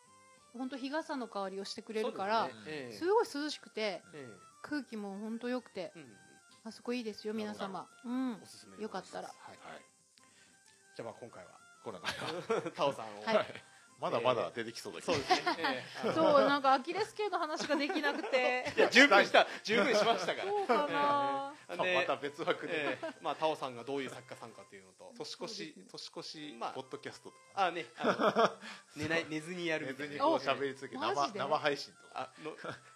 C: 本当日傘の代わりをしてくれ
A: に
C: るから
A: そうです
C: す
A: ね
C: ごい涼しくて
A: えええ
C: 空気も本当良くて
A: えうん
C: あそこいいですよ皆様う
A: お
C: ん
A: すすめでございます
C: よかったら
A: はい
B: はい
A: じゃあまあ今回は
B: これなんか
A: タオさんを、
C: はい
B: まだまだ出てきそうだけ
A: そう
B: ど
A: ですね、 ええ
C: そうなんかアキレス腱の話ができ なくて
A: いや十分した十分しました から
C: どうかな
A: ええ
B: まあ
A: で
B: また別枠で
A: ええまあタオさんがどういう作家さんかというのと
B: 年越し年越し
A: まあ
B: ポッドキャストとか
A: あねあ の寝ない寝ずにやるみ
B: 別
A: たいな
B: にこう喋り続けて
C: マ
B: 生
C: ジで
B: 生配信とか
A: あ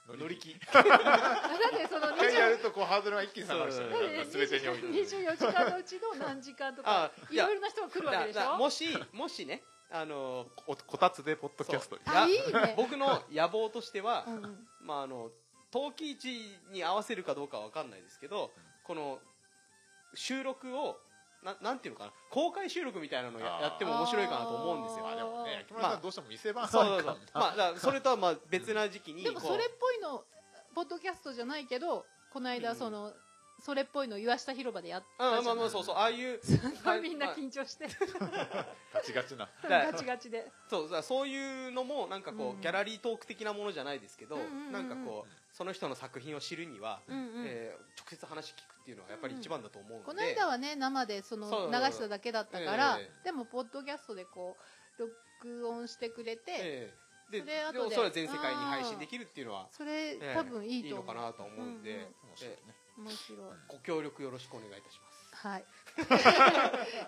A: の 乗り気
C: だってその
B: 一回や
C: 20
B: るとこうハードルが一気に下がるし
A: そう
C: だって
B: 全てにおいて
C: 24時間のうちの何時間と
A: あ
C: か
A: い
C: い
A: や
C: ろいろな人が来るわけでし
A: だだ
C: ょ
A: もしもしねあの
B: おこたつでポッドキャストに
A: そう
C: あいいね
A: 僕の野望としては、
C: うんうん
A: まああの陶器市に合わせるかどうかはわかんないですけどこの収録をななんていうのかな公開収録みたいなのをや
B: あー
A: やっても面白いかなと思うんですよ
B: あでもね木村
A: ま
B: さ
A: あ
B: んどうしても店番
A: そうそうそう
B: 感
A: まあだからそれとはまあ別な時期に
C: でも
A: こう
C: それっぽいのポッドキャストじゃないけどこの
A: う
C: 間
A: ん
C: そのそれっぽいの岩下広場でやっ
A: うんま
C: た
A: あ
C: じ
A: ま
C: ゃな
A: あ
C: い
A: そうそうああ いう
C: みんな
A: まあ
C: 緊張して
B: ガチガチな
A: だ
C: ガチガチで
A: そうだからそういうのもなんかこう、
C: うん
A: ギャラリートーク的なものじゃないですけど、
C: うんうんうんうん
A: なんかこうその人の作品を知るには、
C: うんうん
A: えー直接話聞くっていうのはやっぱり一番だと思うので、
C: この間はね生でそ
A: そ
C: の
A: う
C: 流しただけだったから
A: え
C: でもポッドキャストでこう録音してくれて
A: ええで
C: それ後で
A: でもそれは全世界に配信できるっていうのは、
C: それ
A: ええ
C: 多分いい
A: い
C: と
A: の
C: 思
A: か
C: う
A: なと思うんで、
C: うんうん
B: 面白いね
A: え
C: 面白い
A: えご協力よろしくお願いいたします。
C: はい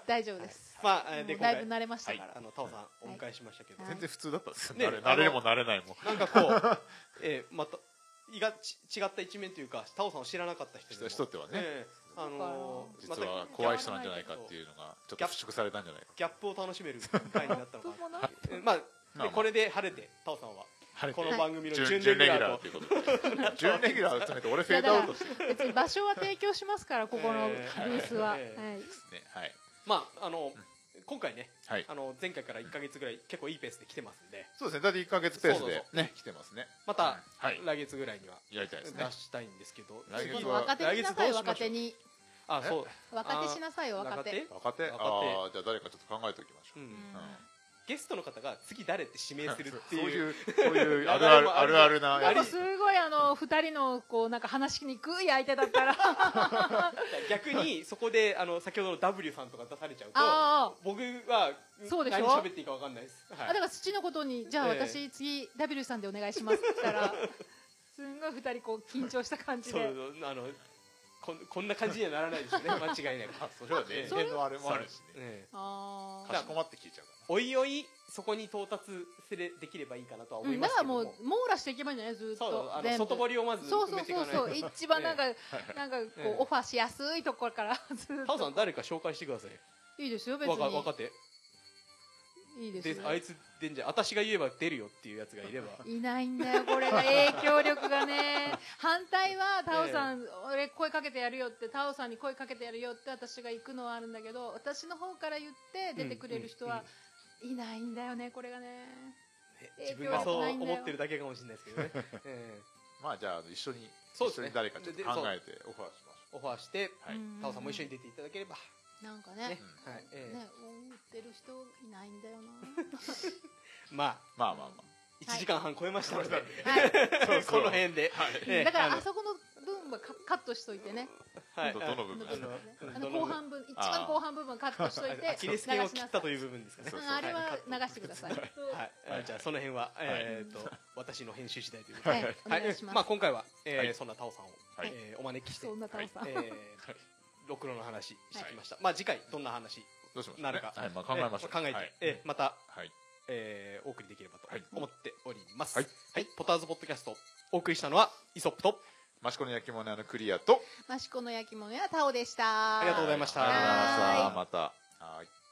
C: 大丈夫です
A: まあ、え
C: も
A: ーで
C: う
A: 今
C: だいぶ
A: 回
C: 慣れましたから
A: あのタオさんお迎えしましたけど、
C: はい
B: 全然普通だったんですよ
A: ね
B: 慣れ慣れも慣れないも
A: なんかこう、えーまたいがち違った一面というかタオさんを知らなかった人にも
B: 人ってはね
A: ええあのー
B: 実は怖い人なんじゃないかっていうのがちょっと払拭されたんじゃないか
A: ギャップを楽しめる回になったのか
C: どうもな
A: なって いうまあ、
B: まあまあ
A: でこれで晴れてタオさんは
B: 晴れて
A: この番組の準
B: 準準
A: レ
B: レ
A: ギュ
B: ギュ
A: ラ
B: ラ
A: ーと
B: ーということで準レギュラーを詰めて俺フェードアウトしてるんで
C: 別に場所は提供しますからここの
A: ええ
C: ブースは、
A: え
C: はい
B: すねはい
A: まああの今回ね
B: はい
A: あの前回から1か月ぐらい結構いいペースで来てますんで
B: そうですね大体1か月ペース
A: そうそう
B: で
A: そ
B: ね来てますね
A: また
B: はい
A: 来月ぐらいには
B: やりたい
A: 出
B: ですね
A: したいんですけど
B: 来
A: 次
B: 月
C: 今度
B: は
C: 若手にしなさ
A: 来
C: い
A: 月どうしましょう
C: 若手に
A: あそう
C: 若手しなさいよ若
A: 中
C: 手
A: 手
B: 若手
A: 若手
B: ああじゃあ誰かちょっと考えておきましょ
A: う
B: うんうん
A: ゲストの方が次誰って指名するって
B: そう
A: いう
B: いうそういうあ るあるあるあるな
A: あ
B: や
A: り
B: つ
C: もすごいあの二人のこうなんか話しにくい相手だったら
A: 逆にそこであの先ほどの W さんとか出されちゃうと
C: あ
A: 僕は
C: そうでしょ
A: 何喋っていいか分かんないです、
C: あ
A: は
C: あ
A: い
C: だから土のことにじゃあ
A: ええ
C: 私次 W さんでお願いしますって言ったら すんごい二人こう緊張した感じ
A: そう
C: で
A: あのこんこんな感じにはならない ですよね間違いなく、
B: あそれはね
C: そうい
B: 偏
C: う
B: 見のあれもあるしね
A: ええ
C: あ
B: かしこまって聞いちゃうから
A: おいおいそこに到達すれできればいいかなとは
C: あ、う
A: 思い
C: ん、
A: ま
C: だ
A: す
C: か
A: け
C: ら
A: ども、
C: もう網羅していけばいいんじゃないずっ
A: そう
C: と
A: あの
C: 全部
A: 外堀をまず
C: そう
A: 埋
C: そう
A: めていか
C: そう
A: ないと
C: そう一 番なんか、なんかこう、
A: ええ
C: オファーしやすいところからずっ
A: タオさ
C: と
A: ん誰か紹介してください
C: いいですよ別
A: 若若
C: に
A: 手
C: いいです
A: で
C: よ
A: あいつ出んじゃん私が言えば出るよっていうやつがいれば
C: いないんだよこ れが影響力がね反対はタオさん、俺声かけてやるよってタオさんに声かけてやるよって私が行くのはあるんだけど私の方から言って出てくれる人はいないんだよねこれがね
A: ね
C: 影響
A: 自分がそう
C: 力ないんだよ
A: 思ってるだけかもしれないですけどね、え
B: まあじゃあ一緒に
A: そう
B: 一
A: です
B: 緒
A: ね
B: に誰かちょっと考えてオファーし
A: えオファーして
B: ましょうはい
C: うん
A: タオさんも一緒に出ていただければ、
C: なんか
A: ね
C: ね
B: う
A: はいええ
C: ね売ってる人いないんだよ
A: まあ
B: まあまあま
A: 1時間半超えましたので、
C: な、はい
B: そうそ
A: こ
B: う
A: の辺で、ええ
C: だから
A: あの
C: あそこの分はカカットしといてね
B: あ
A: はい
B: どどの部分
A: あの
C: あ
A: ど
C: の
A: の
C: 後半分一番後半部分カットしといて
A: アキレス腱を切ったというう部分ですかね
B: そうそう
C: あれは流してください、
A: はい、あじゃあその辺は、えー、と私の編集次第ということ
C: は
A: で、
C: い、お願いします、
A: あ、今回は、えー
B: はい
A: そんなタオさんを、
B: はい
A: えーお招きして、
C: そんなタオさん、
A: えー、ろくろの話してきました、まあ次回どんな話
B: どうしましょうね
A: なるか
B: はいまあ考えましょう
A: えー考えて、
B: はい
A: えーまた、
B: はい
A: えーお送りできればと
B: はい
A: 思っております、
B: はい
A: ポターズポッドキャストお送りしたのはイソップと
B: 益子の焼き物屋のクリアと
C: マシコの焼き物やタオでした
A: ありがとうございました
B: ありがとうございました
C: は
B: またはい